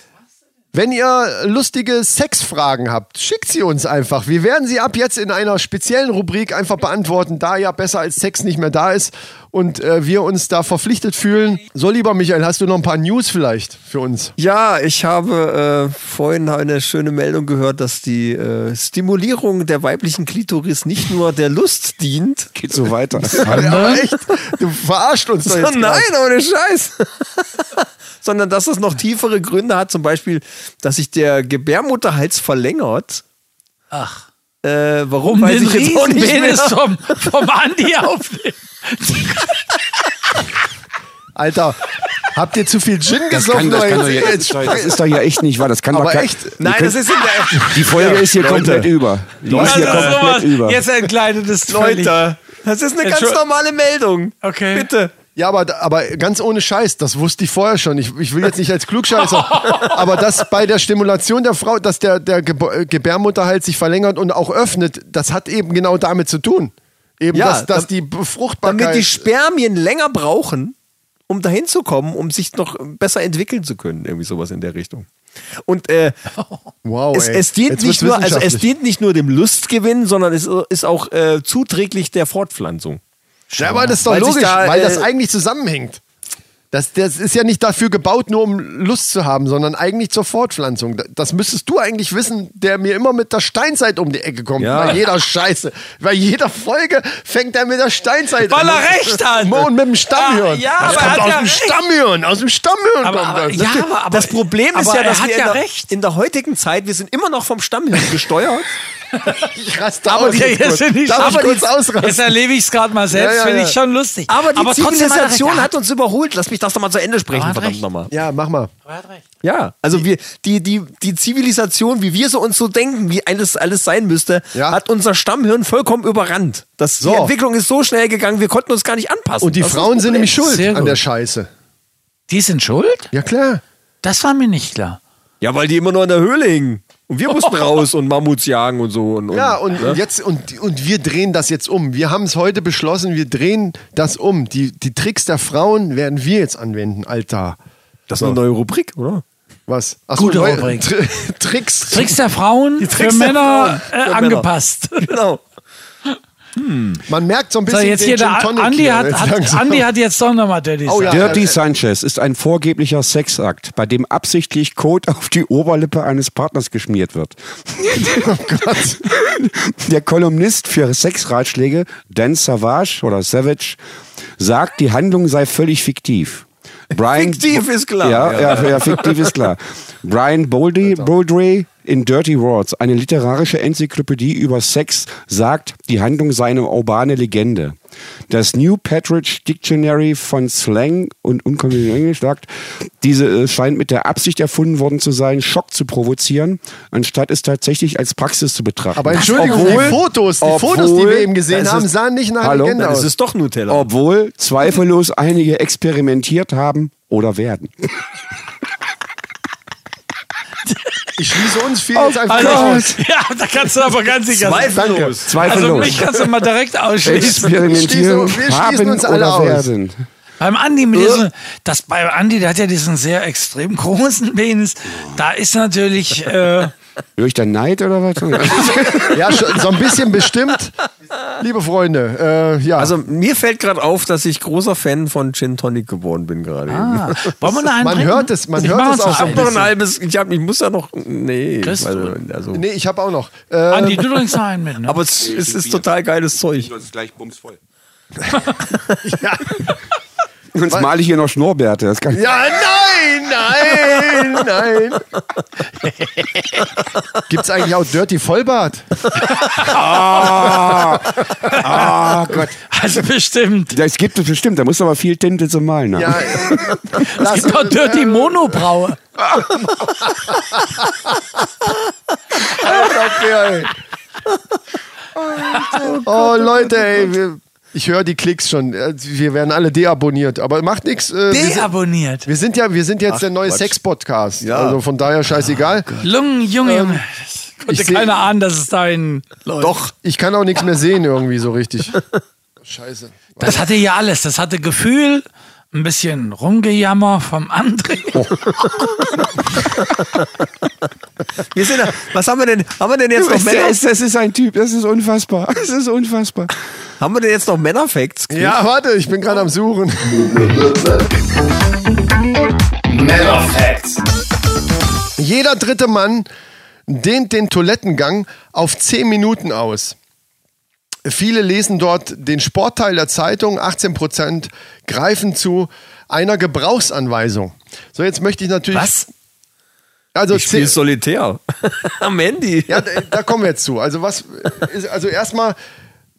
B: wenn ihr lustige Sexfragen habt, schickt sie uns einfach. Wir werden sie ab jetzt in einer speziellen Rubrik einfach beantworten, da ja besser als Sex nicht mehr da ist und äh, wir uns da verpflichtet fühlen. So, lieber Michael, hast du noch ein paar News vielleicht für uns?
C: Ja, ich habe äh, vorhin eine schöne Meldung gehört, dass die äh, Stimulierung der weiblichen Klitoris nicht nur der Lust [laughs] dient.
G: [laughs] Geht so weiter.
B: Aber [laughs] echt? Du verarscht uns doch jetzt.
C: Sondern,
B: grad.
C: nein, ohne Scheiß. [laughs] Sondern dass es noch tiefere Gründe hat, zum Beispiel, dass sich der Gebärmutterhals verlängert.
F: Ach.
C: Äh, warum
F: Um
C: weiß
F: den
C: ich jetzt auch nicht mehr.
F: Riesenpenis vom, vom Andi aufnehmen.
B: Alter, habt ihr zu viel Gin gesoffen?
G: das, kann
B: oder
G: doch
B: jetzt-
G: ja,
B: jetzt-
G: das ist doch ja echt nicht wahr. Das kann
B: Aber
G: doch kein-
B: echt?
G: Ihr
C: [laughs] Nein,
G: könnt-
C: das ist in der
G: Die Folge ist hier komplett über. Die ist hier
F: Also sowas.
G: komplett über.
F: Jetzt entkleidet es völlig.
C: Leute, das ist eine ganz
F: Entschuldigung.
C: normale Meldung.
F: Okay.
C: Bitte.
B: Ja, aber, aber ganz ohne Scheiß, das wusste ich vorher schon. Ich, ich will jetzt nicht als
C: [laughs]
B: Klugscheißer, aber dass bei der Stimulation der Frau, dass der, der Gebo- äh, Gebärmutterhals sich verlängert und auch öffnet, das hat eben genau damit zu tun. Eben,
C: Ja,
B: dass, dass
C: dam-
B: die
C: Damit
B: Befruchtbarkeit.
C: die Spermien länger brauchen, um dahin zu kommen, um sich noch besser entwickeln zu können. Irgendwie sowas in der Richtung. Und äh,
B: [laughs] wow,
C: es,
B: ey.
C: es, dient
B: Jetzt wird's
C: nicht nur, also es
B: wissenschaftlich.
C: dient nicht nur dem Lustgewinn, sondern es ist auch äh, zuträglich der Fortpflanzung.
B: Ja, aber das ist doch
C: Weil sich
B: logisch,
C: da,
B: weil
C: äh,
B: das eigentlich zusammenhängt. Das, das ist ja nicht dafür gebaut, nur um Lust zu haben, sondern eigentlich zur Fortpflanzung. Da- Das müsstest du eigentlich wissen, der mir immer mit der Steinzeit um die Ecke kommt.
C: Ja.
B: Bei jeder Scheiße. Bei jeder Folge fängt er mit der Steinzeit
F: Weil
B: an.
F: er recht hat.
B: Und mit dem Stammhirn.
F: Ah, ja,
B: das
F: aber er
B: kommt
F: hat
B: aus
F: ja
B: dem
F: recht.
B: Stammhirn. Aus dem Stammhirn
F: Aber-
B: kommt
F: aber-
B: das.
F: ja, aber-
C: das Problem ist
F: aber
C: ja, dass
F: er hat
C: wir in,
F: ja
C: der,
F: recht.
C: in der heutigen Zeit, wir sind immer noch vom Stammhirn gesteuert.
B: Ich raste
C: aber
B: aus.
C: die-
B: jetzt
C: jetzt
B: kurz.
C: sind die-
B: Darf ich
C: aber die-
B: kurz ausrasten?
F: Jetzt erlebe ich es gerade mal selbst,
B: Ja, ja,
F: finde
B: ja.
F: ich schon lustig.
C: [laughs] Aber die
F: trotzdem hat er recht.
C: Zivilisation
F: Er
C: hat uns überholt. Lass mich das doch mal zu Ende sprechen,
F: Er hat
C: verdammt
F: recht.
C: nochmal.
B: Ja, mach mal.
F: Er hat recht.
C: Ja, also wir, die, die, die Zivilisation, wie wir so uns so denken, wie alles, alles sein müsste,
B: Ja.
C: hat unser Stammhirn vollkommen überrannt. Das,
B: So.
C: Die Entwicklung ist so schnell gegangen, wir konnten uns gar nicht anpassen.
B: Und die
C: Das ist
B: Frauen
C: das
B: sind
C: Problem.
B: nämlich schuld
F: Sehr
B: an
F: gut.
B: der Scheiße.
F: Die sind schuld?
B: Ja, klar.
F: Das war mir nicht klar.
C: Ja, weil die immer nur in der Höhle hingen. Und wir
B: [laughs]
C: mussten raus und Mammuts jagen und so. Und, und,
B: Ja, und
F: ne?
B: jetzt und, und wir drehen das jetzt um. Wir haben es heute beschlossen, wir drehen das um. Die, die Tricks der Frauen werden wir jetzt anwenden, Alter.
C: Das ist eine neue Rubrik,
B: [laughs]
C: oder?
B: Was? Ach
F: Gute
B: neue-
F: Rubrik.
B: Tri Tricks.
F: Tricks der Frauen
C: Tricks
F: für
C: der
F: Männer
C: Frauen,
F: äh,
C: für Männer.
F: angepasst.
C: Genau.
B: Man merkt so ein
F: So,
B: bisschen
F: jetzt hier
B: Gin
F: der
B: Tonic
F: Andi
B: hier
F: hat,
B: jetzt
F: hat,
B: langsam.
F: Andi hat jetzt doch nochmal Daddy
B: Oh ja.
G: Dirty Sanchez ist ein vorgeblicher Sexakt, bei dem absichtlich Kot auf die Oberlippe eines Partners geschmiert wird. Der Kolumnist für Sexratschläge, Dan Savage oder Savage, sagt, die Handlung sei völlig fiktiv. Brian,
C: Fiktiv ist klar.
G: Ja, ja, ja, fiktiv ist klar. Brian Boldy, Boldry in Dirty Words, eine literarische Enzyklopädie über Sex, sagt, die Handlung sei eine urbane Legende. Das New Patridge Dictionary von Slang und unkonventionellem Englisch sagt, diese äh, scheint mit der Absicht erfunden worden zu sein, Schock zu provozieren, anstatt es tatsächlich als Praxis zu betrachten.
B: Aber Entschuldigung, die Fotos, die Fotos, die wir eben gesehen
C: das
B: haben,
C: ist-
B: sahen nicht nach
G: Hallo?
B: Legende
G: Dann
B: aus.
C: Es ist doch Nutella.
B: Oh,
G: Obwohl zweifellos einige experimentiert haben oder
B: [laughs]
G: werden.
B: Ich schließe uns viel jetzt einfach
F: Also,
B: mal aus.
F: ja, da kannst du aber ganz sicher sein.
C: Zweifellos.
F: Also
G: Zweifellos.
F: mich kannst du mal direkt ausschließen.
G: Experimentieren
B: Wir schließen- wir schließen
G: haben
B: uns alle
G: oder
B: aus.
G: werden.
F: Beim Andi mit
B: Äh?
F: diesem, das bei Andi, der hat ja diesen sehr extrem großen Penis. Da ist natürlich,
B: Ah.
F: äh,
G: Durch dein Neid oder [laughs] was?
B: Ja, schon so ein bisschen bestimmt. Liebe Freunde, äh, ja.
C: Also mir fällt gerade auf, dass ich großer Fan von Gin Tonic geworden bin gerade. eben.
F: ah, wollen wir noch einen
B: Man
F: trinken?
B: hört es, man
F: Ich
B: hört
F: mach
B: es
F: uns
B: auch
F: noch
B: so ein
F: einen.
C: Noch ein halbes, ich, hab, ich muss ja noch, nee.
F: Kriegst du.
C: Also, also,
B: nee, ich habe auch noch. Äh,
F: Andi, du trinkst noch einen mit. Ne?
C: Aber es, es ist total geiles Zeug.
G: Sonst gleich
B: [laughs]
G: bumsvoll. ja. Sonst male ich hier noch Schnurrbärte. Das kann
B: ja,
C: [laughs]
B: nein,
F: [laughs]
B: nein, nein. Gibt's eigentlich auch Dirty Vollbart?
G: Ah, Gott.
F: also bestimmt.
G: Das gibt es bestimmt. Da muss aber viel Tinte zum Malen haben.
B: Ja, äh,
F: Es gibt doch Dirty Monobraue.
B: [laughs] dafür, ey. Oh, Leute, ey. Wir, ich höre die Klicks schon. Äh, Wir werden alle deabonniert. Aber macht nichts. Äh, wir, sind-
F: Deabonniert.
B: wir sind ja, wir sind jetzt der neue Sex-Podcast. Also von daher scheißegal.
F: Lungen, Junge, Junge.
B: Ähm, ich
F: Konnte
B: seh-
F: keiner ahnen, dass es dahin läuft.
B: Doch. Ich kann auch nichts mehr sehen irgendwie so richtig. Scheiße.
F: Das hatte ja alles. Das hatte Gefühl, ein bisschen Rumgejammer vom André.
B: Oh,
C: Wir sind, da- was haben wir denn, haben wir denn jetzt noch
G: Das,
C: Männer,
G: ist, das ist ein Typ. Das ist unfassbar. [laughs] Das ist unfassbar.
C: haben wir denn jetzt noch Männerfacts?
B: Ja, warte, ich bin gerade am Suchen.
I: Männer Facts.
B: Jeder dritte Mann dehnt den Toilettengang auf 10 Minuten aus. Viele lesen dort den Sportteil der Zeitung, 18% greifen zu einer Gebrauchsanweisung. So, jetzt möchte ich natürlich.
C: Was?
B: Also
C: Ich spiele
B: zehn-
C: solitär. [laughs] Am Handy.
B: Ja, da da kommen wir jetzt zu. Also was ist, also erstmal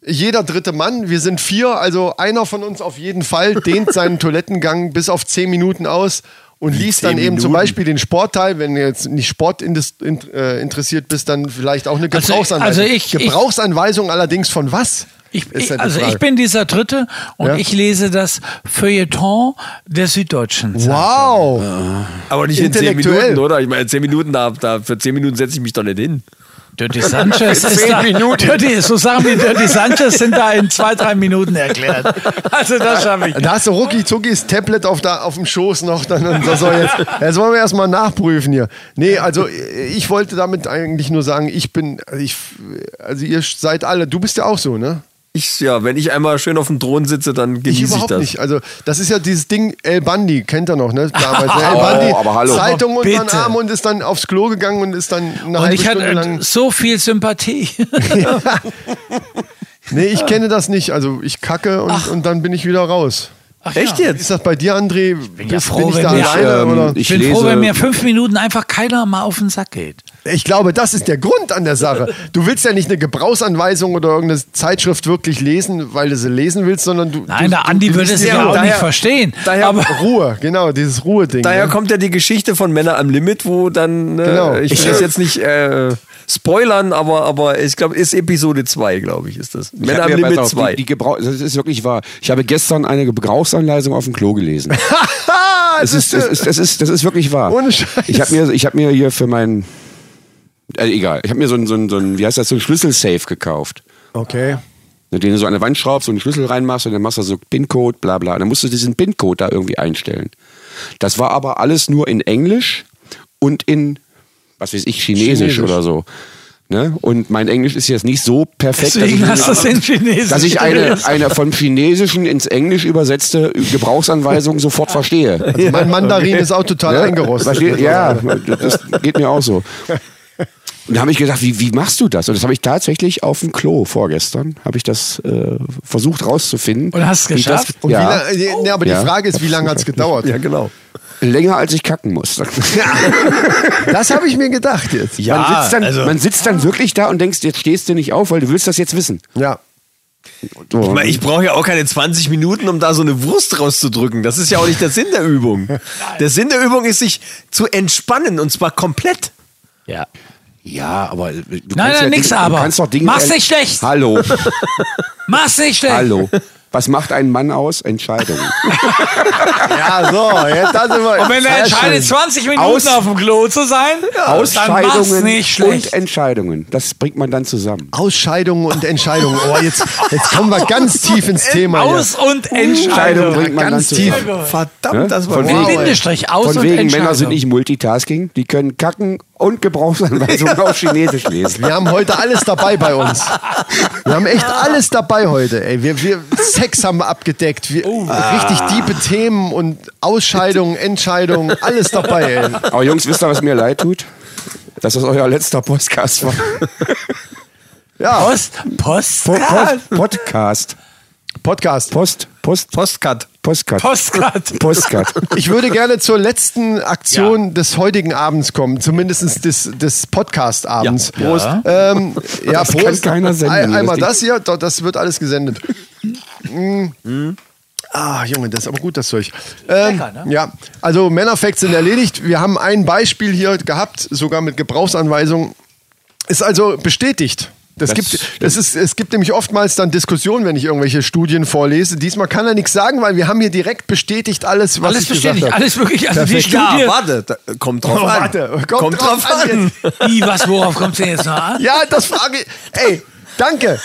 B: jeder dritte Mann, wir sind vier, also einer von uns auf jeden Fall dehnt seinen Toilettengang bis auf zehn Minuten aus und liest dann eben zum Beispiel den Sportteil, wenn du jetzt nicht Sport in, äh, interessiert bist, dann vielleicht auch eine
F: Also- also
B: Gebrauchsanweisung.
F: ich- ich-
B: Gebrauchsanweisung allerdings von was?
F: Ich,
B: Ist ja
F: ich,
B: die
F: also
B: Frage.
F: ich bin dieser Dritte und
B: Ja.
F: ich lese das Feuilleton der Süddeutschen.
B: Wow.
C: Aber nicht in zehn
B: Intellektuell.
C: Minuten, oder? Ich meine, zehn Minuten, da, da, für zehn Minuten setze ich mich doch nicht hin.
B: [laughs]
F: Dirty Sanchez ist da, Dirty, so Sachen wie Dirty Sanchez sind da in zwei, drei Minuten erklärt. Also das schaffe ich.
B: Da hast du rucki zuckis Tablet auf, da, auf dem Schoß noch. Dann, und das, soll jetzt, das wollen wir erstmal nachprüfen hier. Nee, also ich wollte damit eigentlich nur sagen, ich bin, also ich, also ihr seid alle, du bist ja auch so, ne?
C: Ich, ja, wenn ich einmal schön auf dem Thron sitze, dann
B: Ich
C: genieße ich,
B: überhaupt
C: das.
B: nicht. Also das ist ja dieses Ding, El Bandi, kennt ihr noch, ne? Damals, ne? El
G: Oh,
B: Bandi,
G: aber hallo.
B: Zeitung unter den
F: Bitte.
B: Arm und ist dann aufs Klo gegangen und ist dann eine
F: Und
B: halbe
F: ich hatte
B: Stunde
F: äh,
B: lang...
F: so viel Sympathie.
B: Nee, ich kenne das nicht. Also ich kacke und, und dann bin ich wieder raus.
F: Ach
C: Echt
F: ja.
B: Ist
C: jetzt?
B: das bei dir, André? Bist- Bin,
F: ja froh,
B: ich
F: wenn
B: da
F: wir-
B: alleine?
G: Ähm,
B: oder?
G: ich-
F: Ich bin froh,
G: lese-
F: wenn mir fünf Minuten einfach keiner mal auf den Sack geht.
B: Ich glaube, das ist der Grund an der Sache. Du willst ja nicht eine Gebrauchsanweisung oder irgendeine Zeitschrift wirklich lesen, weil du sie lesen willst, sondern du.
F: Nein,
B: du,
F: der Andi
B: du
F: würde
B: liest
F: es
B: sie
F: ja
B: so.
F: auch
C: daher-
F: nicht verstehen.
C: daher-
F: aber
B: Ruhe, genau, dieses Ruhe-Ding.
C: Daher
B: ne?
C: kommt ja die Geschichte von Männer am Limit, wo dann, äh,
B: Genau.
C: ich will
B: Ich-
C: das jetzt nicht äh, spoilern, aber, aber ich glaube, ist Episode 2, glaube ich, ist das.
G: Ich
C: Männer
G: hab
C: am
G: mir-
C: Limit
G: pass auf,
C: 2.
G: Die, die Gebrauch, das ist wirklich wahr. Ich habe gestern eine Gebrauchsanleitung auf dem Klo gelesen.
B: Ah,
G: Das ist, das ist, das ist, das ist wirklich wahr.
B: Ohne Scheiß.
G: Ich habe mir, ich hab mir hier für meinen Also egal. Ich habe mir so ein, so ein, so ein, wie heißt das, so ein Schlüsselsafe gekauft.
B: Okay.
G: Wenn du den so an der Wand schraubst und einen Schlüssel reinmachst und dann machst du so PIN-Code, bla bla. Dann musst du diesen PIN-Code da irgendwie einstellen. Das war aber alles nur in Englisch und in, was weiß ich, Chinesisch,
B: Chinesisch.
G: oder so. Ne? Und mein Englisch ist jetzt nicht so perfekt,
F: Deswegen
G: dass ich,
F: hast du es in Chinesisch.
G: dass
F: [laughs]
G: ich eine, eine vom Chinesischen ins Englisch übersetzte Gebrauchsanweisung sofort
F: [laughs]
G: verstehe. ne?
B: Also mein Mandarin ist auch total eingerostet. Also,
G: Verstehe- Ja, das geht mir auch so. Und da habe ich gedacht, wie, wie machst du das? Und das habe ich tatsächlich auf dem Klo vorgestern, habe ich das äh, versucht rauszufinden.
F: Und hast es
G: wie das-
F: geschafft?
B: Und
G: ja,
B: wie lange, nee, aber
G: Ja.
B: die Frage ist, wie lange hat es gedauert?
C: Ja, genau.
G: länger als ich
F: [laughs]
G: kacken musste.
B: Das habe ich mir gedacht jetzt.
G: man, sitzt dann,
F: also-
G: man sitzt dann wirklich da und denkst, jetzt stehst du nicht auf, weil du willst das jetzt wissen.
B: Ja.
G: So.
C: Ich, meine, ich brauche ja auch keine 20 Minuten, um da so eine Wurst rauszudrücken. Das ist ja auch nicht der Sinn
B: [laughs]
C: der Übung. Der Sinn der Übung ist, sich zu entspannen und zwar komplett.
F: Ja.
G: ja, aber du kannst
F: nein,
G: ja
F: nix aber.
G: Du kannst doch Dinge
F: Mach's nicht schlecht. [laughs]
G: Hallo,
F: Mach's nicht schlecht.
G: hallo. Was macht ein Mann aus? Entscheidungen.
B: Ja, so, jetzt da sind wir.
F: Und wenn er
B: Sehr
F: entscheidet,
B: schön.
F: 20 Minuten
G: Aus-
F: auf dem Klo zu sein, dann mach's
G: Ausscheidungen
F: nicht
G: und
F: schlecht.
G: Entscheidungen. Das bringt man dann zusammen.
B: Ausscheidungen und Entscheidungen. Oh, jetzt, jetzt kommen wir ganz tief ins
F: Äh,
B: Thema. hier.
F: Aus-
G: Uh,
F: und Entscheidung.
G: bringt man
B: Ganz
G: dann
B: tief.
G: zusammen.
C: Verdammt,
G: Ne?
C: das war
G: Von
C: wow.
G: wegen-
F: Bindestrich, aus
G: Von
F: und
G: wegen,
F: Entscheidung.
G: Männer sind nicht Multitasking, die können kacken und Gebrauchsanweisungen auf Chinesisch lesen.
B: Wir haben heute alles dabei bei uns. Wir haben echt alles dabei heute. Ey, wir, wir Sex haben wir abgedeckt. Wir, Richtig diebe Themen und Ausscheidungen, Entscheidungen, alles dabei. Ey.
G: Aber Jungs, wisst ihr, was mir leid tut? Dass das euer letzter Podcast war.
B: Ja,
F: Post, Post,
G: Po Post, Podcast.
B: Podcast.
G: Post, Post,
C: Postcut.
G: Postcard.
F: Postcard.
G: Postcard.
B: Ich würde gerne zur letzten Aktion des heutigen Abends kommen, zumindest des, des Podcast-Abends. Ja, Prost. Ähm, ja,
G: Das
B: Prost.
G: kann keiner senden,
B: Ein- Einmal
G: das
B: das hier, doch, das wird alles gesendet. Mm. Ah, Junge, das ist aber gut, das Zeug. Ähm,
F: Lecker,
B: Ja, also Männerfacts sind erledigt. Wir haben ein Beispiel hier gehabt, sogar mit Gebrauchsanweisung. Ist also bestätigt. Das
G: Das
B: gibt,
G: stimmt.
B: das ist, es gibt nämlich oftmals dann Diskussionen, wenn ich irgendwelche Studien vorlese. Diesmal kann er nichts sagen, weil wir haben hier direkt bestätigt alles, was
F: Alles
B: ich gesagt
F: bestätigt,
B: habe.
F: alles wirklich. Also die
B: Perfekt.
F: Studie,
C: Ja, warte, da, kommt drauf
B: Oh,
C: an.
B: warte, kommt drauf an
F: wie, was, worauf kommt denn jetzt noch an?
B: Ja, das frage ich. Ey, danke.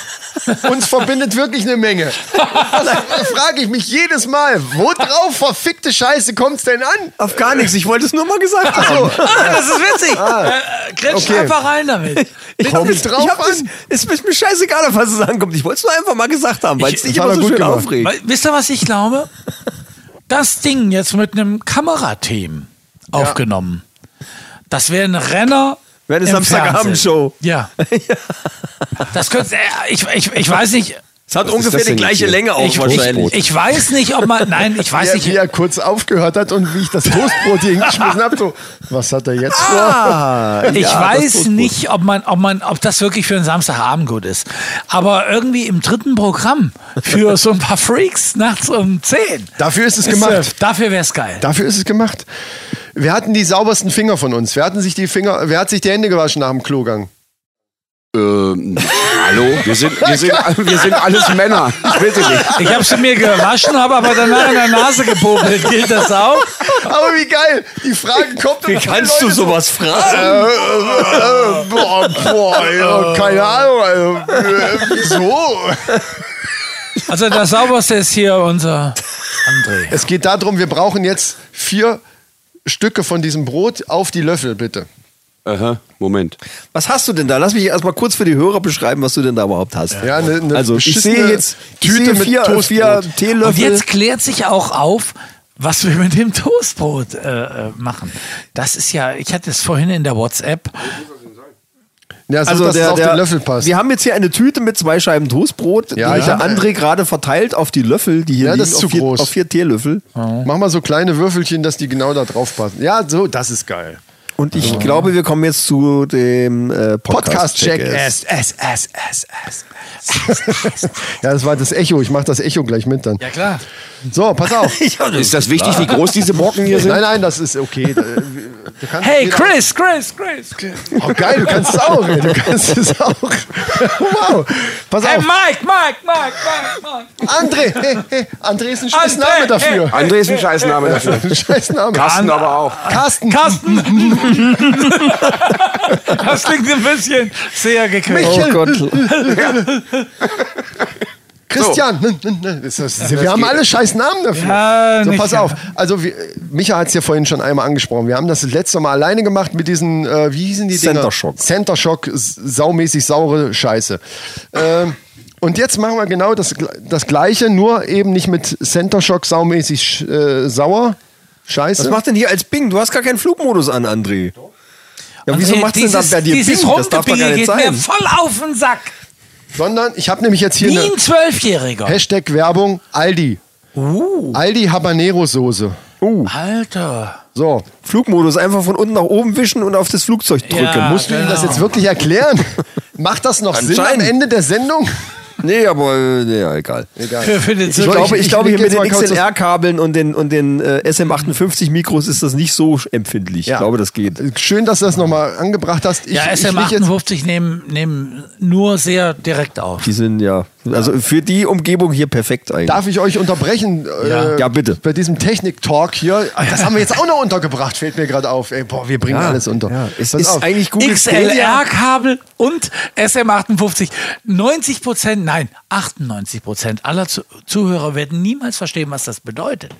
B: Uns verbindet wirklich eine Menge. Das frage ich mich jedes Mal. Worauf verfickte Scheiße kommt's denn an?
C: Auf gar nichts, ich wollte es nur mal gesagt haben.
F: Ah, [laughs] das ist witzig. Äh, äh, Kretsch
B: Okay.
F: einfach rein damit.
C: Ich
B: Kommt
C: ich
B: drauf
C: hab
B: an.
C: das- Es ist mir scheißegal, auf was es ankommt. Ich wollte es nur einfach mal gesagt haben, weil es dich
B: das hat
C: immer
B: er
C: so
B: gut
C: schön
B: gemacht.
C: aufregt.
F: Weil, wisst ihr, was ich
C: [laughs]
F: glaube? Das Ding jetzt mit einem Kamerateam aufgenommen. Das wäre ein Renner.
C: Wäre eine
F: im
C: Samstagabendshow.
F: Fernsehen. Ja.
C: [laughs]
F: Das könnte. äh, Ich, ich, ich weiß nicht.
C: Es hat
G: ist das
C: ungefähr die
G: denn
C: gleiche
G: jetzt hier?
C: Länge auch
F: Ich,
C: wahrscheinlich.
F: ich weiß nicht, ob man. Nein, ich weiß
B: Wie er, wie
F: nicht.
B: er kurz aufgehört hat und wie ich das Toastbrot hier hingeschmissen habe. So, was hat er jetzt
F: Ah. Ich weiß nicht, ob man, ob man, ob das wirklich für einen Samstagabend gut ist. Aber irgendwie im dritten Programm für so ein paar Freaks nachts um 10.
B: Dafür ist es
F: Wisst ihr,
B: gemacht.
F: Dafür wäre es geil.
B: vor? Dafür ist es gemacht. Wir hatten die saubersten Finger von uns. Wer, hatten sich die Finger, wer hat sich die Hände gewaschen nach dem Klogang?
G: ähm, hallo? Wir sind, wir, [laughs] sind, wir sind alles Männer. Ich bitte nicht.
F: Ich habe sie mir gewaschen, habe aber danach in der Nase gepopelt. Gilt das auch?
B: Aber wie geil! Die Frage kommt
C: Wie
B: und die
C: kannst du
B: Leute so-
C: sowas fragen?
B: Äh, äh, äh, boah, boah, ja,
C: [laughs]
B: keine Ahnung. Also, äh, wieso?
F: Also das sauberste ist hier unser André.
B: Es geht darum, wir brauchen jetzt vier Stücke von diesem Brot auf die Löffel, bitte.
G: Aha, Moment.
C: Was hast du denn da? Lass mich erstmal kurz für die Hörer beschreiben, was du denn da überhaupt hast.
B: Ja, ne- ne
C: also ich
B: beschissene
C: sehe jetzt ich
B: Tüte
C: sehe
B: mit
C: vier,
B: Toastbrot.
C: vier Teelöffel.
F: Und jetzt klärt sich auch auf, was wir mit dem Toastbrot äh, äh, machen. Das ist ja, ich hatte es vorhin in der WhatsApp.
B: Ja, so, dass es auf den Löffel passt.
C: Also Wir haben jetzt hier eine Tüte mit zwei Scheiben Toastbrot,
B: Ja,
C: die
B: ich
C: hat der
B: hab-
C: André gerade verteilt auf die Löffel, die hier
B: Ja, das
C: liegen,
B: ist zu
C: auf, vier,
B: groß.
C: auf vier Teelöffel.
B: Mach mal so kleine Würfelchen, dass die genau da drauf passen. Ja, so, das ist geil.
C: Und
B: Also-
C: ich glaube, wir kommen jetzt zu dem äh,
B: Podcast-Check.
C: Podcast-Check. Podcast
F: S, S, S, S.
B: Ja, das war das Echo. Ich mache das Echo gleich mit dann.
F: Ja klar.
B: So, pass auf.
G: Ist das wichtig, wie groß diese
B: [laughs]
G: Brocken hier sind?
B: Nein, nein, das ist okay. Da, äh, du kannst-
F: Hey,
B: jeder-
F: Chris, Chris, Chris.
B: Oh, geil, du kannst es auch. Ey, du kannst es auch. [laughs] Wow. Pass
F: Hey,
B: auf.
F: Mike, Mike, Mike, Mike, Mike.
B: André. Hey, hey. André ist ein scheiß
F: André,
B: Name dafür.
G: André ist ein Scheißname dafür.
B: Ein scheiß Name.
G: Carsten aber auch.
B: [laughs] Carsten.
F: Carsten. Das klingt ein bisschen sehr gekürzt.
B: Michel, [laughs]
C: Gott.
B: Christian. n- n- n- Das, das, wir haben alle scheiß Namen dafür.
F: Ja,
B: so,
F: nicht
B: pass
F: ja.
B: auf. Also, wir, Micha hat es ja vorhin schon einmal angesprochen. Wir haben das letzte Mal alleine gemacht mit diesen, äh, wie hießen die
C: Center
B: Dinger?
C: Shock.
B: Center Shock, s- saumäßig saure Scheiße. Ähm, und jetzt machen wir genau das, gl- das Gleiche, nur eben nicht mit Center Shock saumäßig sch- äh, sauer. Scheiße.
C: Was macht denn hier als Bing? Du hast gar keinen Flugmodus an, André. Ja, wieso
F: André,
C: macht denn dann
F: dieses-
C: bei dir Bing?
F: dieses
C: Das darf doch gar
F: Rumgepinge
C: nicht
F: geht mir
C: sein.
F: voll auf den Sack.
B: Sondern ich habe nämlich jetzt hier
F: Wie
B: eine
F: ein Zwölfjähriger.
B: Hashtag Werbung Aldi.
F: Uh.
B: Aldi Habanero Soße.
F: Alter.
B: So,
C: Flugmodus einfach von unten nach oben wischen und auf das Flugzeug drücken.
F: Ja,
C: Musst du
B: Will ich das jetzt wirklich erklären? genau. [laughs] Macht das noch Sinn am
C: Anscheinend.
B: Ende der Sendung?
C: Nee, aber äh, nee, ja, egal.
F: Für, für den
C: Ich,
B: wollte-
C: glaube,
B: ich-
C: ich,
B: ich
C: glaube
B: leg
C: hier mit
B: jetzt mal
C: den
B: kurz das-
C: XLR-Kabeln und den, und den äh, SM58-Mikros ist das nicht so empfindlich.
B: Ja.
C: Ich glaube, das geht.
B: Schön, dass du das nochmal angebracht hast. Ich,
F: Ja,
B: ich leg jetzt,
F: SM58 nehmen, nehmen nur sehr direkt auf.
C: Die sind ja, also für die Umgebung hier perfekt eigentlich.
B: darf ich euch unterbrechen?
F: Ja.
B: äh,
C: Ja, bitte.
B: Bei diesem Technik-Talk hier.
F: Ah,
B: Das haben wir jetzt auch noch untergebracht, fällt mir gerade auf. Ey, boah, wir bringen
C: Ja,
B: alles unter.
C: ja. Es
B: Pass
C: ist
B: auf.
C: eigentlich Google Stadia.
F: XLR-Kabel und SM58. 90 Prozent, nein, 98 Prozent aller Zu Zuhörer werden niemals verstehen, was das bedeutet.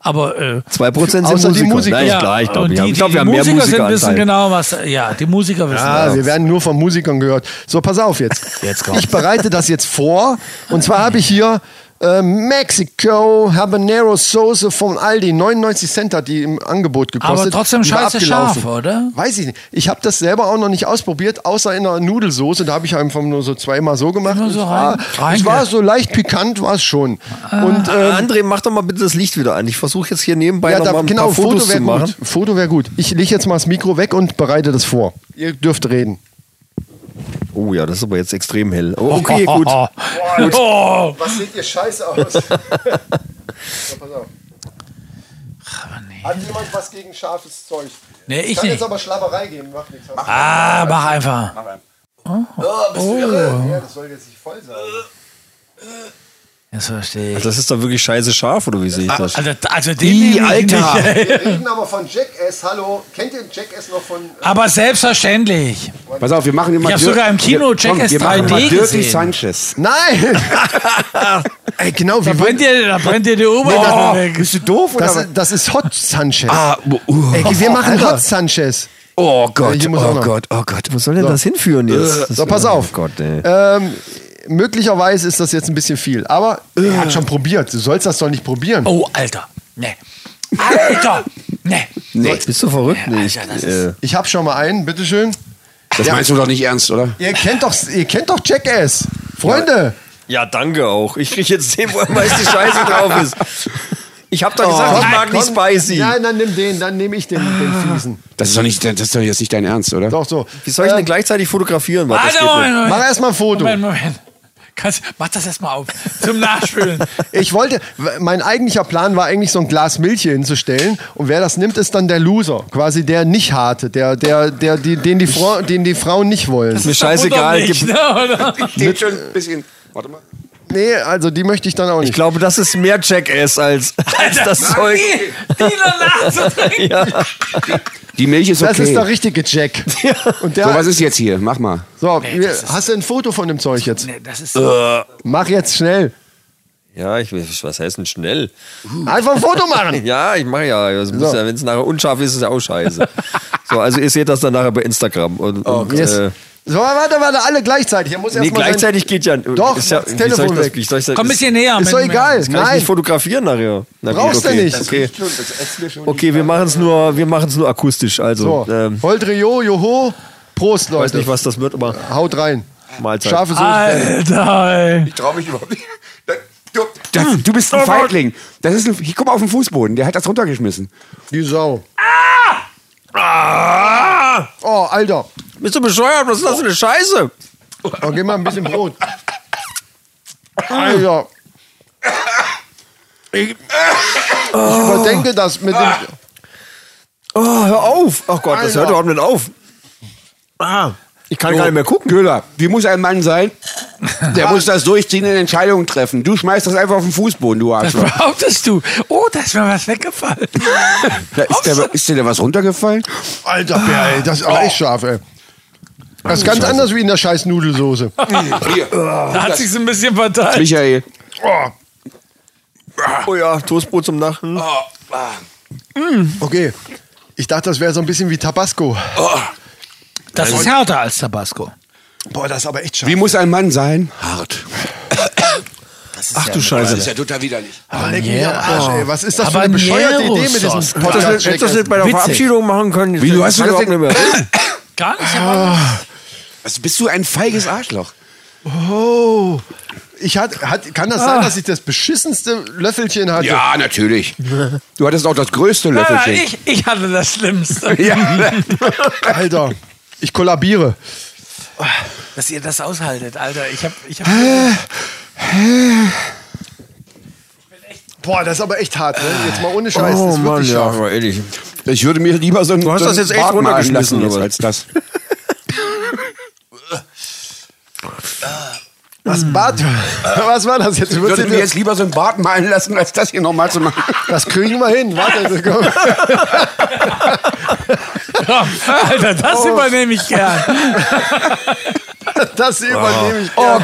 F: Aber äh,
C: 2% sind
B: Außer die
C: Musiker.
B: Musiker.
C: Nein,
B: Ja,
C: klar, ich glaube,
F: und
C: wir haben-
F: die,
C: ich glaube,
F: die
C: wir haben mehr
F: Musiker sind,
C: Musiker.
F: wissen genau, was. Ja, die Musiker wissen. genau. [laughs]
B: Ah,
F: das.
B: wir werden nur von Musikern gehört. So, pass auf jetzt.
F: [laughs] Jetzt kommt's.
B: Ich bereite das jetzt vor. Und zwar habe ich hier äh, Mexico Habanero Soße von Aldi. 99 Cent hat die im Angebot gekostet.
F: Aber trotzdem
B: Die war
F: scheiße
B: abgelaufen.
F: scharf, oder?
B: Weiß ich nicht. Ich habe das selber auch noch nicht ausprobiert, außer in einer Nudelsoße. Da habe ich einfach nur so zweimal so gemacht.
F: Immer so
B: es,
F: rein-
B: war,
F: rein-
B: es war so leicht pikant, war es schon.
F: genau-
B: Und
C: Äh, André, mach doch mal bitte das Licht wieder an. Ich versuche jetzt hier nebenbei
B: Ah. ja,
C: noch
B: da,
C: mal ein
B: genau,
C: paar Fotos
B: Foto
C: zu
B: wäre
C: machen.
B: gut. Foto wäre gut. Ich lege jetzt mal das Mikro weg und bereite das vor. Ihr dürft reden.
C: Oh ja, das ist aber jetzt extrem hell.
F: [laughs]
C: Oh, okay, gut.
F: Gut. Oh,
B: Was seht ihr scheiße aus? so, pass auf. Hat jemand was gegen scharfes Zeug?
F: Nee, ich
B: Kann
F: nicht.
B: jetzt aber Schlabberei geben, macht nichts.
F: Ah, mach einfach. Oh,
B: Oh, Ja, das soll jetzt nicht voll sein.
F: Jetzt verstehe ich.
C: Das ist doch wirklich scheiße scharf, oder wie sehe ich
B: Ah,
C: das?
F: Also, also den nehme ich
C: Alter.
F: nicht. [laughs]
B: Wir reden aber von Jackass, hallo. Kennt ihr Jackass noch von... äh,
F: Aber selbstverständlich.
G: Pass auf, wir machen immer.
F: Ich hab
G: Dir-
F: sogar im Kino
G: wir, komm,
F: Jackass
G: wir machen
F: 3D
G: mal Dirty
F: gesehen.
G: Sanchez.
B: Nein! Ey, genau,
F: Da
B: wie
F: brennt dir, da brennt dir die Oberarme weg.
G: bist du doof
B: das,
G: oder?
B: das ist Hot Sanchez.
G: Ah,
C: oh,
G: uh,
B: Ey, wir machen
G: Alter.
B: Hot Sanchez.
G: Oh Gott,
B: Hier
G: oh
B: muss auch noch.
G: Gott, oh Gott.
C: Wo soll denn das hinführen jetzt?
B: Äh, So, pass auf.
C: Oh Gott, ey.
B: Ähm, möglicherweise ist das jetzt ein bisschen viel, aber er hat schon probiert. Du sollst das doch nicht probieren.
F: Oh, Alter. Nee. Alter. Nee.
C: Nee. Bist du verrückt? Nee, ich,
F: Alter, das
C: äh,
B: Ich hab schon mal einen, bitteschön.
G: Das meinst du doch nicht ernst, oder?
B: Ihr kennt doch, ihr kennt doch Jackass. Freunde,
C: ja, danke auch. Ich krieg jetzt den, wo am meisten [laughs] Scheiße drauf ist. Ich hab doch gesagt, Oh, ich mag nicht spicy. Ah.
B: Nein, dann nimm den, dann nehme ich den, den fiesen.
G: Das ist doch nicht, das ist doch jetzt nicht dein Ernst, oder?
B: Doch so. Ähm,
C: Wie soll ich denn gleichzeitig fotografieren? Warte, das
F: Alter,
C: geht
F: Moment,
C: nicht.
F: Moment.
B: Mach erst mal ein Foto.
F: Moment, Moment. Kannst, mach das erstmal auf. Zum Nachspülen.
B: Ich wollte, w- mein eigentlicher Plan war eigentlich so ein Glas Milch hier hinzustellen und wer das nimmt, ist dann der Loser, quasi der nicht harte, der, der, der, die, den die Frau, den die Frauen nicht wollen.
C: Mir scheißegal.
F: Wundert mich,
C: gib-
F: ne, oder?
G: Mit schon ein bisschen. Warte mal.
B: Nee, also die möchte ich dann auch
C: Ich
B: nicht.
C: glaube, das ist mehr Jackass als, als das Zeug.
F: Die, die danach zu trinken.
C: Ja.
G: Die Milch ist okay.
B: Das ist der richtige
C: [laughs]
B: Jack. Und
G: so,
B: der,
G: was ist jetzt hier? Mach mal.
B: so,
F: Nee,
B: wir,
F: das ist-
B: hast du ein Foto von dem Zeug jetzt?
F: Nee, das ist.
B: Mach jetzt schnell.
C: ja, ich will, was heißt denn schnell?
B: Einfach ein Foto machen.
C: [laughs] Ja, ich mache ja. Das muss
B: So.
C: ja Wenn es nachher unscharf ist, ist es ja
B: [laughs]
C: auch scheiße. so, also ihr seht das dann nachher bei Instagram. Und, und
B: Yes.
C: äh,
B: So, warte, warte, alle gleichzeitig. Er muss
C: nee,
B: erst mal sein-
C: gleichzeitig geht ja.
B: Doch,
C: ist ja
B: das
C: wie
B: Telefon
C: soll ich das,
B: weg.
C: wie soll ich das,
F: Komm ein
C: das-
F: bisschen näher.
B: Ist doch
F: Moment,
B: egal.
C: Das kann ich
B: Nein.
C: nicht fotografieren nachher. Na
B: Brauchst du
C: okay.
B: nicht.
C: Okay.
G: schon
C: Okay, wir machen es nur, wir machen's nur akustisch. Also,
B: So.
C: ähm,
B: Holdrio, Joho. Prost, Leute.
C: weiß nicht, was das wird, aber
B: Haut rein.
C: Mahlzeit.
B: Scharfe Soße.
F: Moment. Alter. ey.
G: Ich trau mich überhaupt nicht. Du,
F: Ah.
G: das, du
F: Oh
G: bist ein Feigling. Das ist ein, ich guck mal auf den Fußboden. Der hat das runtergeschmissen.
B: Die Sau.
C: Ah!
B: Oh, Alter.
C: Bist du bescheuert? Was ist das für eine Scheiße?
B: Oh, gib mal ein bisschen Brot. Alter. Ich, ich überdenke das mit dem.
C: Oh, hör auf. Ach Gott, das
B: Alter.
C: hört überhaupt nicht auf. Ah, ich kann gar nicht mehr gucken.
G: Köhler, die muss ein Mann sein. Der muss das durchziehen und Entscheidungen treffen. Du schmeißt das einfach auf den Fußboden, du
F: Was
G: Arschloch.
F: behauptest du? Oh, da ist mir was weggefallen.
G: Da ist, der, ist dir da was runtergefallen?
B: Alter Bär, ey, das ist aber echt scharf, ey. Das ist ganz anders wie in der scheiß Nudelsoße.
F: Da hat sich's ein bisschen verteilt.
G: Michael.
B: Ah.
C: Oh ja, Toastbrot zum
B: Oh,
C: Nachen.
B: Okay. Ich dachte, das wäre so ein bisschen wie Tabasco.
F: Das ist härter als Tabasco.
B: Boah, das ist aber echt scharf.
G: Wie muss ein Mann sein?
A: Hart.
C: Ach du Scheiße.
A: ja total widerlich.
B: Ah, leck mich am
C: Oh.
B: Arsch, ey. Was ist das für eine
F: Habanero
B: bescheuerte Idee mit diesem
F: Sauce.
B: podcast
C: Hättest du das nicht bei der
F: Witzig.
C: Verabschiedung machen können?
G: Wie, du hast
C: Weiß
G: überhaupt-
C: ich nicht mehr.
F: Gar nicht.
G: Ah.
F: aber-
G: Was, bist du ein feiges Arschloch?
B: Oh. Ich hat, hat, kann das sein,
C: Ah.
B: dass ich das beschissenste Löffelchen hatte?
G: Ja, natürlich. Du hattest auch das größte
F: Nein, nein,
G: Löffelchen.
F: ich, ich hatte das Schlimmste.
B: [laughs]
G: [laughs]
B: Alter, ich kollabiere.
F: [laughs] Dass ihr das aushaltet, Alter. Ich hab, ich hab
B: Boah, das ist aber echt hart, ne? Jetzt mal ohne Scheiß. das
C: Oh
B: ist
C: Mann,
B: wirklich
C: ja,
B: scharf.
C: aber ehrlich.
G: Ich würde mir lieber so einen
C: Du hast
G: so
C: das
G: einen
C: jetzt echt
G: Bart malen
C: runtergeschmissen,
G: lassen jetzt
C: oder?
G: als das.
C: Hm.
B: Was, Bart, [laughs] was war das jetzt?
G: Ich würde mir jetzt lieber so einen Bart malen lassen, als das hier nochmal zu machen.
B: Das kriegen wir hin. Warte, komm.
G: Ah.
F: Alter, das
G: Oh.
F: übernehme ich gern.
B: [laughs]
G: [laughs]
B: das übernehme ich.
C: Oh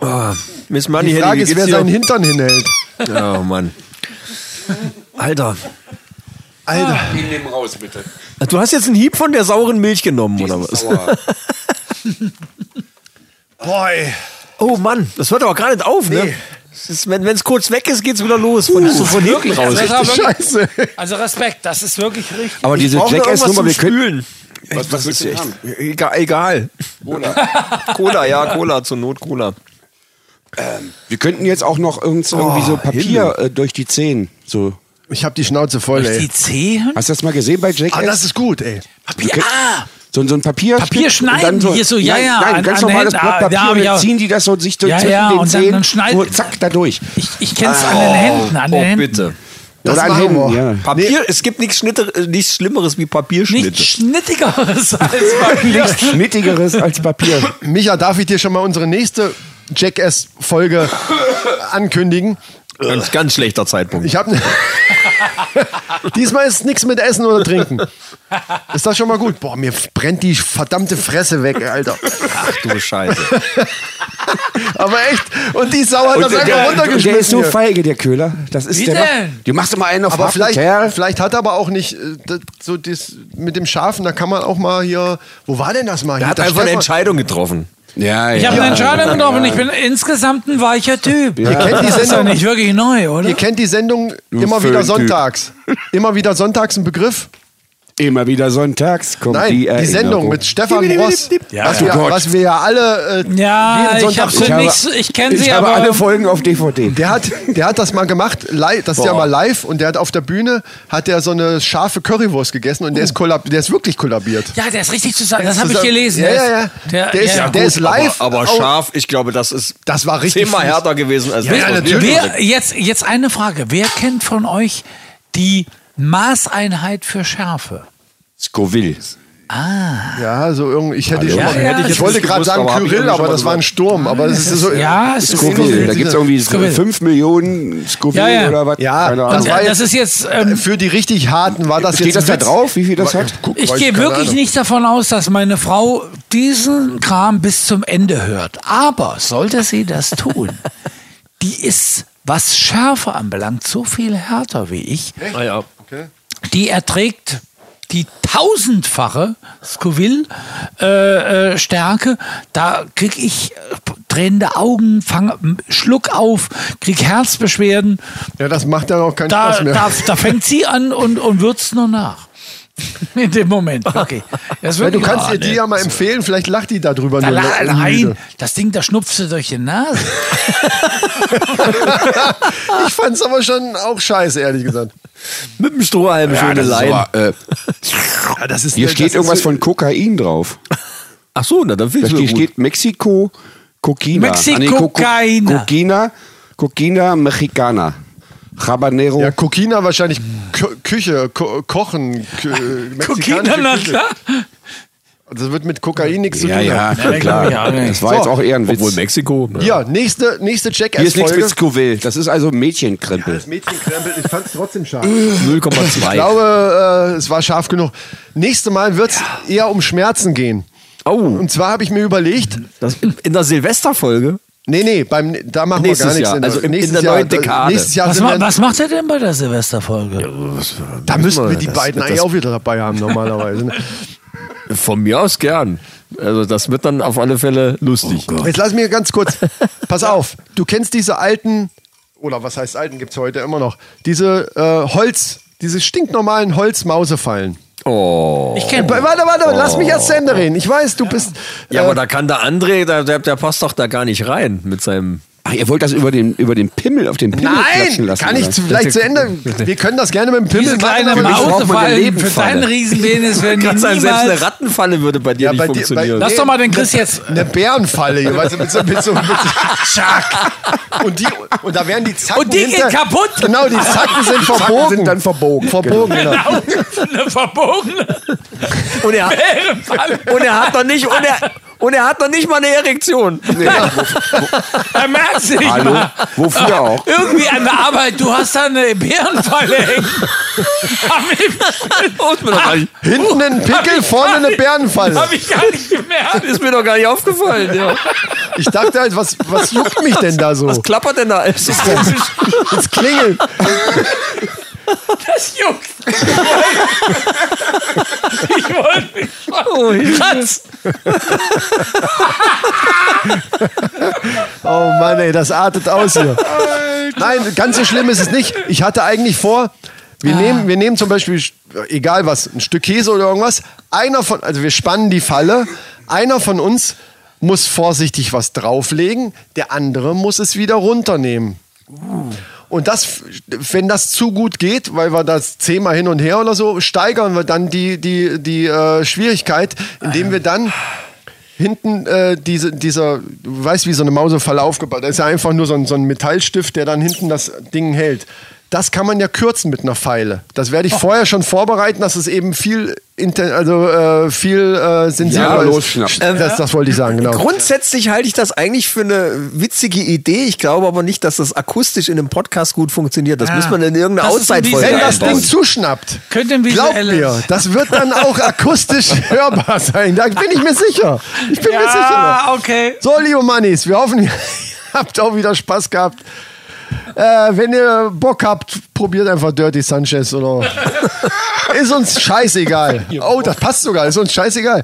C: Gott. Miss Money
B: Die Frage
C: Handy,
B: ist,
C: wie
B: wer
C: geht's
B: seinen
C: [laughs] dir?
B: Hintern hinhält.
C: Oh Mann. Alter.
B: Alter,
G: Geh neben Ah, raus, bitte.
C: Du hast jetzt einen Hieb von der sauren Milch genommen, oder was?
B: boah, ey.
C: Oh Mann, das hört aber gar nicht auf, ne?
B: Nee.
C: Es ist, wenn es kurz weg ist, geht's wieder los. Von, so von hinten
F: wirklich,
C: raus.
F: also-
B: Richtig Scheiße.
F: Also Respekt, das ist wirklich richtig.
G: Aber diese
C: brauch noch
G: Jackass-Nummer, wir
C: irgendwas zum
G: können...
C: Spülen.
G: Was, was willst du denn haben?
C: Egal. egal. Cola. Cola, ja, Cola, zur Not Cola.
G: Wir könnten jetzt auch noch irgend so irgendwie so Papier äh, durch die Zehen. So.
B: Ich hab die Schnauze voll, ey.
F: Die Zehen?
G: Hast du das mal gesehen bei Jackass?
B: Ah, das ist gut, ey.
F: Papier, ah,
G: So, so ein Papier.
F: Papier schneiden,
G: und dann so,
F: hier so, ja,
G: nein,
F: ja,
G: Nein,
F: an-
G: ganz
F: an
G: normales
F: den-
G: Blatt
F: ah,
G: Papier.
F: ja,
G: und dann
F: ja.
G: ziehen die das so sich durch
F: Ja,
G: zwischen
F: ja,
G: den
F: und dann-
G: Zehen.
F: dann schneiden-
G: so, zack, da durch.
F: ich, ich kenn's
G: Ah.
F: an den Händen. An den
C: oh,
F: Händen.
C: bitte.
B: Das
G: Oder an
B: machen
G: Händen,
B: wir.
G: ja.
C: Papier, es gibt nichts, Schnitter, äh, nichts Schlimmeres wie Papierschnitte.
F: Nichts Schnittigeres [laughs] als Papier.
G: [laughs] Nichts Schnittigeres als [laughs] Papier.
B: Micha, darf ich dir schon mal unsere nächste Jackass-Folge ankündigen?
C: Ganz, Äh, ganz schlechter Zeitpunkt.
B: Ich habe [laughs] Diesmal ist nichts mit Essen oder Trinken. Ist das schon mal gut? Boah, mir brennt die verdammte Fresse weg, Alter.
C: Ach du Scheiße.
B: Aber echt. Und die Sau hat das
G: der,
B: einfach
G: der ist
B: runtergeschmissen.
G: so
B: hier.
G: feige, der Köhler. Das ist
F: Wie
G: der.
F: denn?
G: Du machst immer einen auf
B: aber
G: harten
B: vielleicht,
G: Kerl.
B: vielleicht hat er aber auch nicht äh, das, so das mit dem Schafen, da kann man auch mal hier. Wo war denn das mal?
C: Er
B: Hier,
C: hat
B: der
C: einfach eine
B: Stefan-
C: Entscheidung getroffen.
G: Ja,
F: Ich habe eine Entscheidung
G: Ja.
F: getroffen. Ich bin insgesamt ein weicher Typ.
B: Ihr kennt
F: [laughs]
B: die
F: Das ist ja
B: Sendung,
F: nicht wirklich neu, oder?
B: ihr kennt die Sendung immer wieder
G: Föhntyp.
B: sonntags. Immer wieder sonntags ein Begriff.
G: Immer wieder sonntags kommt
B: Nein, die,
G: Um Erinnerung.
B: Sendung mit Stefan Ross,
G: Ja,
B: was,
G: ja.
B: wir,
G: Gott.
B: was wir ja alle äh,
F: Ja,
B: jeden
F: ich
B: Sonntag
F: hab's
G: Ich habe-
F: nicht so- ich kenn sie,
G: Ich habe
F: aber-
G: alle Folgen auf DVD.
B: Der hat, der hat das mal gemacht, live, das ist ja mal live, und der hat auf der Bühne hat der so eine scharfe Currywurst gegessen und der ist kollab der ist wirklich kollabiert.
F: Ja, der ist richtig zusammen. Das habe ich
B: Zusammen-
F: gelesen.
B: Ja,
F: Der ist-
B: ja, ja.
F: Der,
B: Der ist-
F: ja,
B: der ist live.
C: Aber, aber
B: Oh,
C: scharf, ich glaube, das ist
B: Das war richtig.
C: zehnmal
B: fies.
C: härter gewesen als
B: Ja,
C: das,
B: ja,
C: was wir
B: natürlich.
C: gesagt haben.
F: Wer, jetzt, jetzt eine Frage. Wer kennt von euch die Maßeinheit für Schärfe?
G: Scoville.
B: Ja, so irgendwie. Ich, hätte schon
F: Ja,
B: mal,
F: ja,
B: ich,
F: das
B: wollte
C: ist-
B: gerade
C: gewusst,
B: sagen
C: aber hab ich
B: Kyrill,
C: irgendwie schon
B: aber
C: mal
B: das war ein
C: gehört.
B: Sturm. Aber es ist so.
F: Ja, es ist
G: Scoville. Da gibt es irgendwie
F: Scoville.
G: 5 Millionen Scoville
F: Ja, ja.
G: oder was.
B: Ja,
G: Keine
B: das
G: Ahnung.
B: Also war
F: Das
B: jetzt-
F: ist jetzt. Ähm,
B: Für die richtig harten war das
G: Steht
B: jetzt.
G: das da
B: Witz.
G: drauf, wie viel das hat?
B: Guck,
F: ich
B: weiß
F: gehe
B: keine
F: wirklich
B: Ahnung.
F: nicht davon aus, dass meine Frau diesen Kram bis zum Ende hört. Aber sollte sie das
C: [laughs]
F: tun, die ist, was Schärfe anbelangt, so viel härter wie ich.
C: Ah, ja.
F: die erträgt die tausendfache Scoville-Stärke. Äh, Stärke. da kriege ich äh, tränende Augen, fang, m- Schluck auf, krieg Herzbeschwerden.
B: Ja, das macht dann auch keinen
F: Da,
B: Spaß mehr.
F: da, da fängt sie an und, und würzt nur nach. In dem Moment. Okay. Das ist
B: Weil du
F: wirklich-
B: kannst
F: Ah,
B: dir die
F: ne.
B: ja mal empfehlen, vielleicht lacht die da drüber.
F: da
B: nur
F: la-
B: müde.
F: nein, das Ding, da schnupfst du durch die Nase.
B: [laughs] Ich fand's aber schon auch scheiße, eärlich gesagt.
C: Mit dem Strohhalm schöne
G: das ist
C: Leine.
G: aber, äh,
B: [laughs] Ja, das ist
G: hier
B: das
G: steht
B: ist
G: irgendwas
B: so-
G: von Kokain drauf.
C: Ach so, na, dann
G: Da
C: finde ich
G: steht,
C: gut.
G: steht Mexiko, Ah, Coquina.
F: Mexiko- Cocaina.
G: Coquina. Coquina Mexicana. Habanero.
B: Ja, Kokina wahrscheinlich Kü Küche, Ko Kochen, Kü Mexikanische
F: Kokina, na
B: Küche.
F: klar.
B: Das wird mit Kokain nichts
G: Ja,
B: zu tun
G: ja,
B: haben.
G: klar. Das war jetzt auch eher ein Witz.
H: Obwohl Mexiko. ne?
B: Ja, nächste, nächste check
G: Hier ist nichts mit
B: folge
G: Scoville. Das ist also Mädchenkrempel.
B: Das Mädchenkrempel, ich fand es trotzdem scharf.
C: Äh,
B: [laughs] Ich
H: 0,2.
B: glaube, äh, es war scharf genug. Nächste Mal wird es eher um Schmerzen gehen.
C: Oh,
B: Und zwar habe ich mir überlegt,
C: das, in der Silvesterfolge.
B: nee, nee, beim, da machen
C: Nächstes
B: wir gar nichts.
C: Jahr,
B: in der-
C: also in-
B: nächstes
C: in der
B: Jahr,
C: neuen
B: da-
C: Dekade.
B: Nächstes Jahr
F: Was,
B: sind
F: ma
B: wir, Oh.
F: was macht er denn bei der Silvesterfolge?
B: da müssten wir die
H: Das-
B: beiden
H: das-
B: eigentlich auch wieder dabei haben, normalerweise. ne?
H: Von mir aus gern. Also das wird dann auf alle Fälle lustig.
B: Jetzt lass mir ganz kurz, pass auf, du kennst diese alten, oder was heißt alten, gibt es heute immer noch, diese äh, Holz, diese stinknormalen Holzmausefallen.
F: Ich kenne
B: Warte, warte, warte, lass mich erst zu Ende reden. Ich weiß, du bist.
H: Ja,
B: äh,
H: aber da kann der André, der, der, der passt doch da gar nicht rein mit seinem.
G: Ach, ihr wollt das über den, über den Pimmel auf den Pimmel
B: Nein,
G: klatschen lassen? ne?
B: kann ich
G: oder?
B: zu- vielleicht zu Ende. Wir können das gerne mit dem Pimmel
F: diese
B: machen.
F: kleine
B: aber
G: mich braucht man eine
F: Mausefallen für
G: Lebenfalle.
F: deinen Riesenpenis
B: [laughs]
F: werden die
H: Kann sein, selbst eine
F: niemals...
H: Rattenfalle würde bei dir
B: Ja,
H: nicht
B: bei dir-
H: funktionieren.
B: bei-
F: Lass doch mal den Chris jetzt...
B: Eine Bärenfalle, hier, weißt du, mit so, mit so, mit so Schack. Und, die, und da werden die Zacken.
F: Und die gehen
B: hinter,
F: kaputt.
B: Genau, die Zacken sind verbogen.
G: sind dann verbogen.
B: Verbogen,
F: [laughs]
B: [laughs] genau.
F: eine
B: [laughs]
F: verbogene
H: und, er,
F: Bärenfalle.
H: und er hat noch
F: [laughs]
H: nicht, und er, und er hat noch nicht mal eine Erektion.
F: Er merkt sich [laughs]
G: Hallo?
F: mal.
G: Wofür auch?
F: Irgendwie an der Arbeit, du hast da eine Bärenfalle hängen. Hab ich,
H: Ist mir doch gar nicht,
B: Hinten ein Pickel, vorne eine Bärenfalle.
F: hab ich gar nicht gemerkt.
H: ist mir doch gar nicht aufgefallen. Ja.
B: Ich dachte halt, was, was juckt mich denn da so?
H: Was klappert denn da alles?
C: Also
B: Es klingelt.
F: Das juckt. Ich wollte mich
H: Oh,
F: Kratz.
B: Oh Mann, ey, das artet aus hier. Nein, ganz so schlimm ist es nicht. Ich hatte eigentlich vor, wir, nehmen, wir nehmen zum Beispiel, egal was, ein Stück Käse oder irgendwas. Einer von, also wir spannen die Falle. Einer von uns muss vorsichtig was drauflegen, der andere muss es wieder runternehmen. Und das, wenn das zu gut geht, weil wir das zehnmal hin und her oder so, steigern wir dann die, die, die äh, Schwierigkeit, indem wir dann hinten äh, diese, dieser, du weißt, wie so eine Mausefalle aufgebaut, da ist ja einfach nur so ein, so ein Metallstift, der dann hinten das Ding hält. Das kann man ja kürzen mit einer Pfeile. Das werde ich vorher schon vorbereiten, dass es eben viel, inten also äh, viel äh, sensibler ist.
G: losschnappen.
B: Das, das wollte ich sagen, genau.
C: Grundsätzlich halte ich das eigentlich für eine witzige Idee. Ich glaube aber nicht, dass das akustisch in einem Podcast gut funktioniert. Das
F: Ja.
C: muss man in irgendeine
F: Das ist ein
C: Outside-Folge
B: Wenn
F: bisschen-
B: Ah. das
C: einbauen.
B: Ding zuschnappt,
F: Könnt ihr ein
B: glaubt
F: visuelles-
B: mir, das wird dann auch akustisch hörbar sein. Da bin ich mir sicher. Ich bin mir sicher.
F: Ja, okay.
B: So, liebe Mannis, wir hoffen, [laughs] ihr habt auch wieder Spaß gehabt. Äh, wenn ihr Bock habt, probiert einfach Dirty Sanchez oder. [laughs] Ist uns scheißegal. Oh, das passt sogar. Ist uns scheißegal.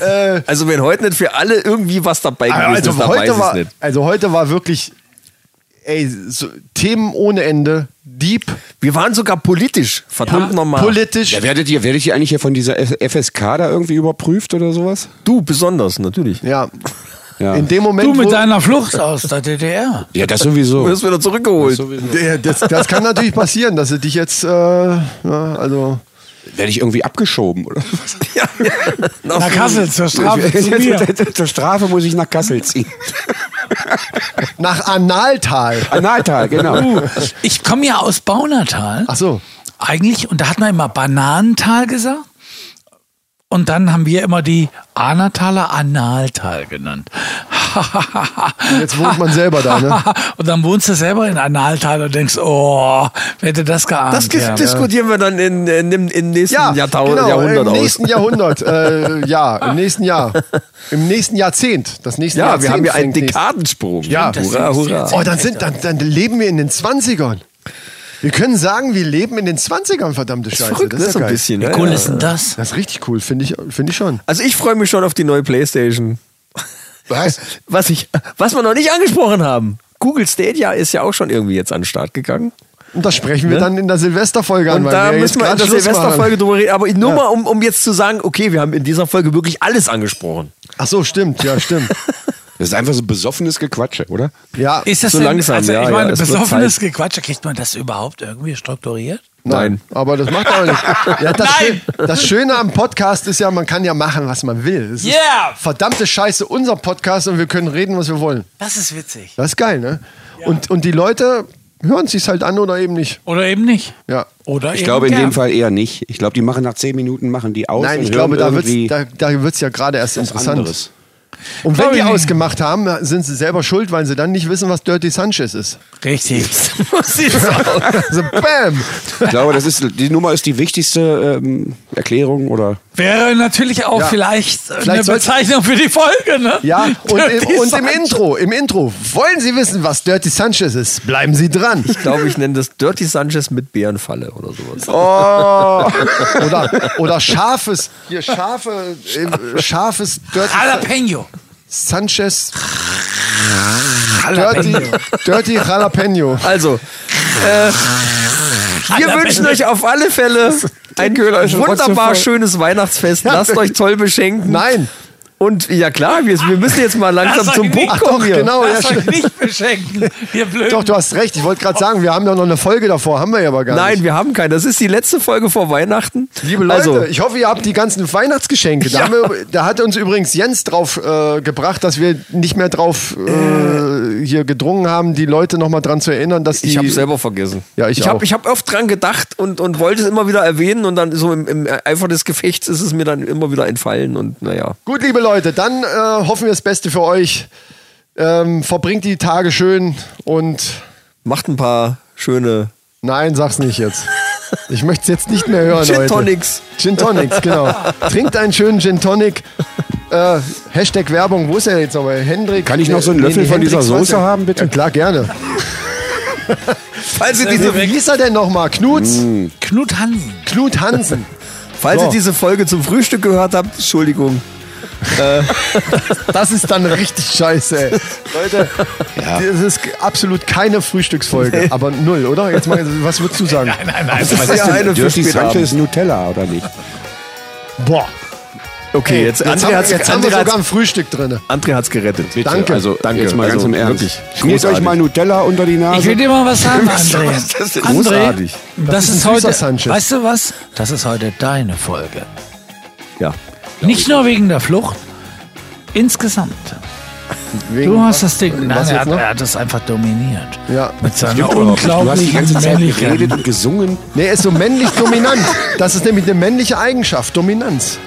B: Äh,
C: Also wenn heute nicht für alle irgendwie was dabei gewesen
B: also,
C: ist, dann weiß
B: heute
C: ich's
B: war,
C: nicht.
B: also heute war wirklich ey, so, Themen ohne Ende. Deep,
C: Wir waren sogar politisch, verdammt normal.
B: politisch.
G: Ja, werdet ihr, werdet ihr eigentlich hier von dieser F- FSK da irgendwie überprüft oder sowas?
C: du besonders, natürlich.
B: Ja.
G: Ja.
B: In dem Moment.
F: Du mit
B: wo-
F: deiner Flucht aus der DDR.
G: Ja, das sowieso.
C: [laughs] Du wirst wieder zurückgeholt.
B: Der- das, das kann natürlich passieren, dass sie dich jetzt. Äh, ja, also.
G: Werde ich irgendwie abgeschoben oder was?
F: Nach Kassel zur
G: [laughs]
F: Strafe zu mir.
G: Zur Strafe muss ich nach Kassel ziehen.
B: Nach Analtal.
G: Analtal, genau.
F: Ich komme ja aus Baunatal.
B: Ach so.
F: Eigentlich, und da hat man immer Bananental gesagt. Und dann haben wir immer die Anataler Analtal genannt.
B: Jetzt wohnt man selber da, ne?
F: [laughs] und dann wohnst du selber in Analtal und denkst, oh, wer hätte das geahnt?
C: Das
F: ja.
C: diskutieren wir dann in, in, im, im nächsten
B: Ja,
C: Jahrtau
B: genau,
C: Jahrhundert
B: im
C: aus.
B: nächsten Jahrhundert. Äh, ja, im nächsten Jahr. Im nächsten Jahrzehnt. Das nächste
C: Ja,
B: Jahrzehnt.
C: wir haben ja einen
B: fängt nächst-
C: Dekadensprung.
B: Ja.
C: hurra, hurra.
B: Oh, dann, sind, dann, dann leben wir in den 20ern. Wir können sagen, wir leben in den 20ern, verdammte Scheiße.
C: Verrückt, ne,
B: das ist ja
C: ein
B: geil.
C: bisschen.
F: Wie
C: ja,
F: cool
C: ja.
F: ist denn das?
B: Das ist richtig cool, finde ich, finde ich schon.
C: Also ich freue mich schon auf die neue Playstation.
B: Was?
C: Was, ich, was wir noch nicht angesprochen haben. Google Stadia ist ja auch schon irgendwie jetzt an den Start gegangen.
B: Und das sprechen wir dann in der Silvesterfolge an.
C: Ne? Und
B: weil
C: da
B: jetzt
C: müssen wir in
B: gerade
C: der
B: Schluss machen.
C: Silvesterfolge drüber reden. Aber nur mal, um, um jetzt zu sagen, okay, wir haben in dieser Folge wirklich alles angesprochen.
B: Ach so, stimmt, ja, stimmt.
G: Das ist einfach so besoffenes Gequatsche, oder?
C: [laughs]
B: Ja,
F: Ist das
C: So
F: denn,
C: langsam,
F: also
C: ja,
F: ich
C: ja,
F: meine,
C: es wird
F: besoffenes Gequatsche, kriegt man das überhaupt irgendwie strukturiert?
B: Nein. Aber das macht auch nicht.
C: [laughs]
B: Ja, das, Schö- das Schöne am Podcast ist ja, man kann ja machen, was man will. Es ist
F: Yeah!
B: verdammte Scheiße, unser Podcast und wir können reden, was wir wollen.
F: Das ist witzig.
B: Das ist geil, ne? Und, und die Leute hören sie es halt an oder eben nicht.
F: Oder eben nicht.
B: Ja.
F: Oder
G: Ich
F: eben
G: glaube in
F: gern.
G: dem Fall eher nicht. Ich glaube, die machen nach zehn Minuten machen die aus.
B: Nein,
G: und
B: ich glaube,
G: hören
B: da wird
G: irgendwie
B: es da, da wird's ja gerade erst interessant.
G: anderes.
B: Und wenn
F: Glaub
B: die
F: ich nicht.
B: ausgemacht haben, sind sie selber schuld, weil sie dann nicht wissen, was Dirty Sanchez
C: [laughs]
B: ist.
G: [laughs]
F: Richtig.
B: Also bam!
G: Ich glaube, das ist die Nummer ist die wichtigste ähm, Erklärung oder
F: Wäre natürlich auch
B: Ja.
F: vielleicht, eine
B: Vielleicht sollte-
F: Bezeichnung für die Folge, ne? [laughs]
B: Ja, und,
F: Dirty
B: im, und im
F: Sanchez.
B: Intro, im Intro, wollen Sie wissen, was Dirty Sanchez ist? Bleiben Sie dran.
C: Ich glaube, ich nenne das Dirty Sanchez mit Bärenfalle oder sowas.
B: Oh. Oder, oder scharfes, hier scharfe, äh, scharfes Dirty
F: Jalapeno.
B: Sanchez. Dirty, Dirty Jalapeno.
C: Also, äh, wir wünschen euch auf alle Fälle ein wunderbar schönes Weihnachtsfest. Lasst euch toll beschenken.
B: Nein.
C: Und ja klar, wir, wir müssen jetzt mal langsam
F: Das
C: zum
F: sag ich
C: Punkt
F: nicht.
C: kommen
B: Ach,
C: hier.
B: genau. ja,
F: Lasst euch
B: stimmt.
F: nicht beschenken, ihr blöden
B: Doch, du hast recht. Ich wollte gerade sagen, wir haben doch noch eine Folge davor. Haben wir ja aber gar
C: Nein,
B: nicht.
C: wir haben keine. Das ist die letzte Folge vor Weihnachten.
B: Liebe Leute,
C: also,
B: ich hoffe, ihr habt die ganzen Weihnachtsgeschenke. Da, haben wir, da hat uns übrigens Jens drauf äh, gebracht, dass wir nicht mehr drauf äh, hier gedrungen haben, die Leute nochmal dran zu erinnern, dass die.
C: Ich habe selber vergessen.
B: Ja, ich
C: ich
B: auch.
C: habe hab oft dran gedacht und, und wollte es immer wieder erwähnen und dann so im, im Eifer des Gefechts ist es mir dann immer wieder entfallen und naja.
B: Gut, liebe Leute, dann äh, hoffen wir das Beste für euch. Ähm, verbringt die Tage schön und
C: Macht ein paar schöne
B: nein, sag's nicht jetzt. Ich möchte es jetzt nicht mehr hören
C: Gin
B: heute.
C: Tonics.
B: Gin Tonics, genau. Trinkt einen schönen Gin Tonic. Äh, Hashtag Werbung, wo ist er jetzt nochmal? Hendrik.
G: Kann ich noch so einen
B: Nee,
G: Löffel
B: nee,
G: von dieser
B: Hendrix, was
G: Soße
B: denn?
G: haben, bitte?
B: Ja, klar, gerne.
C: Falls ihr
B: Wie
C: diese,
B: hieß er denn nochmal? Knuts?
F: Knut Hansen.
B: Knut Hansen.
C: falls ihr diese Folge zum Frühstück gehört habt, Entschuldigung.
B: Das ist dann richtig scheiße, ey. Leute, das ist absolut keine Frühstücksfolge. Aber null, oder? Jetzt mal, was würdest du sagen?
F: Nein, nein,
B: also
C: Das ist ja eine für
G: Dirty Sanchez
C: Spätabend.
G: Nutella oder nicht?
B: Boah.
C: Okay,
B: Ey,
C: jetzt,
B: jetzt,
C: André
B: haben,
C: hat's,
B: jetzt haben wir
C: André
B: sogar
C: hat's,
B: ein Frühstück drin.
C: André hat's gerettet.
G: Bitte,
B: Danke.
G: Also
C: Danke.
G: jetzt mal ganz
C: Also
G: im Ernst.
C: wirklich
G: Schmiert euch
C: großartig.
G: mal Nutella unter die
F: Ich will
G: Nase.
F: dir mal was sagen, André.
C: das ist
F: André,
C: großartig.
F: das,
B: ist
F: ist
B: ein
F: heute,
B: süßer Sanchez.
F: weißt du was? Das ist heute deine Folge.
C: Ja.
F: Nicht nur wegen der Flucht, insgesamt. Du hast das Ding, nein,
B: was
F: er
B: jetzt
F: hat,
B: noch?
F: er hat das einfach dominiert.
B: Ja.
F: Mit seiner
G: Du hast die
F: unglaublichen
G: ganze Zeit
F: Männlichkeit.
G: geredet und gesungen.
B: Nee, er ist so männlich dominant. Das ist nämlich eine männliche Eigenschaft, Dominanz.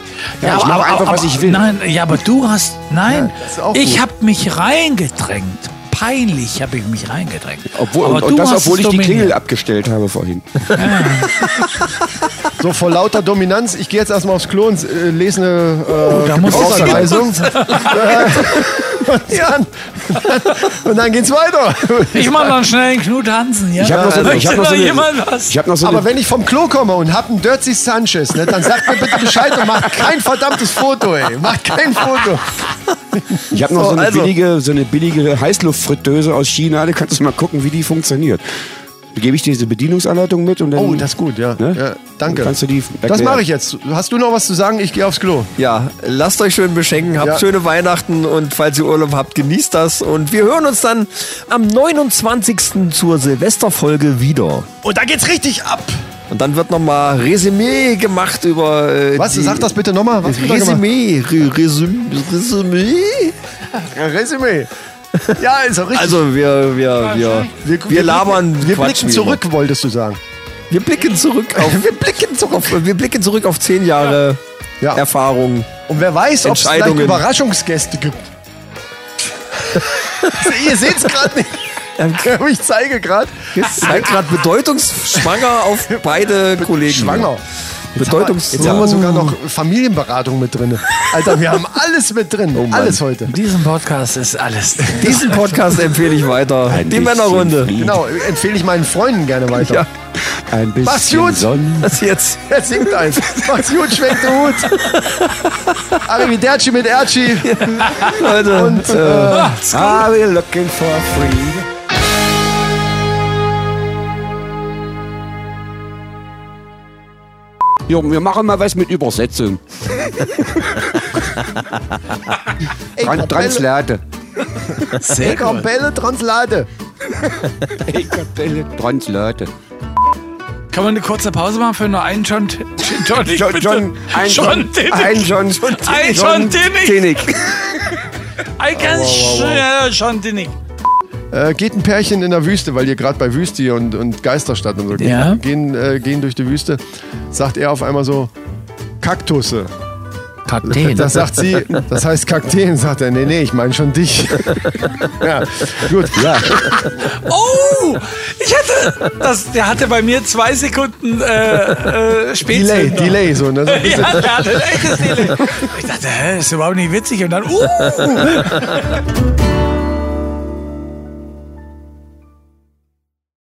F: Ja,
G: ich mache einfach, was ich will.
F: Nein, ja, aber du hast, nein,
B: das ist auch gut.
F: ich habe mich reingedrängt. Peinlich habe ich mich reingedrängt.
G: Obwohl,
F: aber
G: und,
F: du
G: und das,
F: hast
G: obwohl
F: es
G: ich die
F: dominiert.
G: Klingel abgestellt habe vorhin.
B: So vor lauter Dominanz. Ich gehe jetzt erstmal aufs Klo und äh, lese eine äh,
F: Oh, da muss ich-
B: Gebrauchsanweisung. Äh, [laughs] und, dann, und dann geht's weiter.
F: Ich mache dann schnell einen Knut Hansen. Ja?
G: Ich habe noch so eine- ich
F: Möchte
G: hab noch so eine-
F: jemand was?
G: Ich habe noch so
B: Aber
G: eine,
B: wenn ich vom Klo komme und hab einen Dirty Sanchez, ne, dann sagt mir bitte Bescheid und macht kein verdammtes Foto, ey. Macht kein Foto.
G: ich hab noch so,
C: So,
G: eine
C: also.
G: billige, so eine billige Heißluftfritteuse aus China. Da kannst du mal gucken, wie die funktioniert. Da gebe ich dir diese Bedienungsanleitung mit und dann.
B: Oh, das ist gut, ja.
G: Ne?
B: ja danke.
G: Dann kannst du die
B: das
G: erklären.
B: mache ich jetzt. Hast du noch was zu sagen? Ich gehe aufs Klo.
C: Ja, lasst euch schön beschenken, habt
B: Ja.
C: schöne Weihnachten und falls ihr Urlaub habt, genießt das. Und wir hören uns dann am 29. zur Silvesterfolge wieder.
B: Und da geht's richtig ab.
C: Und dann wird nochmal Resümee gemacht über. Äh,
B: Was?
C: die-
B: Sag das bitte nochmal. Was wird da gemacht?
C: Resümee. Re Resüm Resümee?
B: Ja, Resümee. Ja, ist auch richtig.
C: Also, wir, wir, wir, wir, labern.
B: Wir
C: Quatsch
B: blicken
C: wie
B: zurück, wolltest du sagen.
C: immer. Wir
B: [laughs]
C: blicken zurück auf. wir, blicken zurück auf wir blicken zurück auf zehn Jahre
B: Ja.
C: Erfahrung.
B: Und wer weiß, ob es vielleicht
C: Entscheidungen.
B: Überraschungsgäste gibt. [laughs] Ihr seht es gerade nicht. Ich zeige gerade.
C: Jetzt seid gerade
B: [laughs]
C: bedeutungsschwanger auf beide Kollegen.
B: Schwanger.
C: Bedeutungs
B: Jetzt haben wir sogar noch Familienberatung mit drin. Alter, wir haben alles mit drin. alles heute.
F: In diesem Podcast ist alles drin.
C: Diesen Podcast empfehle ich weiter. Die
G: bisschen
C: Männerrunde.
G: Frieden.
B: Genau, empfehle ich meinen Freunden gerne weiter.
C: Ja.
G: Ein bisschen
B: Mach's gut.
G: Sonnen.
C: Das jetzt.
B: [laughs] Er singt eins. Macht's gut, schwenkt den Hut. Arrivederci mit Erci.
C: Leute.
B: Und,
C: äh,
G: Are we looking for free? Jo, wir machen mal was mit Übersetzung.
B: Ey,
G: Tran
B: Kapelle,
G: Translate.
B: Ey, Kapelle, Translate.
G: Translate.
F: Kann man eine kurze Pause machen für nur einen John T- Gin Tonic?
G: John,
F: bitte?
G: John, ein John,
F: Tonic.
G: ein John,
F: Ein John Tinnick.
G: Tinnick.
F: Ein ganz schneller John Tinnick.
B: Äh, geht ein Pärchen in der Wüste, weil ihr gerade bei Wüste und, und Geisterstadt und so
F: Ja.
B: gehen, äh, gehen durch die Wüste, sagt er auf einmal so, Kaktusse.
F: Kakteen.
B: Das sagt sie, das heißt Kakteen, sagt er. Nee, nee, ich meine schon dich. [laughs] ja, gut. Ja.
F: Oh, ich hatte, das, der hatte bei mir zwei Sekunden äh, äh, Spätzünder.
B: Delay, Delay, so. Ne? so ein bisschen.
F: [laughs] Ja, der hatte ein echtes Delay. Ich dachte, hä, ist überhaupt nicht witzig. Und dann, uh.